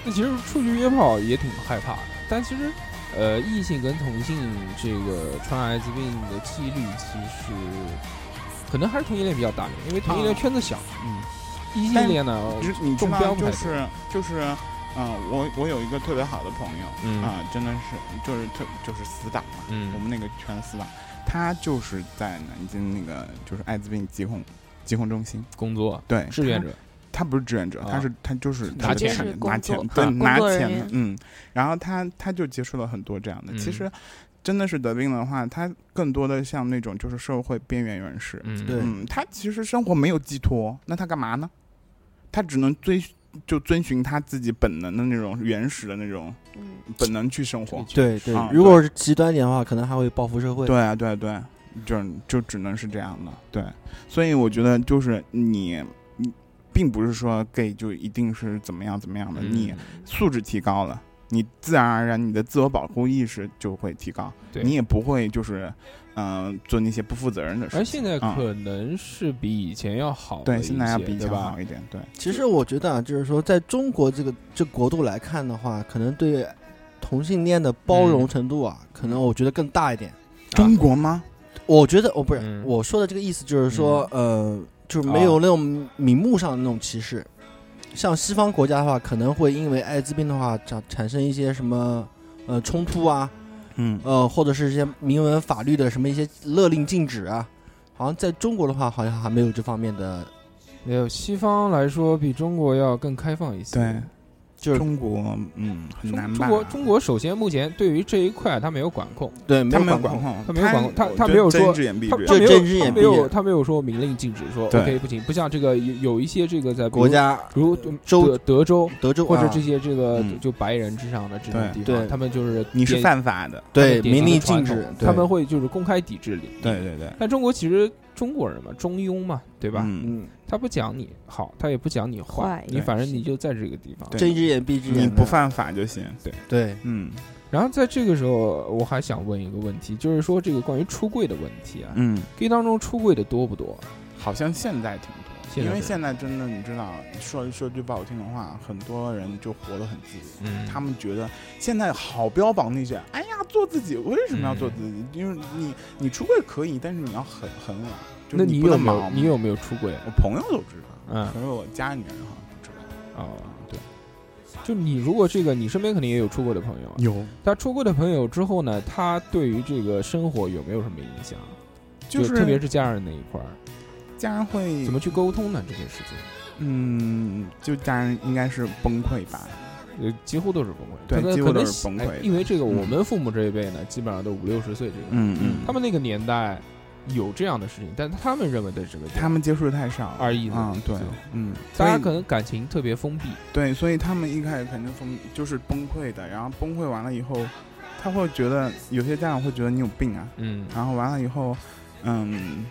Speaker 4: 那其实出去约炮也挺害怕的，但其实，呃，异性跟同性这个传染艾滋病的几率其实可能还是同性恋比较大，因为同性恋圈子小，
Speaker 3: 嗯，
Speaker 4: 异性恋呢
Speaker 3: 就是你知
Speaker 4: 哦中
Speaker 3: 道
Speaker 4: 标不太
Speaker 3: 就
Speaker 4: 多
Speaker 3: 是就是，嗯、我我有一个特别好的朋友，
Speaker 4: 嗯
Speaker 3: 啊、真的是就是特就是死党嘛，
Speaker 4: 嗯
Speaker 3: 我们那个圈死党，他就是在南京那个就是艾滋病疾控疾控中心，
Speaker 4: 工作
Speaker 3: 对，
Speaker 4: 志愿者，
Speaker 3: 他，他不是志愿者，
Speaker 4: 啊
Speaker 3: 他是他就是他
Speaker 4: 拿
Speaker 3: 是
Speaker 4: 钱
Speaker 3: 看
Speaker 8: 就是
Speaker 3: 拿
Speaker 8: 工作
Speaker 3: 钱，
Speaker 8: 啊
Speaker 3: 对，拿
Speaker 8: 工作人
Speaker 3: 钱的
Speaker 8: 员，
Speaker 3: 嗯，然后他他就接触了很多这样的，其
Speaker 4: 嗯
Speaker 3: 实真的是得病的话，他更多的像那种就是社会边缘人士，
Speaker 4: 嗯，
Speaker 2: 对
Speaker 3: 嗯，他其实生活没有寄托，那他干嘛呢？他只能遵就遵循他自己本能的那种原始的那种
Speaker 8: 嗯，
Speaker 3: 本能去生活。
Speaker 2: 对对
Speaker 3: 啊，
Speaker 2: 如果是极端点的话，可能还会报复社会。
Speaker 3: 对啊，对啊，对啊，就就只能是这样了。对，所以我觉得就是你，你并不是说 gay 就一定是怎么样怎么样的，
Speaker 4: 嗯
Speaker 3: 你素质提高了，你自然而然你的自我保护意识就会提高，
Speaker 4: 对
Speaker 3: 你也不会就是嗯、呃做那些不负责任的事情。
Speaker 4: 而现在
Speaker 3: 啊
Speaker 4: 可能是比以前要好了
Speaker 3: 对
Speaker 4: 一
Speaker 3: 现在要
Speaker 4: 些
Speaker 3: 比以
Speaker 4: 对
Speaker 3: 前
Speaker 4: 吧
Speaker 3: 好？一点，对，
Speaker 2: 其实我觉得啊，就是说，在中国这个这国度来看的话，可能对同性恋的包容程度啊，可能我觉得更大一点。
Speaker 3: 中国吗？
Speaker 2: 我觉得，我哦不是、
Speaker 4: 嗯
Speaker 2: 我说的这个意思，就是说，呃，就是没有那种明目上的那种歧视。像西方国家的话，可能会因为艾滋病的话产产生一些什么呃冲突啊，
Speaker 3: 嗯，
Speaker 2: 呃，或者是一些明文法律的什么一些勒令禁止啊。好像在中国的话，好像还没有这方面的，
Speaker 4: 没有，呃西方来说比中国要更开放一些。
Speaker 3: 对，
Speaker 2: 就是
Speaker 3: 中国，嗯，很难
Speaker 4: 中
Speaker 3: 吧？
Speaker 4: 中国中国首先目前对于这一块它没有管控，
Speaker 2: 对没
Speaker 3: 他
Speaker 2: 有
Speaker 3: 没有
Speaker 2: 管
Speaker 3: 管
Speaker 2: 控，
Speaker 3: 控，
Speaker 4: 他没有管控他他没有
Speaker 3: 我觉得
Speaker 4: 说
Speaker 3: 睁一只眼闭一
Speaker 4: 他
Speaker 3: 只
Speaker 4: 他
Speaker 2: 这
Speaker 4: 没
Speaker 2: 睁只
Speaker 3: 眼。
Speaker 4: 有他
Speaker 2: 眼
Speaker 4: 没
Speaker 2: 闭
Speaker 4: 有
Speaker 2: 眼，
Speaker 4: 他没有说明令禁止说
Speaker 3: 对
Speaker 4: OK 不行，不像这个有有一些这个在比如
Speaker 2: 国家
Speaker 4: 如
Speaker 2: 州
Speaker 4: 德德州
Speaker 2: 德州
Speaker 4: 或者
Speaker 2: 啊
Speaker 4: 这些这个
Speaker 3: 嗯
Speaker 4: 就白人至上的这种地
Speaker 2: 对
Speaker 4: 方，
Speaker 2: 对
Speaker 4: 他们就是
Speaker 3: 你是
Speaker 4: 典
Speaker 3: 犯法的，
Speaker 2: 对
Speaker 4: 他们典型
Speaker 2: 明
Speaker 4: 的
Speaker 2: 令禁
Speaker 4: 传
Speaker 2: 止
Speaker 4: 统，
Speaker 2: 对
Speaker 4: 他们会就是公开抵制你。
Speaker 3: 对对对，
Speaker 4: 但中国其实中国人嘛，中庸嘛，对
Speaker 3: 对
Speaker 4: 吧？
Speaker 3: 嗯，
Speaker 2: 嗯，
Speaker 4: 他不讲你好，他也不讲你坏
Speaker 8: 坏，
Speaker 4: 你
Speaker 3: 对
Speaker 4: 反正你就在这个地方。
Speaker 3: 对
Speaker 2: 睁一只眼闭一只眼的，
Speaker 3: 你不犯法就行。
Speaker 2: 对，
Speaker 3: 嗯
Speaker 4: 然后在这个时候，我还想问一个问题，就是说这个关于出柜的问题啊
Speaker 3: 嗯，
Speaker 4: ，gay 当中出柜的多不多？
Speaker 3: 好像现在挺多，
Speaker 4: 现在
Speaker 3: 因为
Speaker 4: 对
Speaker 3: 现在真的你知道，说说句不好听的话，很多人就活得很自由。
Speaker 4: 嗯
Speaker 3: 他们觉得现在好标榜那些，哎呀，做自己，为什么要做
Speaker 4: 嗯
Speaker 3: 自己？因为你你出柜可以，但是你要很很稳，就
Speaker 4: 那
Speaker 3: 是你
Speaker 4: 你
Speaker 3: 不
Speaker 4: 有
Speaker 3: 能
Speaker 4: 没
Speaker 3: 盲
Speaker 4: 有
Speaker 3: 目
Speaker 4: 你有没有出柜？
Speaker 3: 我朋友都知道，
Speaker 4: 嗯
Speaker 3: 可是我家里面人好像不知道。
Speaker 4: 哦，对，就你如果这个，你身边肯定也有出柜的朋友啊。
Speaker 3: 有，
Speaker 4: 他出柜的朋友之后呢，他对于这个生活有没有什么影响？
Speaker 3: 就是
Speaker 4: 特别是家人那一块儿，
Speaker 3: 家人会
Speaker 4: 怎么去沟通呢？这件事情，
Speaker 3: 嗯，就家人应该是崩溃吧，
Speaker 4: 呃，几乎都是崩溃，
Speaker 3: 对
Speaker 4: 可能
Speaker 3: 几乎都
Speaker 4: 可能
Speaker 3: 是崩溃
Speaker 4: 哎
Speaker 3: 的
Speaker 4: 因为这个，
Speaker 3: 嗯
Speaker 4: 我们父母这一辈呢，基本上都五六十岁这个，
Speaker 3: 嗯嗯，
Speaker 4: 他们那个年代有这样的事情，但他们认为的这个
Speaker 3: 他们接触的太少
Speaker 4: 而已的
Speaker 3: 嗯，对
Speaker 4: 就，
Speaker 3: 嗯，
Speaker 4: 大
Speaker 3: 所
Speaker 4: 家
Speaker 3: 以
Speaker 4: 可能感情特别封闭，
Speaker 3: 对，所以他们一开始肯定疯，就是崩溃的，然后崩溃完了以后，他会觉得有些家长会觉得你有病啊，
Speaker 4: 嗯，
Speaker 3: 然后完了以后，嗯，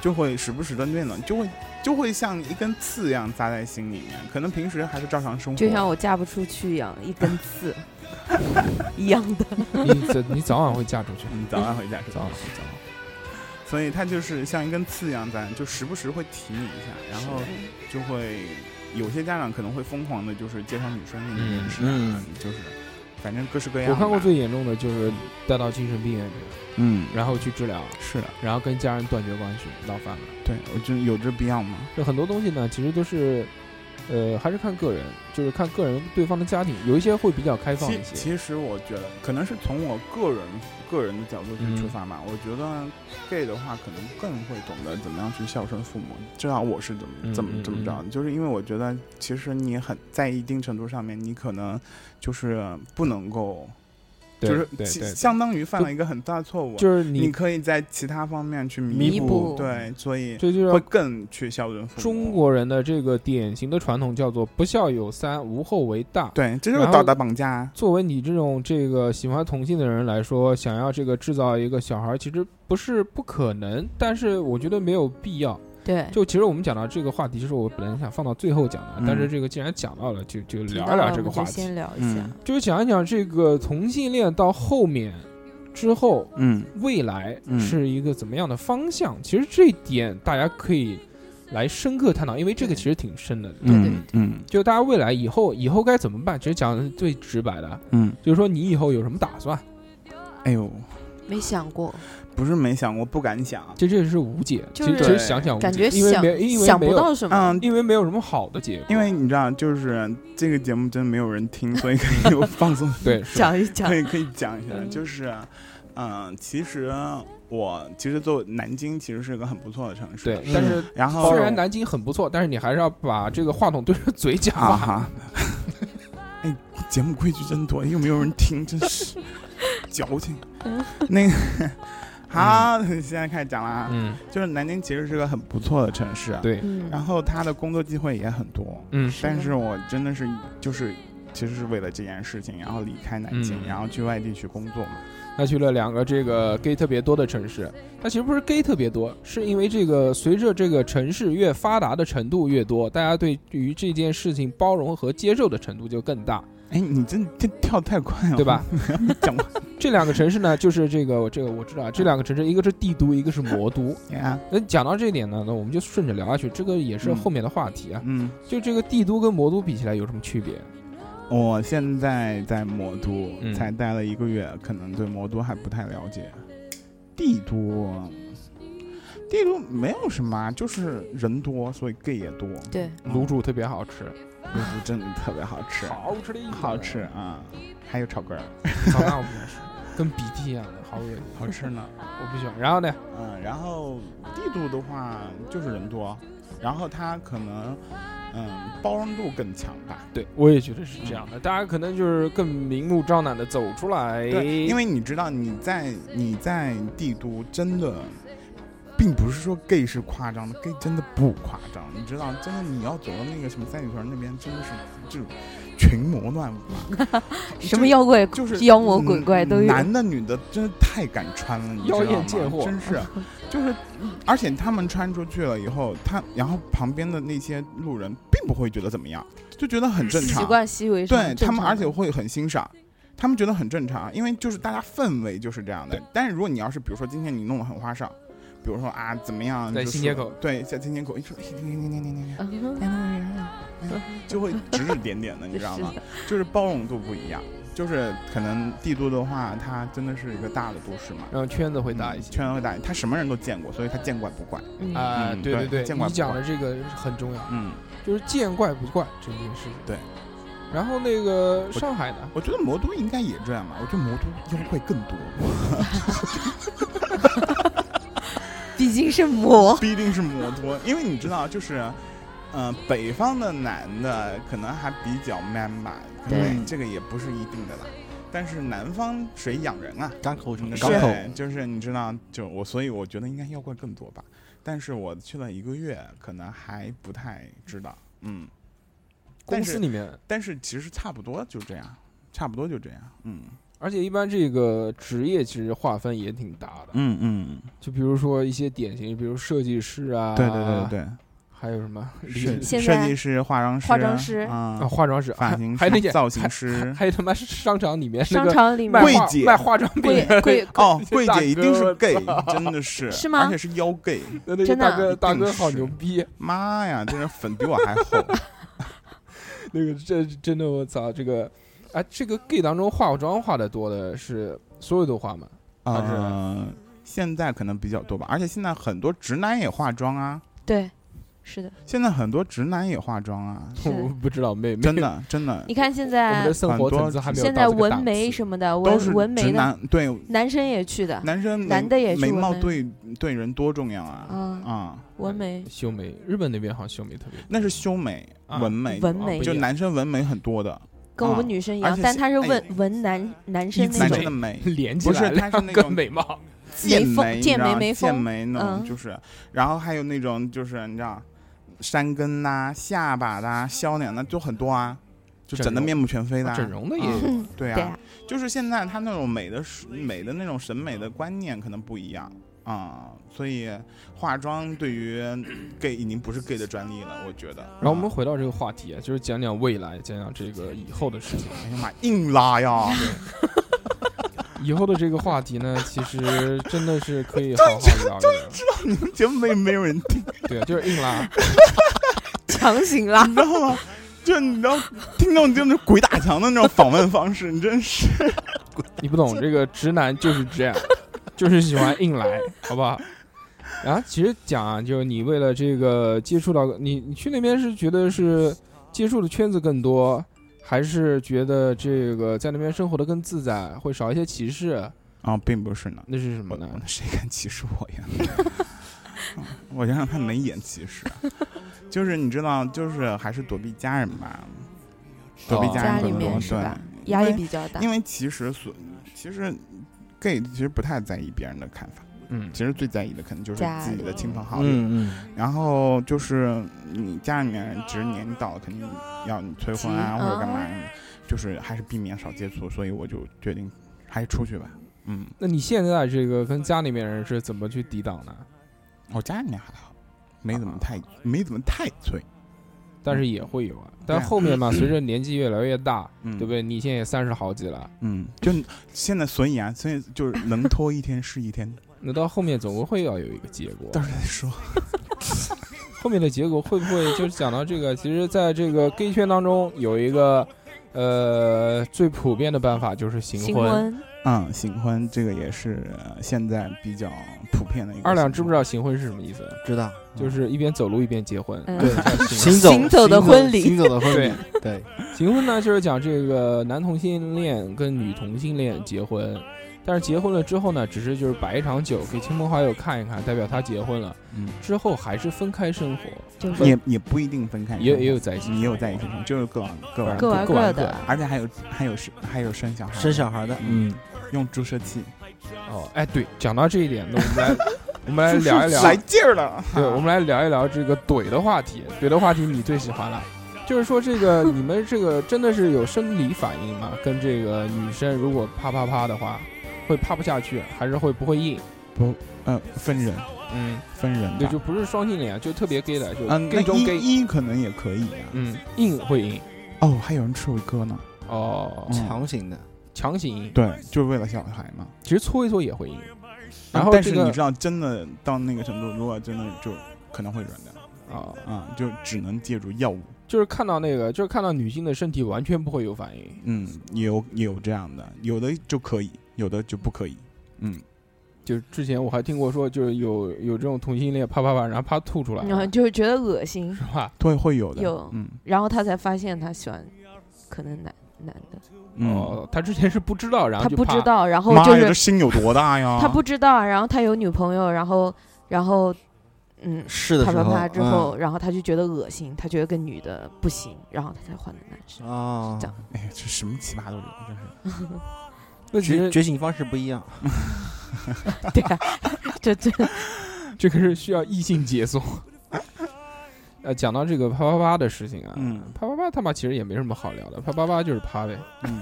Speaker 3: 就会时不时的那种，就会就会像一根刺一样扎在心里面，可能平时还是照常生活，
Speaker 8: 就像我嫁不出去一样，一根 刺一样的。
Speaker 4: 嗯你早你早晚会嫁出去，
Speaker 3: 你嗯早晚回家是
Speaker 4: 早
Speaker 3: 吧
Speaker 4: 晚？会嫁出去。
Speaker 3: 所以他就是像一根刺一样扎，就时不时会提你一下，然后就会有些家长可能会疯狂的，就是介绍女生那
Speaker 4: 嗯
Speaker 3: 件事，
Speaker 2: 嗯，
Speaker 3: 啊就是反正各式各样
Speaker 4: 我
Speaker 3: 吧。
Speaker 4: 看过最严重的就是带到精神病院去，
Speaker 3: 嗯，
Speaker 4: 然后去治疗，
Speaker 3: 是的，
Speaker 4: 然后跟家人断绝关系，闹翻了。
Speaker 3: 对我觉得有这必要吗？
Speaker 4: 这很多东西呢，其实都是，呃，还是看个人，就是看个人对方的家庭，有一些会比较开放
Speaker 3: 其
Speaker 4: 一些。
Speaker 3: 其实我觉得，可能是从我个人个人的角度去出发吧。
Speaker 4: 嗯
Speaker 3: 我觉得 gay 的话，可能更会懂得怎么样去孝顺父母。至少我是怎
Speaker 4: 嗯
Speaker 3: 么
Speaker 4: 嗯
Speaker 3: 怎么怎么着
Speaker 4: 嗯
Speaker 3: 的，就是因为我觉得，其实你很在一定程度上面，你可能就是不能够，
Speaker 4: 对
Speaker 3: 就是
Speaker 4: 对
Speaker 3: 其
Speaker 4: 对，
Speaker 3: 相当于犯
Speaker 4: 就
Speaker 3: 了一个很大的错误。啊
Speaker 4: 就是
Speaker 3: 你
Speaker 4: 你，
Speaker 3: 可以在其他方面去
Speaker 8: 弥
Speaker 3: 补
Speaker 8: 补，
Speaker 3: 对，所以
Speaker 4: 这就
Speaker 3: 会
Speaker 4: 是
Speaker 3: 更去孝顺父母。
Speaker 4: 中国人的这个典型的传统，叫做不孝有三，无后为大。
Speaker 3: 对，这就是
Speaker 4: 然后
Speaker 3: 道德绑架啊。
Speaker 4: 作为你这种这个喜欢同性的人来说，想要这个制造一个小孩，其实不是不可能，但是我觉得没有必要。
Speaker 8: 对，
Speaker 4: 就其实我们讲到这个话题，其实我本来想放到最后讲的，
Speaker 3: 嗯
Speaker 4: 但是这个既然讲到了，就就
Speaker 8: 提
Speaker 4: 聊
Speaker 8: 到
Speaker 4: 一聊
Speaker 8: 了我
Speaker 4: 这个
Speaker 8: 们就
Speaker 4: 话题
Speaker 8: 先。聊一下
Speaker 3: 嗯。
Speaker 4: 就是讲一讲这个同性恋到后面之后，
Speaker 3: 嗯，
Speaker 4: 未来
Speaker 3: 嗯
Speaker 4: 是一个怎么样的方向？其实这一点大家可以来深刻探讨，因为这个其实挺深的。
Speaker 8: 对对
Speaker 3: 嗯嗯
Speaker 4: 就大家未来以后以后该怎么办？其实讲的是最直白的，
Speaker 3: 嗯，
Speaker 4: 就是说你以后有什么打算？
Speaker 3: 哎呦，
Speaker 8: 没想过，
Speaker 3: 不是没想过，不敢想。
Speaker 4: 这这是无解，
Speaker 8: 就
Speaker 4: 其实
Speaker 8: 是
Speaker 4: 其实想想无解
Speaker 8: 感觉
Speaker 4: 嗯因为
Speaker 8: 想
Speaker 4: 没因为
Speaker 8: 想
Speaker 4: 没
Speaker 8: 不
Speaker 4: 有，
Speaker 8: 到什么。
Speaker 3: 嗯，
Speaker 4: 因为没有什么好的结果。
Speaker 3: 因为你知道，就是这个节目真的没有人听，所以可以有放松，
Speaker 4: 对，是
Speaker 8: 讲一讲
Speaker 3: 可，以可以讲一下。就是，嗯、其实我其实作为南京其实是个很不错的城市，
Speaker 4: 对，嗯但是
Speaker 3: 然后
Speaker 4: 虽然南京很不错，但是你还是要把这个话筒对着嘴讲
Speaker 3: 啊
Speaker 4: 话。
Speaker 3: 哈， 哎，节目规矩真多，哎又没有人听，真是矫情。 那个，好，现在开始讲了啊，
Speaker 4: 嗯，
Speaker 3: 就是南京其实是个很不错的城市，啊
Speaker 4: 对，
Speaker 8: 嗯
Speaker 3: 然后它的工作机会也很多，
Speaker 4: 嗯，
Speaker 3: 但
Speaker 8: 的
Speaker 3: 是我真的是就是其实是为了这件事情，然后离开南京，
Speaker 4: 嗯
Speaker 3: 然后去外地去工作嘛。
Speaker 4: 他去了两个这个 gay 特别多的城市。他其实不是 gay 特别多，是因为这个随着这个城市越发达的程度越多，大家对于这件事情包容和接受的程度就更大，
Speaker 3: 哎，你这这跳太快了，
Speaker 4: 对吧？
Speaker 3: 讲话
Speaker 4: 这两个城市呢，就是这个我这个我知道啊，这两个城市一个是帝都，一个是魔都。
Speaker 3: 呀，
Speaker 4: 那讲到这一点呢，那我们就顺着聊下去，这个也是后面的话题啊。
Speaker 3: 嗯，
Speaker 4: 就这个帝都跟魔都比起来有什么区别？
Speaker 3: 我现在在魔都
Speaker 4: 嗯
Speaker 3: 才待了一个月，可能对魔都还不太了解。帝都，帝都没有什么啊，就是人多，所以 gay 也多。
Speaker 8: 对，
Speaker 3: 嗯
Speaker 4: 卤煮特别好吃，
Speaker 3: 卤煮真的特别好吃，
Speaker 4: 吃的
Speaker 3: 好吃，啊，还有炒肝儿，
Speaker 4: 早哦饭我不吃，跟鼻涕一样的，好恶心，
Speaker 3: 好吃呢。
Speaker 4: 我不喜欢。然后呢，
Speaker 3: 嗯，然后帝都的话就是人多，然后它可能嗯包容度更强吧。
Speaker 4: 对，我也觉得是这样
Speaker 3: 嗯
Speaker 4: 的。大家可能就是更明目张胆的走出来，
Speaker 3: 对，因为你知道你在你在帝都真的。并不是说 gay 是夸张的，gay 真的不夸张，你知道，真的你要走到那个什么三里屯那边，真的是就群魔乱舞啊，
Speaker 8: 什么妖怪、
Speaker 3: 就是
Speaker 8: 妖魔鬼怪
Speaker 3: 嗯
Speaker 8: 都有。
Speaker 3: 男的女的真的太敢穿了，你知道
Speaker 4: 妖
Speaker 3: 吗？
Speaker 4: 艳贱货
Speaker 3: 真 是，就是，嗯而且他们穿出去了以后，他然后旁边的那些路人并不会觉得怎么样，就觉得很正
Speaker 8: 习
Speaker 3: 常，
Speaker 8: 惯习为常
Speaker 3: 对他们，而且
Speaker 8: 正常
Speaker 3: 会很欣赏。他们觉得很正常，因为就是大家氛围就是这样的。但是如果你要是比如说今天你弄得很花哨，比如说啊怎么样，
Speaker 4: 在
Speaker 3: 就
Speaker 4: 新
Speaker 3: 说
Speaker 4: 街口，
Speaker 3: 对，在新街口一说，哎你你你你你你
Speaker 8: 的嗯
Speaker 3: 就会指指点点的，你知道吗？就是包容度不一样，就是可能帝都的话，它真的是一个大的都市嘛，
Speaker 4: 然后圈子会大一些。
Speaker 3: 圈子会大，他什么人都见过，所以他见怪不怪。
Speaker 8: 嗯
Speaker 4: 啊、
Speaker 3: 嗯
Speaker 4: 对
Speaker 3: 对
Speaker 4: 对，
Speaker 3: 见怪
Speaker 4: 你
Speaker 3: 不
Speaker 4: 讲
Speaker 3: 怪
Speaker 4: 的这个很重要，
Speaker 3: 嗯，
Speaker 4: 就是见怪不怪这件事情。
Speaker 3: 对。
Speaker 4: 然后那个上海呢？
Speaker 3: 我觉得魔都应该也这样吧，我觉得魔都妖怪更多。
Speaker 7: 毕竟是魔，
Speaker 3: 必定是摩托，因为你知道，就是，呃，北方的男的可能还比较 man 吧，可能
Speaker 2: 对
Speaker 3: 这个也不是一定的啦。但是南方水养人啊，
Speaker 2: 港口什么的，
Speaker 3: 对
Speaker 2: 港口
Speaker 3: 就是你知道，就我，所以我觉得应该妖怪更多吧。但是我去了一个月，可能还不太知道，嗯。但
Speaker 4: 公司
Speaker 3: 是
Speaker 4: 里面，
Speaker 3: 但是其实差不多就这样，差不多就这样，嗯
Speaker 4: 而且一般这个职业其实划分也挺大的，
Speaker 3: 嗯嗯，
Speaker 4: 就比如说一些典型，比如设计师啊，
Speaker 3: 对对对对
Speaker 4: 还有什么
Speaker 3: 对，
Speaker 4: 理
Speaker 3: 设
Speaker 8: 现
Speaker 3: 设
Speaker 8: 在
Speaker 3: 计师、化妆师、
Speaker 8: 化妆师
Speaker 3: 啊
Speaker 4: 啊，化妆师、
Speaker 3: 发型
Speaker 4: 还还有那
Speaker 3: 师、
Speaker 4: 些
Speaker 3: 造型师，
Speaker 4: 还有他妈商场里面那
Speaker 7: 商
Speaker 4: 个
Speaker 7: 场里
Speaker 4: 卖
Speaker 7: 面
Speaker 3: 贵
Speaker 4: 化
Speaker 3: 姐
Speaker 4: 卖化妆品
Speaker 7: 贵
Speaker 4: 的
Speaker 7: 贵
Speaker 3: 哦，
Speaker 4: 贵
Speaker 3: 柜
Speaker 4: 大哥
Speaker 3: 姐一定
Speaker 4: 我
Speaker 3: 是 gay，
Speaker 4: 操
Speaker 3: 真的是，
Speaker 7: 是吗
Speaker 3: 而且是妖 gay，
Speaker 4: 那那个
Speaker 7: 真的
Speaker 4: 大哥
Speaker 3: 一
Speaker 4: 大
Speaker 3: 定
Speaker 4: 哥好
Speaker 3: 是
Speaker 4: 牛逼，
Speaker 3: 妈呀，这人粉比我还 厚。
Speaker 4: 那个这真的我操这个，哎，这个 gay 当中化妆化的多的是所有都化吗？还是
Speaker 3: 呃，现在可能比较多吧，而且现在很多直男也化妆啊，
Speaker 7: 对，是的，
Speaker 3: 现在很多直男也化妆啊，
Speaker 7: 是
Speaker 4: 我不知道，没没
Speaker 3: 真，的真的
Speaker 7: 你看现
Speaker 4: 我们
Speaker 7: 在
Speaker 4: 的生活层次还没有
Speaker 7: 现在
Speaker 4: 到这个档
Speaker 7: 纹眉
Speaker 4: 次
Speaker 7: 什么的，
Speaker 3: 都是
Speaker 7: 纹纹眉
Speaker 3: 直
Speaker 7: 的
Speaker 3: 男对
Speaker 7: 男生也去的，
Speaker 3: 男生眉
Speaker 7: 男的也去
Speaker 3: 眉
Speaker 7: 纹
Speaker 3: 毛
Speaker 7: 眉
Speaker 3: 对对人多重要啊
Speaker 7: 嗯，
Speaker 3: 啊，
Speaker 7: 纹眉
Speaker 4: 修眉，日本那边好像修眉特别多。
Speaker 3: 那是修眉
Speaker 4: 啊
Speaker 3: 纹眉，
Speaker 7: 纹
Speaker 4: 啊
Speaker 7: 眉
Speaker 4: 不一
Speaker 3: 就
Speaker 4: 样
Speaker 3: 男生纹眉很多的，
Speaker 7: 跟我
Speaker 3: 啊
Speaker 7: 们女生一
Speaker 3: 而
Speaker 7: 样
Speaker 3: 且，
Speaker 7: 但
Speaker 3: 是
Speaker 7: 他是
Speaker 3: 哎
Speaker 7: 纹纹男男生
Speaker 4: 一
Speaker 7: 那
Speaker 3: 男
Speaker 4: 直
Speaker 7: 种
Speaker 3: 生的眉
Speaker 4: 连起
Speaker 3: 不是
Speaker 4: 来
Speaker 3: 它
Speaker 4: 两
Speaker 3: 是那
Speaker 4: 个
Speaker 3: 种
Speaker 4: 眉毛，
Speaker 3: 剑
Speaker 7: 眉峰
Speaker 3: 眉，
Speaker 7: 剑
Speaker 3: 你知道
Speaker 7: 眉眉
Speaker 3: 剑
Speaker 7: 峰
Speaker 3: 眉那种
Speaker 7: 嗯
Speaker 3: 就是，然后还有那种就是你知道，山根呐、下巴啦、笑脸呐，就很多啊，就
Speaker 4: 整
Speaker 3: 整的
Speaker 4: 容
Speaker 3: 面目全非的啊、
Speaker 4: 整容的也
Speaker 3: 啊
Speaker 4: 有
Speaker 3: 对
Speaker 7: 对
Speaker 3: 啊
Speaker 7: 啊，
Speaker 3: 就是现在他那种美的是美的那种审美的观念可能不一样啊、所以化妆对于 gay 已经不是 gay 的专利了，我觉得。
Speaker 4: 然后我们
Speaker 3: 啊，
Speaker 4: 回到这个话题，啊，就是讲讲未来，讲讲这个以后的事情。
Speaker 3: 哎呀妈，硬拉呀！
Speaker 4: 以后的这个话题呢，其实真的是可以好好 聊一聊。
Speaker 3: 你们节目没没有人听，
Speaker 4: 对，就是硬拉，
Speaker 7: 强行啦，
Speaker 3: 你知道吗？啊就你知道，听众就是鬼打墙的那种访问方式，你真是。
Speaker 4: 你不懂这个直男就是这样，就是喜欢硬来，好不好？然后其实讲啊，就是你为了这个接触到你，你去那边是觉得是接触的圈子更多，还是觉得这个在那边生活的更自在，会少一些歧视？
Speaker 3: 啊、并不是呢，
Speaker 4: 那是什么
Speaker 3: 我
Speaker 4: 呢？
Speaker 3: 谁敢歧视我呀？啊 我就让他眉眼 歧视啊，就是你知道，就是还是躲避家人吧，躲避
Speaker 4: 哦
Speaker 3: 人
Speaker 8: 家里
Speaker 3: 更多，
Speaker 8: 面是吧
Speaker 3: 对，
Speaker 8: 压力
Speaker 3: 因为
Speaker 8: 比较大
Speaker 3: 因。为其实所其实 gay 其实不太在意别人的看法，
Speaker 4: 嗯，
Speaker 3: 其实最在意的可能就是
Speaker 8: 家
Speaker 3: 自己的
Speaker 8: 里
Speaker 3: 亲朋好友，
Speaker 2: 嗯
Speaker 3: 然后就是你家里面人，只是年纪到了，肯定要你催婚啊
Speaker 8: 急嗯
Speaker 3: 或者干嘛，就是还是避免少接触，所以我就决定还是出去吧。嗯，
Speaker 4: 那你现在这个跟家里面人是怎么去抵挡呢？
Speaker 3: 我家里面还好，没怎么
Speaker 4: 啊
Speaker 3: 太没怎么太催，
Speaker 4: 但是也会有啊，
Speaker 3: 对啊
Speaker 4: 但后面嘛，随着年纪越来越大，
Speaker 3: 嗯，
Speaker 4: 对不？对？你现在也三十好几了，
Speaker 3: 嗯，就现在，所以啊，所以就是能拖一天是一天，
Speaker 4: 那到后面总会要有一个结果。
Speaker 3: 到时候再 说。
Speaker 4: 后面的结果会不会 就是讲到这个？其实，在这个 gay 圈当中，有一个呃最普遍的办法就是行
Speaker 8: 新
Speaker 4: 婚。
Speaker 8: 婚
Speaker 3: 嗯，行婚这个也是呃现在比较普遍的一个。
Speaker 4: 二两知不知道？行婚是什么意思？
Speaker 3: 嗯
Speaker 2: 知道，
Speaker 4: 就是一边走路一边结婚。
Speaker 8: 嗯
Speaker 2: 对，
Speaker 4: 叫
Speaker 2: 行
Speaker 4: 行
Speaker 2: 走
Speaker 8: 行走的婚礼
Speaker 2: 行走的婚礼，对，
Speaker 4: 婚行婚呢，就是讲这个男同性恋跟女同性恋结婚，但是结婚了之后呢，只是就是摆一场酒给亲朋好友看一看，代表他结婚了。
Speaker 3: 嗯，
Speaker 4: 之后还是分开生活，
Speaker 8: 就是
Speaker 3: 也也不一定分开生活，
Speaker 4: 也也有在一起，
Speaker 3: 也有在一起生活，就是各玩啊各玩
Speaker 8: 各
Speaker 4: 各
Speaker 8: 玩
Speaker 4: 各玩各
Speaker 8: 的，
Speaker 3: 而且还有还有生还有生小孩，
Speaker 2: 生小孩的，
Speaker 3: 嗯，用注射器，
Speaker 4: 哦，哎，对，讲到这一点，那我 们来我们来哎聊一聊，
Speaker 3: 来劲儿 了。
Speaker 8: 啊
Speaker 4: 对，我们来聊一聊这个怼的话题。怼的话题你最喜欢了，就是说这个你们这个真的是有生理反应吗？跟这个女生如果啪啪啪的话，会啪不下去，还是会不会硬？
Speaker 3: 呃，分人
Speaker 4: 嗯，
Speaker 3: 分人吧，
Speaker 4: 对，就不是双性恋啊，就特别 gay 的，就
Speaker 3: 嗯，那
Speaker 4: gay 中 gay，
Speaker 3: 一一可能也可以啊。
Speaker 4: 嗯，硬会硬
Speaker 3: 哦，还有人吃我一哥呢，
Speaker 4: 哦，
Speaker 3: 嗯
Speaker 2: 强行的，
Speaker 4: 强行硬，
Speaker 3: 对，就是为了小孩嘛。
Speaker 4: 其实搓一搓也会硬。然
Speaker 3: 啊
Speaker 4: 后
Speaker 3: 但
Speaker 4: 这
Speaker 3: 是
Speaker 4: 个
Speaker 3: 你知道，真的到那个程度，如果真的就可能会软掉
Speaker 4: 啊，
Speaker 3: 啊，就只能借助药物。
Speaker 4: 就是看到那个，就是看到女性的身体完全不会有反应。
Speaker 3: 嗯，也有也有这样的，有的就可以，有的就不可以。嗯，
Speaker 4: 就是之前我还听过说，就是有有这种同性恋啪啪啪，然后啪吐出来，
Speaker 8: 然后
Speaker 4: 是
Speaker 8: 就是觉得恶心，
Speaker 4: 吧？
Speaker 3: 对，会有的。
Speaker 8: 有
Speaker 3: 嗯
Speaker 8: 然后他才发现他喜欢可能男男的，
Speaker 3: 嗯，
Speaker 4: 哦，他之前是不知道，然后
Speaker 8: 他
Speaker 4: 就
Speaker 8: 不
Speaker 4: 啪
Speaker 8: 知道，然后
Speaker 3: 妈
Speaker 8: 就
Speaker 3: 呀，这啊
Speaker 8: 是
Speaker 3: 心有多大呀？
Speaker 8: 他不知道，然后他有女朋友，然后然后嗯，
Speaker 2: 试的
Speaker 8: 啪
Speaker 2: 时
Speaker 8: 啪
Speaker 2: 候，嗯
Speaker 8: 啪之后，然后他就觉得恶心，他觉得跟女的不行，然后他才换的男生。
Speaker 2: 嗯啊
Speaker 8: 是这，样
Speaker 3: 哎呀，这什么奇葩都有，真是。
Speaker 4: 那其
Speaker 2: 觉
Speaker 4: 实
Speaker 2: 觉醒方式不一样，
Speaker 8: 对啊， 这这
Speaker 4: 这个是需要异性解锁。 呃，讲到这个啪啪啪的事情啊，
Speaker 3: 嗯
Speaker 4: 啪啪啪他妈其实也没什么好聊的，啪啪啪就是啪呗，
Speaker 3: 嗯，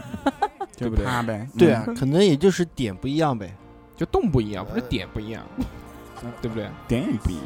Speaker 4: 对
Speaker 3: 就
Speaker 4: 不对
Speaker 3: 啪呗。嗯
Speaker 2: 对啊，可能也就是点不一样呗。
Speaker 4: 就动不一样，不是点不一样， 对不对？
Speaker 3: 嗯，点也不一样。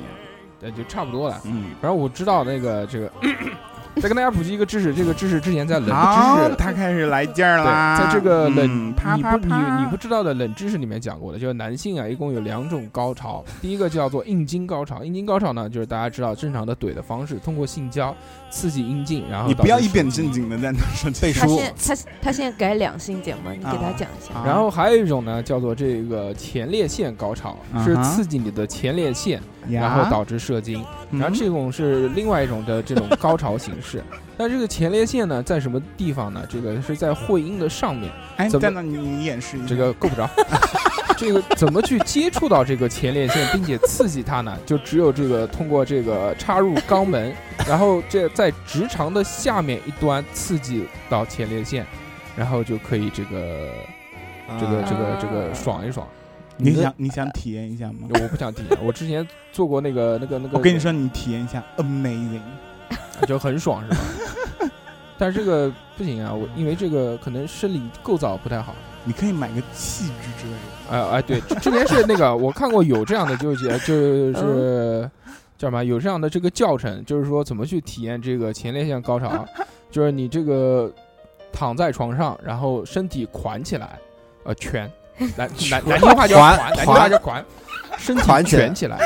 Speaker 4: 那就差不多了。
Speaker 3: 嗯，
Speaker 4: 反正我知道那个这个， 再跟大家普及一个知识，这个知识之前在冷
Speaker 3: 好，
Speaker 4: 知识。
Speaker 3: 他开始来劲儿
Speaker 4: 对，
Speaker 3: 啦。
Speaker 4: 在这个冷
Speaker 3: 嗯啊啪
Speaker 4: 你
Speaker 3: 啪
Speaker 4: 不你
Speaker 3: 啪，
Speaker 4: 你不知道的冷知识里面讲过的，就是男性啊，一共有两种高潮，第一个叫做阴茎高潮，阴茎高潮呢，就是大家知道正常的怼的方式，通过性交刺激阴茎，然后
Speaker 3: 你
Speaker 4: 导
Speaker 3: 不要
Speaker 4: 致
Speaker 3: 一本
Speaker 4: 射精
Speaker 3: 正经的在那说这
Speaker 2: 背
Speaker 3: 些
Speaker 8: 他
Speaker 2: 书
Speaker 8: 现他他现在改两性节目，你给他
Speaker 3: 啊
Speaker 8: 讲一下。
Speaker 3: 啊
Speaker 4: 然后还有一种呢，叫做这个前列腺高潮，
Speaker 3: 嗯
Speaker 4: 是
Speaker 3: 哼
Speaker 4: 刺激你的前列腺，
Speaker 3: 呀嗯
Speaker 4: 然后导致射精。然后这种是另外一种的这种高潮形式。 但这个前列腺呢，在什么地方呢？这个是在会阴的上面，
Speaker 3: 哎，
Speaker 4: 怎么
Speaker 3: 蛋蛋，你你演示一下
Speaker 4: 这个够不着。 这个怎么去接触到这个前列腺，并且刺激它呢？就只有这个通过这个插入肛门，然后这在直肠的下面一端刺激到前列腺，然后就可以这个这
Speaker 2: 啊
Speaker 4: 个这
Speaker 3: 啊
Speaker 4: 个这个爽一爽。
Speaker 3: 你
Speaker 2: 你的
Speaker 3: 想你想体验一下吗？
Speaker 4: 我不想体验，我之前做过那个那个那个，
Speaker 3: 我跟你说，你体验一下，amazing。
Speaker 4: 就很爽是吧？但是这个不行啊，我因为这个可能生理构造不太好。
Speaker 3: 你可以买个器具之类 的。
Speaker 4: 哎、哎，对，之之前是那个我看过有这样的，就是就是叫什么？有这样的这个教程，就是说怎么去体验这个前列腺高潮，就是你这个躺在床上，然后身体蜷起来，呃，蜷，南南南京话叫
Speaker 2: 团
Speaker 4: 蜷，南京话叫蜷，身体
Speaker 2: 团起来
Speaker 4: 蜷起来。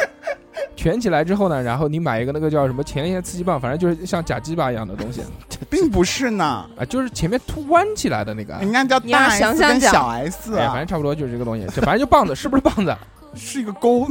Speaker 4: 蜷起来之后呢，然后你买一个那个叫什么前列腺刺激棒，反正就是像假鸡巴一样的东西，
Speaker 3: 并不是呢，
Speaker 4: 啊，就是前面突弯起来的那个，哎
Speaker 3: 人，家叫
Speaker 8: 你要
Speaker 3: 大 S
Speaker 8: 想想
Speaker 3: 跟
Speaker 8: 讲
Speaker 3: 小 S，啊
Speaker 4: 反正差不多就是这个东西，就反正就棒子，是不是棒子？
Speaker 3: 是一个钩。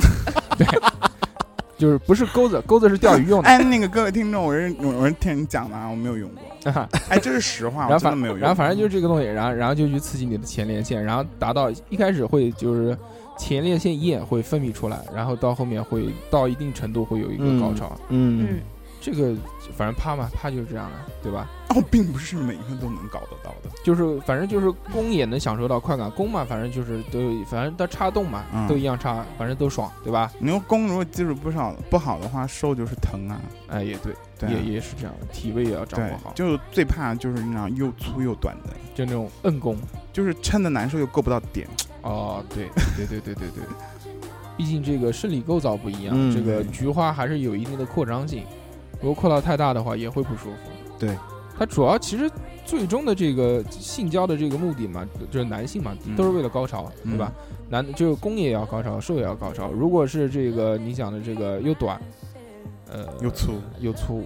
Speaker 4: 就是不是钩子，钩子是钓鱼用的。
Speaker 3: 哎，那个各位听众，我是我我是听人讲的啊，我没有用过。哎，这是 实话，
Speaker 4: 然
Speaker 3: 我
Speaker 4: 后
Speaker 3: 真的
Speaker 4: 反
Speaker 3: 没 有用过。
Speaker 4: 然后反正就是这个东西，然后然后就去刺激你的前列腺，然后达到一开始会就是前列腺液会分泌出来，然后到后面会到一定程度会有一个
Speaker 2: 嗯
Speaker 4: 高潮。
Speaker 2: 嗯
Speaker 8: 嗯，
Speaker 4: 这个反正啪嘛，啪就是这样的，对吧？
Speaker 3: 哦，并不是每个都能搞得到的。
Speaker 4: 就是反正就是攻也能享受到快感，攻嘛反正就是都反正它插洞嘛、
Speaker 3: 嗯
Speaker 4: 都一样插，反正都爽，对吧？
Speaker 3: 你用弓如果技术不少不好的话，受就是疼啊。
Speaker 4: 哎也对，
Speaker 3: 对啊
Speaker 4: 也也是这样的，体位也要掌
Speaker 3: 对
Speaker 4: 握好，，就
Speaker 3: 就最怕就是那样又粗又短的，
Speaker 4: 就那种摁攻。
Speaker 3: 就是撑的难受又够不到点。
Speaker 4: 哦，对对对对对对， 毕竟这个生理构造不一样，
Speaker 2: 嗯
Speaker 4: 这个菊花还是有一定的扩张性，如果扩到太大的话也会不舒服。
Speaker 3: 对，
Speaker 4: 它主要其实最终的这个性交的这个目的嘛，就是男性嘛，
Speaker 3: 嗯
Speaker 4: 都是为了高潮，
Speaker 3: 嗯
Speaker 4: 对吧？男就是攻也要高潮，受也要高潮。如果是这个你讲的这个又短，呃，
Speaker 3: 又粗
Speaker 4: 又粗。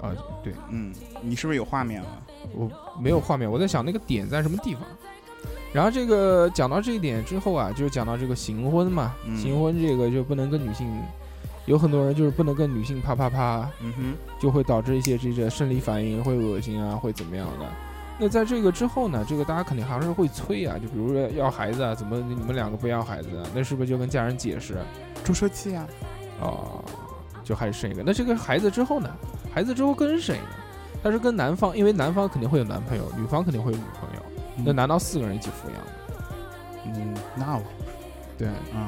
Speaker 4: 呃，啊，对，
Speaker 3: 嗯，你是不是有画面了？
Speaker 4: 我没有画面，我在想那个点在什么地方。然后这个讲到这一点之后啊，就是讲到这个行婚嘛，
Speaker 3: 嗯
Speaker 4: 行婚这个就不能跟女性，有很多人就是不能跟女性啪啪啪，
Speaker 3: 嗯哼，
Speaker 4: 就会导致一些这个生理反应，会恶心啊，会怎么样的。那在这个之后呢，这个大家肯定还是会催啊，就比如说要孩子啊，怎么你们两个不要孩子啊？那是不是就跟家人解释啊、
Speaker 3: 注射器啊，
Speaker 4: 就还是生一个？那这个孩子之后呢？孩子之后跟谁呢？他是跟男方，因为男方肯定会有男朋友，女方肯定会有女朋友。那难道四个人一起抚养吗？
Speaker 3: 嗯，那我
Speaker 4: 对，
Speaker 3: 嗯，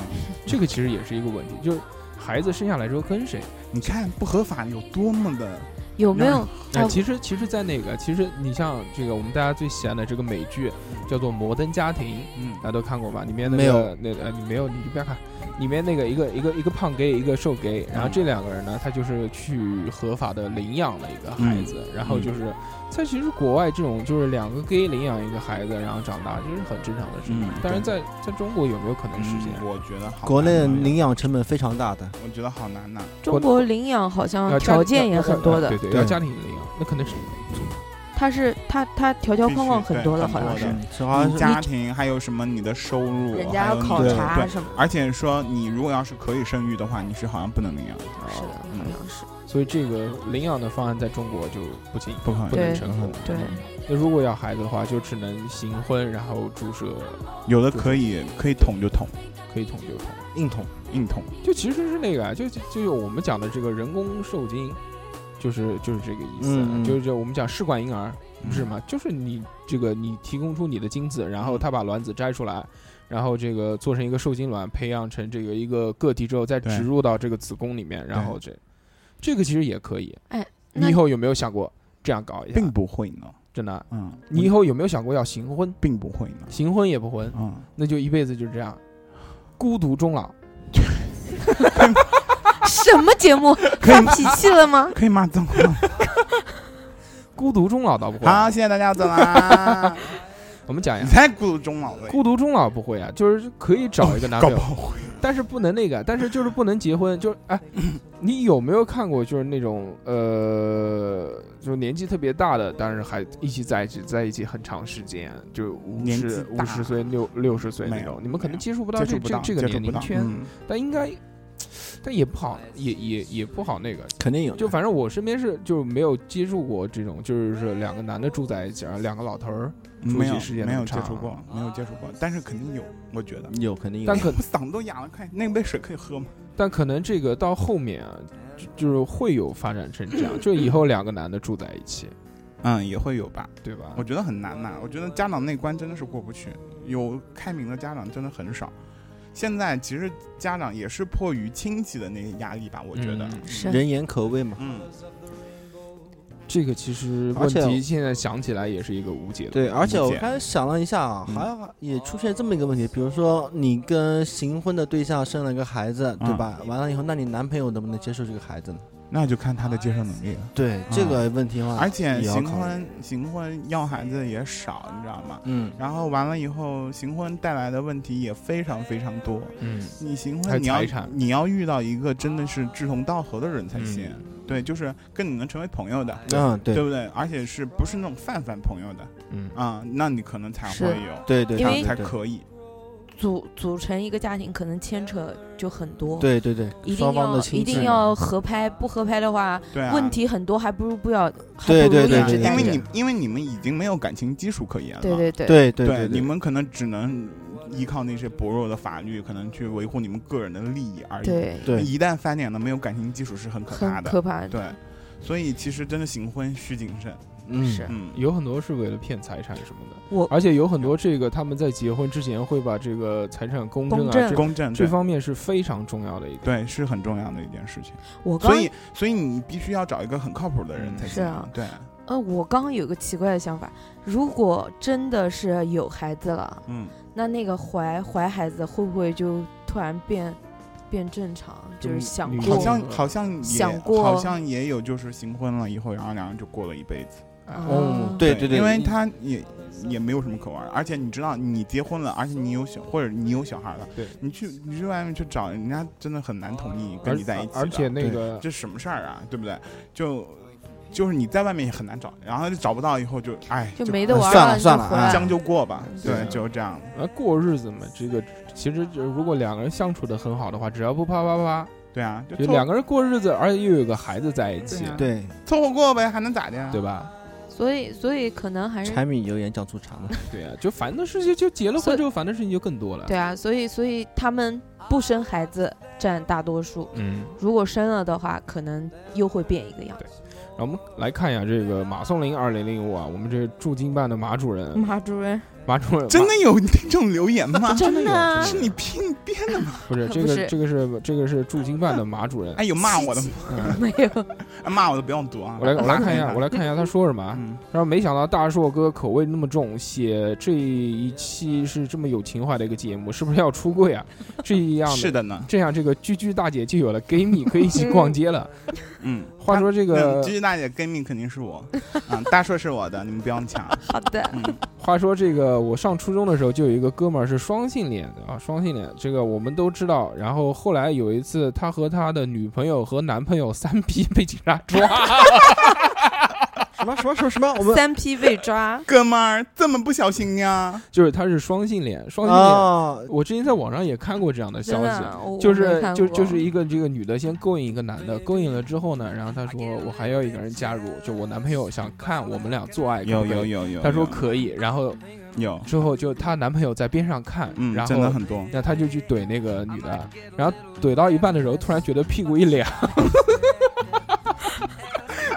Speaker 4: 这个其实也是一个问题，就是孩子生下来之后跟谁？
Speaker 3: 你看不合法有多么的
Speaker 7: 有没有？
Speaker 4: 哎，
Speaker 7: 哦
Speaker 4: 其实其实，在那个，其实你像这个我们大家最喜爱的这个美剧，叫做《摩登家庭》，
Speaker 3: 嗯
Speaker 4: 大家都看过吧？里面那
Speaker 2: 没
Speaker 4: 个
Speaker 2: 有
Speaker 4: 那呃，你没有你就不要看。里面那个一个一个一个胖 gay，一个瘦 gay，然后这两个人呢，他就是去合法的领养了一个孩子，然后就是在其实国外这种就是两个 gay 领养一个孩子，然后长大，这是很正常的事情
Speaker 3: 嗯。
Speaker 4: 但是在
Speaker 3: 对
Speaker 4: 在中国有没有可能实现？
Speaker 3: 嗯我觉得好难啊。
Speaker 2: 国内领养成本非常大的，
Speaker 3: 我觉得好难啊呐。
Speaker 8: 中国领养好像
Speaker 4: 要家
Speaker 8: 条件
Speaker 4: 要
Speaker 8: 也
Speaker 4: 要
Speaker 8: 很多
Speaker 4: 啊对
Speaker 8: 的，
Speaker 4: 对，
Speaker 2: 对
Speaker 4: 要家庭领养，那可能是
Speaker 8: 他是他他条条框框
Speaker 3: 必须
Speaker 8: 很多的，
Speaker 3: 对
Speaker 8: 好像
Speaker 3: 很
Speaker 8: 是
Speaker 3: 多的
Speaker 2: 嗯，这好像
Speaker 3: 啊你
Speaker 2: 是
Speaker 3: 家庭还有什么你的收入，
Speaker 8: 人家
Speaker 3: 还
Speaker 8: 要
Speaker 3: 有你
Speaker 8: 考
Speaker 3: 的
Speaker 8: 察
Speaker 3: 嗯对
Speaker 8: 啊什么的，
Speaker 3: 而且说你如果要是可以生育的话，你是好像不能领养的，
Speaker 8: 是的，好像是。
Speaker 4: 所以这个领养的方案在中国就不行，
Speaker 3: 不可
Speaker 4: 不
Speaker 3: 以。
Speaker 8: 对
Speaker 4: 能
Speaker 2: 嗯
Speaker 4: 成立。
Speaker 8: 对，
Speaker 4: 那如果要孩子的话，就只能行婚，然后注射，
Speaker 3: 有的可以可以捅就捅，
Speaker 4: 可以捅就捅。
Speaker 2: 硬捅，
Speaker 3: 硬捅。
Speaker 4: 就其实是那个啊，就就就有我们讲的这个人工受精，就是就是这个意思啊，
Speaker 2: 嗯嗯
Speaker 4: 就是就我们讲试管婴儿不是吗？就是你这个你提供出你的精子，然后他把卵子摘出来，然后这个做成一个受精卵，培养成这个一个个体之后，再
Speaker 3: 对
Speaker 4: 植入到这个子宫里面，然后这这个其实也可以。
Speaker 7: 哎，
Speaker 4: 你
Speaker 7: 那
Speaker 4: 以后有没有想过这样搞一下
Speaker 3: 并？不会呢，
Speaker 4: 真的，啊
Speaker 3: 嗯，
Speaker 4: 你以后有没有想过要行婚？
Speaker 3: 并不会 呢，
Speaker 4: 行婚也不婚，
Speaker 3: 嗯，
Speaker 4: 那就一辈子就这样，孤独终老。
Speaker 8: 什么节目发脾气了吗？
Speaker 3: 可以骂 脏话。
Speaker 4: 孤独终老倒不会，啊
Speaker 3: 好，谢谢大家，走啦。
Speaker 4: 我们讲一
Speaker 3: 你
Speaker 4: 下。
Speaker 3: 才孤独终老嘞，
Speaker 4: 孤独终老不会啊，就是可以找一个男朋
Speaker 3: 搞
Speaker 4: 友，
Speaker 3: 不好会。
Speaker 4: 但是不能那个，但是就是不能结婚，就是哎，
Speaker 3: 嗯
Speaker 4: 你有没有看过就是那种呃，就是年纪特别大的，但是还一起在一起在一起很长时间，就五
Speaker 3: 年纪
Speaker 4: 十
Speaker 3: 大
Speaker 4: 五十岁六六十岁那
Speaker 3: 没有
Speaker 4: 种，你们可能
Speaker 3: 没有
Speaker 4: 接触不到
Speaker 3: 接
Speaker 4: 这
Speaker 3: 触不
Speaker 4: 这
Speaker 3: 到，
Speaker 4: 这个
Speaker 3: 接触
Speaker 4: 年
Speaker 3: 不
Speaker 4: 龄
Speaker 3: 到。
Speaker 4: 圈，
Speaker 3: 嗯，
Speaker 4: 但应该，但也不好，也也也不好那个，
Speaker 2: 肯定有的。
Speaker 4: 就反正我身边是就没有接触过这种，就是说两个男的住在一起，然后两个老头儿，出
Speaker 3: 没
Speaker 4: 去
Speaker 3: 有
Speaker 4: 时间
Speaker 3: 没
Speaker 4: 那么
Speaker 3: 有接
Speaker 4: 长
Speaker 3: 触过，没有接触过，但是肯定有，我觉得。
Speaker 2: 有肯定有
Speaker 4: 但，可
Speaker 3: 我嗓子都哑了，快，那杯水可以喝吗？
Speaker 4: 但可能这个到后面啊，就就是会有发展成这样， 就以后两个男的住在一起，
Speaker 3: 嗯，也会有吧。
Speaker 4: 对吧
Speaker 3: 我？觉得很难呐、我觉得家长那关真的是过不去，有开明的家长真的很少。现在其实家长也是迫于亲戚的那些压力吧，我觉得。
Speaker 4: 嗯
Speaker 7: 是
Speaker 2: 人言可畏嘛。
Speaker 3: 嗯，
Speaker 4: 这个其实
Speaker 2: 而
Speaker 4: 问
Speaker 2: 且
Speaker 4: 题现在想起来也是一个无解的。
Speaker 2: 对，而且我
Speaker 3: 理解
Speaker 2: 还想了一下啊，
Speaker 3: 嗯
Speaker 2: 好像也出现这么一个问题，比如说你跟行婚的对象生了一个孩子，对
Speaker 3: 嗯
Speaker 2: 吧？完了以后，那你男朋友能不能接受这个孩子呢？
Speaker 3: 那就看他的接受能力了。
Speaker 2: 对嗯这个问题的话，
Speaker 3: 而且
Speaker 2: 啊也要
Speaker 3: 行
Speaker 2: 考虑，
Speaker 3: 婚行婚要孩子也少，你知道吗？
Speaker 2: 嗯，
Speaker 3: 然后完了以后，行婚带来的问题也非常非常多。
Speaker 4: 嗯，
Speaker 3: 你行
Speaker 4: 还有
Speaker 3: 婚，你要
Speaker 4: 财产
Speaker 3: 你要遇到一个真的是志同道合的人才
Speaker 4: 嗯
Speaker 3: 行。对，就是跟你能成为朋友的，
Speaker 2: 嗯，对
Speaker 3: 对不对？而且是不是那种泛泛朋友的
Speaker 4: 嗯，
Speaker 3: 啊、那你可能才
Speaker 7: 是
Speaker 3: 会有，
Speaker 2: 对对，
Speaker 3: 这
Speaker 8: 因
Speaker 3: 样
Speaker 8: 为
Speaker 3: 才
Speaker 2: 对
Speaker 3: 可以。
Speaker 8: 组组成一个家庭，可能牵扯就很多。。
Speaker 2: 对对对
Speaker 8: 一
Speaker 2: 对，
Speaker 8: 定
Speaker 2: 双方
Speaker 8: 要
Speaker 2: 的
Speaker 8: 一
Speaker 2: 亲嗯
Speaker 8: 定
Speaker 2: 戚，
Speaker 8: 要合拍，不合拍的话，
Speaker 3: 对啊，
Speaker 8: 问题很多，还不如不要，
Speaker 2: 对对
Speaker 8: 还
Speaker 2: 对
Speaker 8: 不如
Speaker 2: 对
Speaker 8: 一直
Speaker 2: 对
Speaker 3: 因
Speaker 8: 待
Speaker 3: 为
Speaker 8: 着。
Speaker 3: 你因为你们已经没有感情基础可言了，
Speaker 7: 对对对，
Speaker 2: 对对对，
Speaker 3: 对你们可能只能依靠那些薄弱的法律，可能去维护你们个人的利益而已。
Speaker 8: 对，
Speaker 2: 对
Speaker 3: 一旦翻脸了，没有感情基础是很可怕
Speaker 8: 很
Speaker 3: 的。
Speaker 8: 可怕。
Speaker 3: 对，所以其实真的行婚需谨慎。
Speaker 2: 嗯
Speaker 7: 是
Speaker 3: 嗯，
Speaker 4: 有很多是为了骗财产什么的，
Speaker 8: 我
Speaker 4: 而且有很多这个他们在结婚之前会把这个财产公证啊
Speaker 8: 公证
Speaker 4: 这
Speaker 3: 公正
Speaker 4: 这
Speaker 3: 对
Speaker 4: 方面是非常重要的一个。
Speaker 3: 对是很重要的一件事情。
Speaker 8: 我刚
Speaker 3: 所以所以你必须要找一个很靠谱的人才行。
Speaker 8: 是啊
Speaker 3: 对，
Speaker 8: 呃，我刚刚有个奇怪的想法，如果真的是有孩子了，
Speaker 3: 嗯，
Speaker 8: 那那个怀怀孩子会不会就突然变变正常？就是
Speaker 4: 嗯
Speaker 8: 想
Speaker 4: 女
Speaker 8: 过
Speaker 3: 好
Speaker 4: 性
Speaker 3: 像好像也
Speaker 8: 想过
Speaker 3: 好像也有就是行婚了以后，然后两人就过了一辈子。
Speaker 4: 啊
Speaker 2: 嗯，对对对，
Speaker 3: 因为他也也没有什么可玩儿，而且你知道你结婚了，而且你有小或者你有小孩了，
Speaker 4: 对
Speaker 3: 你去你去外面去找人家，真的很难同意
Speaker 4: 而
Speaker 3: 跟你在一起的
Speaker 4: 而且那个
Speaker 3: 这什么事儿啊，对不对？就就是你在外面也很难找，然后就找不到以后就哎，
Speaker 8: 就
Speaker 3: 就
Speaker 8: 没得玩
Speaker 2: 算
Speaker 8: 儿
Speaker 2: 了
Speaker 8: 就
Speaker 2: 算了
Speaker 8: 回
Speaker 2: 哎
Speaker 8: 来
Speaker 3: 将就过吧，
Speaker 4: 对
Speaker 3: 对，就这样，
Speaker 4: 啊过日子嘛，这个其实就如果两个人相处的很好的话，只要不啪啪啪，
Speaker 3: 对啊，就
Speaker 4: 就
Speaker 3: 凑
Speaker 4: 两个人过日子，而且又有个孩子在一起
Speaker 3: 对，啊
Speaker 2: 对
Speaker 3: 凑合过呗，还能咋的啊呀？
Speaker 4: 对吧？
Speaker 8: 所以所以可能还是
Speaker 2: 柴米油盐酱醋茶嘛，
Speaker 4: 对啊，就烦的事情就结了
Speaker 8: 所
Speaker 4: 婚
Speaker 8: 以
Speaker 4: 之后，烦的事情就更多了。
Speaker 8: 对啊，所以所以他们不生孩子占大多数，
Speaker 4: 嗯，
Speaker 8: 如果生了的话，可能又会变一个样。
Speaker 4: 然后我们来看一下这个马松林二零零五啊，我们这驻京办的马主任，
Speaker 8: 马主任，？
Speaker 4: 马主任
Speaker 3: 真的有听众留言吗
Speaker 8: 真的啊
Speaker 4: 有
Speaker 3: 是
Speaker 4: 真的
Speaker 3: 你
Speaker 4: 有
Speaker 3: 编编的吗？
Speaker 4: 不是这
Speaker 8: 不
Speaker 4: 个
Speaker 8: 是
Speaker 4: 这个是这个是驻京办的马主任
Speaker 3: 哎，，有骂我的吗？
Speaker 4: 嗯
Speaker 8: 没有，
Speaker 3: 哎骂我的不用读啊！
Speaker 4: 我来我来看一下
Speaker 3: 拉黑他
Speaker 4: 我来看一下他说什么啊。
Speaker 3: 嗯，
Speaker 4: 然后没想到大硕哥口味那么重，写这一期是这么有情怀的一个节目，是不是要出柜啊？这样的，
Speaker 3: 是的呢，
Speaker 4: 这样这个居居大姐就有了 gay 蜜，可以一起逛街了。
Speaker 3: 嗯，
Speaker 4: 话说这
Speaker 3: 那
Speaker 4: 个
Speaker 3: 居，居大姐闺蜜肯定是我，啊，大硕是我的，你们不用抢。
Speaker 8: 好的，
Speaker 3: 嗯，，
Speaker 4: 话说这个，我上初中的时候就有一个哥们儿是双性恋的啊，双性恋这个我们都知道。然后后来有一次， 他和他的女朋友和男朋友三批被警察抓，
Speaker 2: 什么什么什么什么？我 们
Speaker 8: 三 P 被抓
Speaker 3: 哥们儿这么不小心呀？
Speaker 4: 就是他是双性恋，双性恋。
Speaker 2: 啊，
Speaker 4: 我之前在网上也看过这样的消
Speaker 8: 真的
Speaker 4: 息，
Speaker 8: 啊，我
Speaker 4: 就
Speaker 8: 我没
Speaker 4: 是
Speaker 8: 看
Speaker 4: 就
Speaker 8: 过
Speaker 4: 就是一个这个女的先勾引一个男的，勾引了之后呢，然后她说我还要一个人加入，就我男朋友想看我们俩做爱，
Speaker 3: 有
Speaker 4: 可不可
Speaker 3: 有
Speaker 4: 以。
Speaker 3: 有有，
Speaker 4: 她哎说
Speaker 3: 有
Speaker 4: 可以，然后
Speaker 3: 有，
Speaker 4: 之后就她男朋友在边上看，
Speaker 3: 嗯，
Speaker 4: 然
Speaker 3: 真的
Speaker 4: 后
Speaker 3: 很多。
Speaker 4: 那她就去怼那个女的，然后怼到一半的时候，突然觉得屁股一凉，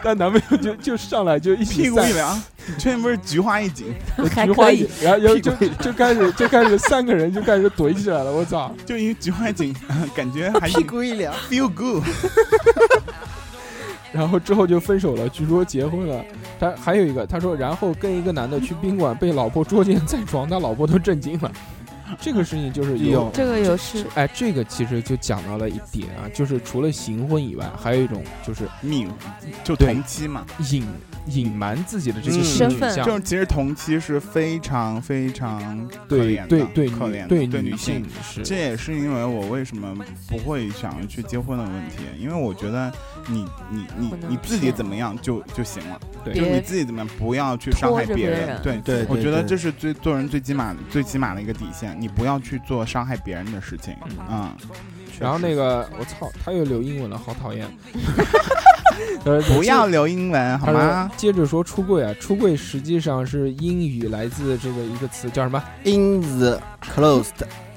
Speaker 4: 但男朋友就就上来就一起
Speaker 3: 屁股
Speaker 4: 散
Speaker 3: 一凉，你确定不是菊花一紧？
Speaker 7: 还
Speaker 4: 菊花
Speaker 7: 可
Speaker 4: 一
Speaker 7: 以，，
Speaker 4: 然后然后
Speaker 3: 屁
Speaker 4: 就
Speaker 3: 股
Speaker 4: 就开始就开始三个人就开始怼起来了，我操！
Speaker 3: 就因为菊花一紧， 感觉还
Speaker 2: 屁股一凉，
Speaker 3: feel good。
Speaker 4: 然后之后就分手了，据说结婚了。他还有一个，他说然后跟一个男的去宾馆被老婆捉奸在床，他老婆都震惊了。这个事情就是有
Speaker 2: 有
Speaker 7: 这个有是
Speaker 4: 哎，这个其实就讲到了一点啊，就是除了行婚以外，还有一种就是
Speaker 3: 密就
Speaker 4: 对
Speaker 3: 同期嘛，
Speaker 4: 隐隐瞒自己的这个
Speaker 2: 嗯
Speaker 4: 性
Speaker 8: 身
Speaker 4: 取
Speaker 8: 份
Speaker 4: 向
Speaker 3: 就，是其实同期是非常非常可
Speaker 4: 对
Speaker 3: 怜的
Speaker 4: 对对
Speaker 3: 可怜的
Speaker 4: 女
Speaker 3: 对
Speaker 4: 女
Speaker 3: 性
Speaker 4: 性。是
Speaker 3: 这也是因为我为什么不会想要去结婚的问题，因为我觉得你你你
Speaker 8: 不能
Speaker 3: 你自己
Speaker 8: 骗
Speaker 3: 怎么样就就行了，
Speaker 4: 对
Speaker 3: 就
Speaker 8: 别
Speaker 3: 你自己怎么样，不要去伤害
Speaker 8: 拖着
Speaker 3: 别
Speaker 8: 别
Speaker 3: 人。
Speaker 8: 人
Speaker 3: 对
Speaker 2: 对
Speaker 3: 我
Speaker 2: 对
Speaker 3: 觉得
Speaker 2: 对
Speaker 3: 这是最做人最起码最起码的一个底线，你不要去做伤害别人的事情。嗯，
Speaker 4: 然后那个我操，他又留英文了，好 讨厌。呃
Speaker 3: 不要留英文好
Speaker 4: 他
Speaker 3: 吗？
Speaker 4: 接着说出柜啊，出柜实际上是英语来自这个一个词叫什么？
Speaker 2: in the closed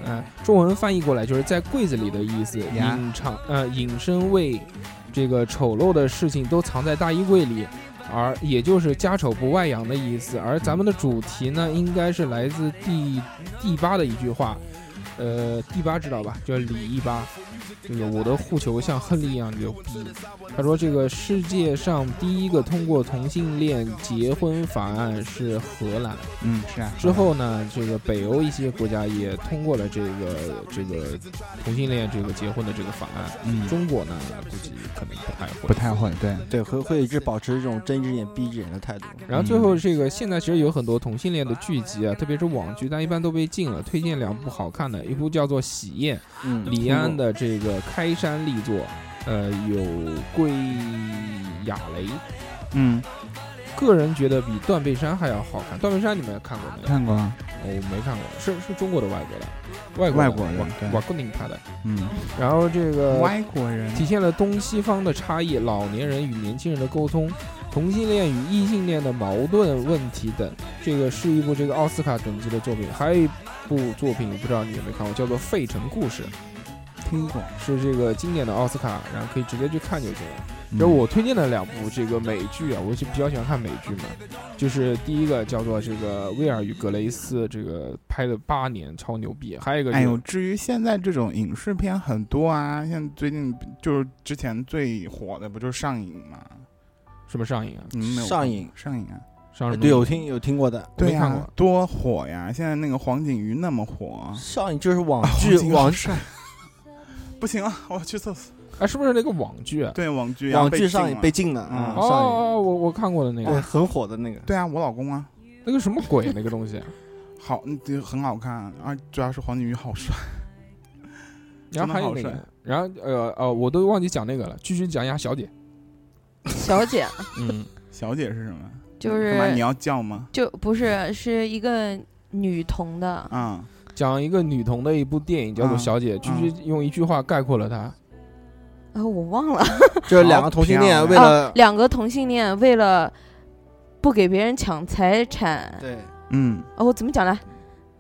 Speaker 4: 嗯、中文翻译过来就是在柜子里的意思，
Speaker 3: 呀
Speaker 4: 隐藏呃隐身为这个丑陋的事情都藏在大衣柜里，而也就是家丑不外扬的意思。而咱们的主题呢，应该是来自第第八的一句话，呃，第八知道吧？叫李一八。这个我的护球像亨利一样牛逼。他说，这个世界上第一个通过同性恋结婚法案是荷兰，
Speaker 3: 嗯，是啊。
Speaker 4: 之后呢，这个北欧一些国家也通过了这个这个同性恋这个结婚的这个法案。
Speaker 3: 嗯，
Speaker 4: 中国呢，估计可能不太会。
Speaker 3: 不太会，对，
Speaker 2: 对，会会一直保持这种睁一只眼闭一只眼的态度。
Speaker 4: 然后最
Speaker 3: 嗯
Speaker 4: 后这个现在其实有很多同性恋的剧集啊，特别是网剧，但一般都被禁了。推荐两部好看的，一部叫做《喜宴》，
Speaker 2: 嗯，
Speaker 4: 李安的这个开山力作，呃，有桂亚雷，
Speaker 3: 嗯，
Speaker 4: 个人觉得比《断背山》还要好看。《断背山》你们看过没有？哦
Speaker 3: 看过啊，
Speaker 4: 我没看过，是是中国的外国的，外国
Speaker 3: 外
Speaker 4: 的
Speaker 3: 国人对
Speaker 4: 瓦瓦格宁拍的。
Speaker 3: 嗯，
Speaker 4: 然后这个
Speaker 3: 外国人
Speaker 4: 体现了东西方的差异、老年人与年轻人的沟通、同性恋与异性恋的矛盾问题等。这个是一部这个奥斯卡等级的作品，还有一部作品不知道你有没有看过，叫做《费城故事
Speaker 3: 听过，》，
Speaker 4: 是这个经典的奥斯卡，然后可以直接去看就行了。
Speaker 3: 嗯
Speaker 4: 然后我推荐的两部这个美剧啊，我就比较喜欢看美剧嘛，就是第一个叫做这个威尔与格雷斯，这个拍了八年，超牛逼。还有一个、就是，
Speaker 3: 哎呦，至于现在这种影视片很多啊，像最近就是之前最火的不就是上瘾吗？
Speaker 4: 什么上瘾啊？
Speaker 3: 你们没有
Speaker 2: 上瘾
Speaker 3: 上瘾啊？
Speaker 4: 上什么
Speaker 2: 对，有听有听过的。
Speaker 4: 我
Speaker 3: 对啊
Speaker 4: 没
Speaker 3: 呀、
Speaker 4: 看过
Speaker 3: 多火呀！现在那个黄景瑜那么火，
Speaker 2: 上瘾就是网
Speaker 3: 啊
Speaker 2: 剧
Speaker 3: 景瑜好
Speaker 2: 网
Speaker 3: 帅， 不行啊，我要去厕所。
Speaker 4: 哎，是不是那个网剧啊？
Speaker 3: 对网剧，然后
Speaker 2: 网剧
Speaker 3: 被
Speaker 2: 上
Speaker 3: 禁
Speaker 2: 瘾
Speaker 3: 了
Speaker 2: 被禁了
Speaker 3: 嗯
Speaker 2: 啊，
Speaker 4: 哦
Speaker 2: 上瘾
Speaker 4: 哦，我我看过的那
Speaker 2: 对
Speaker 4: 个，
Speaker 2: 很火的那个。
Speaker 3: 对啊，我老公啊，
Speaker 4: 那个什么鬼那个东西，
Speaker 3: 好，嗯这很好看啊，主要是黄景瑜好帅。
Speaker 4: 然后还有那
Speaker 3: 真的好
Speaker 4: 个，然后呃呃，我都忘记讲那个了，继续讲一下小姐。
Speaker 7: 小姐，
Speaker 4: 嗯，
Speaker 3: 小姐是什么？
Speaker 7: 就
Speaker 3: 干嘛你
Speaker 7: 是
Speaker 3: 要叫吗？
Speaker 7: 就不是是一个女童的，
Speaker 3: 啊、
Speaker 4: 讲一个女童的一部电影叫做《
Speaker 3: 嗯
Speaker 4: 小姐》，
Speaker 3: 嗯
Speaker 4: 继续用一句话概括了她。
Speaker 7: 啊，我忘了，啊
Speaker 2: 这两个同性恋为
Speaker 8: 啊
Speaker 2: 了
Speaker 7: 两个同性恋为了不给别人抢财产，
Speaker 2: 对，
Speaker 3: 嗯，
Speaker 7: 哦，我怎么讲呢？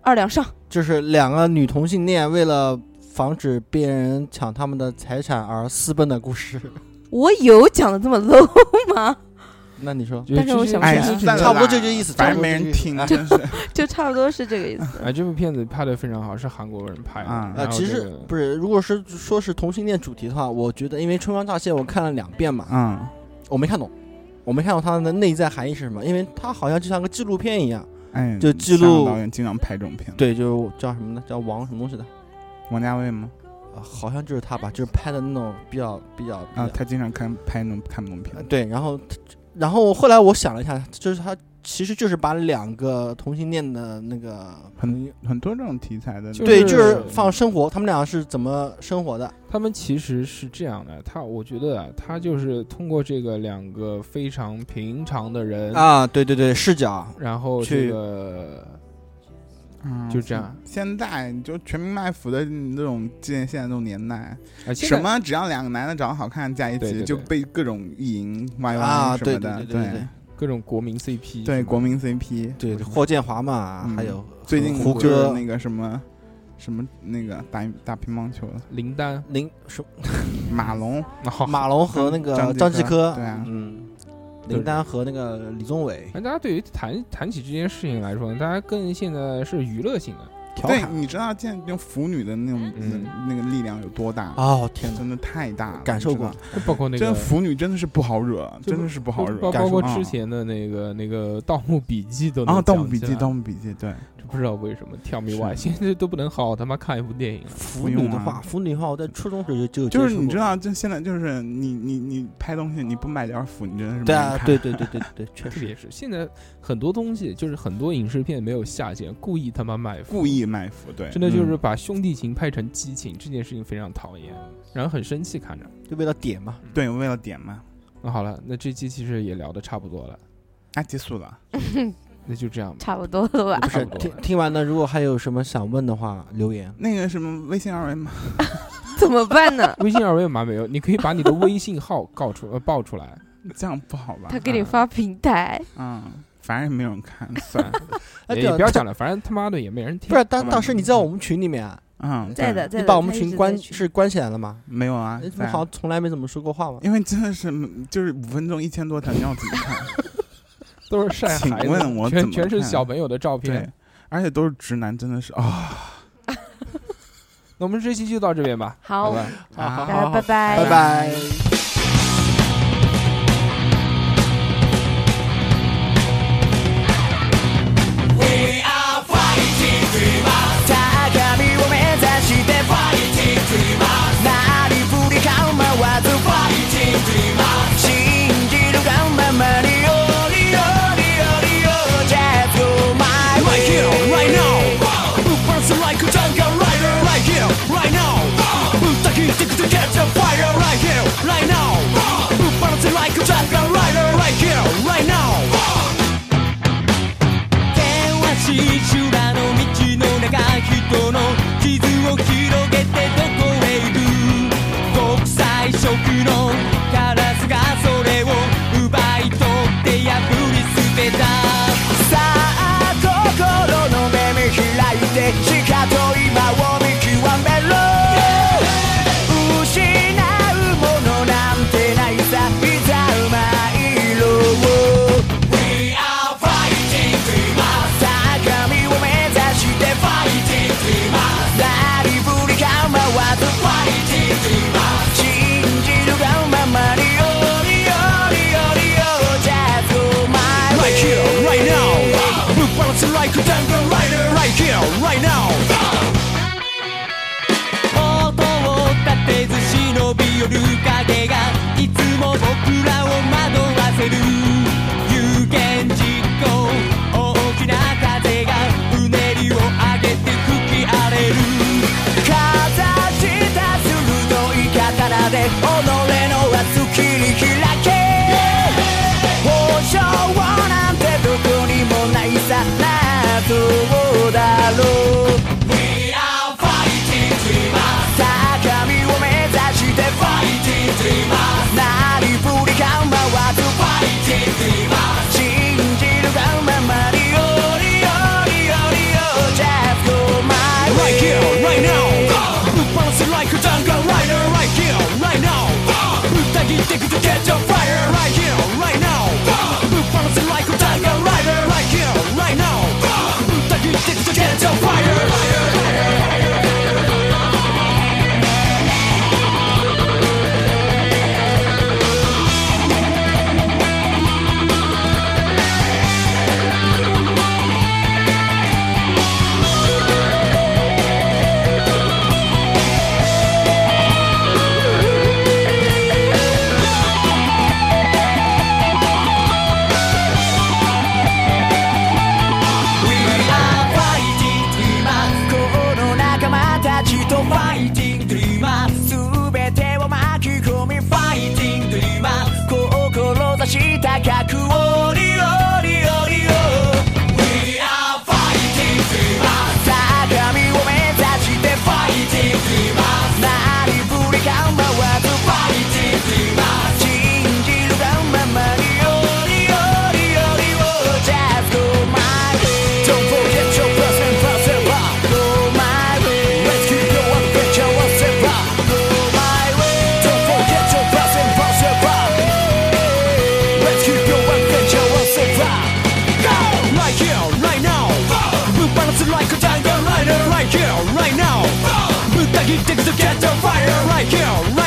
Speaker 7: 二两上，
Speaker 2: 就是两个女同性恋为了防止别人抢他们的财产而私奔的故事。
Speaker 7: 我有讲的这么 low 吗？
Speaker 2: 那你说，
Speaker 4: 就
Speaker 7: 但是我想不
Speaker 3: 哎
Speaker 7: 起来，，
Speaker 3: 算了
Speaker 2: 差不多
Speaker 3: 啦
Speaker 2: 就这意思
Speaker 3: 反正
Speaker 2: 差不多就这
Speaker 3: 没
Speaker 2: 意
Speaker 3: 人
Speaker 2: 思
Speaker 3: 听，
Speaker 2: 哎
Speaker 3: 真是。
Speaker 7: 就差不多是这个意思。
Speaker 4: 哎，这部片子拍的非常好，是韩国人拍的。
Speaker 3: 啊
Speaker 4: 然
Speaker 2: 呃，
Speaker 4: 后
Speaker 2: 其
Speaker 4: 这
Speaker 2: 实
Speaker 4: 个
Speaker 2: 不是，如果是说是同性恋主题的话，我觉得因为《春光乍泄》我看了两遍嘛，啊
Speaker 3: 嗯，
Speaker 2: 我没看懂，我没看懂它的内在含义是什么，因为它好像就像个纪录片一样。
Speaker 3: 哎，
Speaker 2: 就记
Speaker 3: 香港
Speaker 2: 录
Speaker 3: 导演经常拍这种片子。
Speaker 2: 对，就是叫什么呢？叫王什么东西的？
Speaker 3: 王家卫吗？
Speaker 2: 啊，好像
Speaker 3: 啊
Speaker 2: 就是他吧，就是拍的那种比较比较比较
Speaker 3: 啊，他经常看拍那种看那种片
Speaker 2: 呃
Speaker 3: 子。
Speaker 2: 对，然后他然后后来我想了一下，就是他其实就是把两个同性恋的那个
Speaker 3: 很很多这种题材的，
Speaker 2: 对，
Speaker 4: 就
Speaker 2: 就是
Speaker 4: 是
Speaker 2: 放生活，他们俩是怎么生活的？
Speaker 4: 他们其实是这样的，他我觉得啊，他就是通过这个两个非常平常的人，
Speaker 2: 啊，对对对，视角，
Speaker 4: 然后
Speaker 2: 去
Speaker 4: 这个
Speaker 3: 嗯
Speaker 4: 就这样。
Speaker 3: 现在你就全民卖腐的那种，现现在这种年代，
Speaker 4: 啊现在
Speaker 3: 什么只要两个男的长得好看，在一
Speaker 4: 对对
Speaker 3: 起
Speaker 4: 对
Speaker 3: 就被各种意淫歪
Speaker 2: 啊
Speaker 3: 歪什
Speaker 2: 对
Speaker 3: 么
Speaker 2: 对
Speaker 3: 的，
Speaker 2: 对对对对
Speaker 4: 各种国民 CP，
Speaker 3: 对
Speaker 4: 是吧
Speaker 3: 国民 CP，
Speaker 2: 对，霍建华嘛，
Speaker 3: 嗯
Speaker 2: 还有
Speaker 3: 最近
Speaker 2: 胡
Speaker 3: 就是
Speaker 2: 歌、
Speaker 3: 那个什么什么那个打打乒乓球的
Speaker 4: 林丹，哦
Speaker 2: 林什么
Speaker 3: 马龙，
Speaker 4: 好，
Speaker 2: 马龙和那
Speaker 3: 哦张
Speaker 2: 个
Speaker 3: 继
Speaker 2: 张继科，
Speaker 3: 对啊
Speaker 2: 嗯，林丹和那个李宗伟
Speaker 4: 哎，大家对于谈谈起这件事情来说呢，大家更现在是娱乐性的，
Speaker 2: 调
Speaker 3: 对，
Speaker 2: 侃。
Speaker 3: 你知道现在用腐女的那种
Speaker 4: 嗯
Speaker 3: 那个力量有多大？
Speaker 2: 哦天哪，
Speaker 3: 真的太大了，
Speaker 2: 感受
Speaker 3: 你知道
Speaker 2: 过
Speaker 4: 就包括那
Speaker 3: 真
Speaker 4: 个
Speaker 3: 的腐女真的是不好惹，
Speaker 4: 就
Speaker 3: 真的是不好惹。
Speaker 4: 包
Speaker 3: 感
Speaker 4: 包括
Speaker 3: 受
Speaker 4: 之前的那个那个《盗墓笔记》都
Speaker 3: 啊，啊
Speaker 4: 能
Speaker 3: 《盗墓
Speaker 4: 讲
Speaker 3: 笔
Speaker 4: 起
Speaker 3: 记》《
Speaker 4: 来
Speaker 3: 盗墓笔记》对，
Speaker 4: 就不知道为什么跳米
Speaker 3: 是
Speaker 4: 外，现在都不能好好他妈看一部电影了。
Speaker 2: 腐女的
Speaker 3: 不用
Speaker 2: 话，
Speaker 3: 啊
Speaker 2: 腐女的话，我在初中时候就有
Speaker 3: 就是
Speaker 2: 接触
Speaker 3: 你
Speaker 2: 过
Speaker 3: 知，道，就现在就是你你你拍东西你不买点儿腐，你真的是
Speaker 2: 对
Speaker 3: 没
Speaker 2: 啊，
Speaker 3: 看
Speaker 2: 对对对对对，确
Speaker 4: 这
Speaker 2: 实
Speaker 4: 个也是，现在很多东西就是很多影视片没有下限，故意他妈卖腐，
Speaker 3: 故意嗯卖腐，对，
Speaker 4: 真的就是把兄弟情拍成激情，这件事情非常讨厌，然后很生气看着。
Speaker 2: 就为了点嘛，
Speaker 3: 对，为了点嘛，
Speaker 4: 那好了，那这期其实也聊的差不多了，
Speaker 3: 啊，结束了，
Speaker 4: 那就这样吧。
Speaker 7: 差不多了
Speaker 8: 啊
Speaker 7: 吧？
Speaker 2: 不
Speaker 4: 差
Speaker 2: 是
Speaker 4: 不多
Speaker 2: 听
Speaker 4: 了
Speaker 2: 听完呢，如果还有什么想问的话，留言。
Speaker 3: 那个什么微信二维码，
Speaker 8: 怎么办呢？
Speaker 4: 微信二维码没有，你可以把你的微信号告出呃报出来。
Speaker 3: 这样不好吧
Speaker 7: 他？给你发平台，
Speaker 3: 嗯，反正也没有人看， 算了，
Speaker 2: 哎，对
Speaker 4: 也也
Speaker 2: 了
Speaker 4: 不要讲了，反正他妈的也没人听。
Speaker 2: 不是，大大师，你在我们群里面啊，
Speaker 3: 嗯，
Speaker 8: 在
Speaker 3: 对
Speaker 8: 的，在
Speaker 2: 你
Speaker 8: 的。
Speaker 2: 把我们
Speaker 8: 他一直
Speaker 2: 群
Speaker 8: 在
Speaker 2: 关
Speaker 8: 群
Speaker 2: 是关起来了吗？
Speaker 3: 没有啊
Speaker 2: 哎，，怎么
Speaker 3: 在
Speaker 2: 好像从来没怎么说过话嘛？
Speaker 3: 因为真的是就是五分钟一千多条，你要怎么 看？
Speaker 4: 都是晒孩子，
Speaker 3: 请问我怎
Speaker 4: 全
Speaker 3: 么
Speaker 4: 全是
Speaker 3: 看啊
Speaker 4: 小朋友的照
Speaker 3: 对
Speaker 4: 片。，
Speaker 3: 而且都是直男，真的是啊，
Speaker 4: 那我们这期就到这边吧，
Speaker 7: 好
Speaker 4: 好，吧。
Speaker 2: 好啊
Speaker 7: 大
Speaker 2: 好好
Speaker 7: 家
Speaker 2: 好，
Speaker 7: 拜拜
Speaker 2: 拜拜。
Speaker 6: 「 He digs to catch a fire right here, right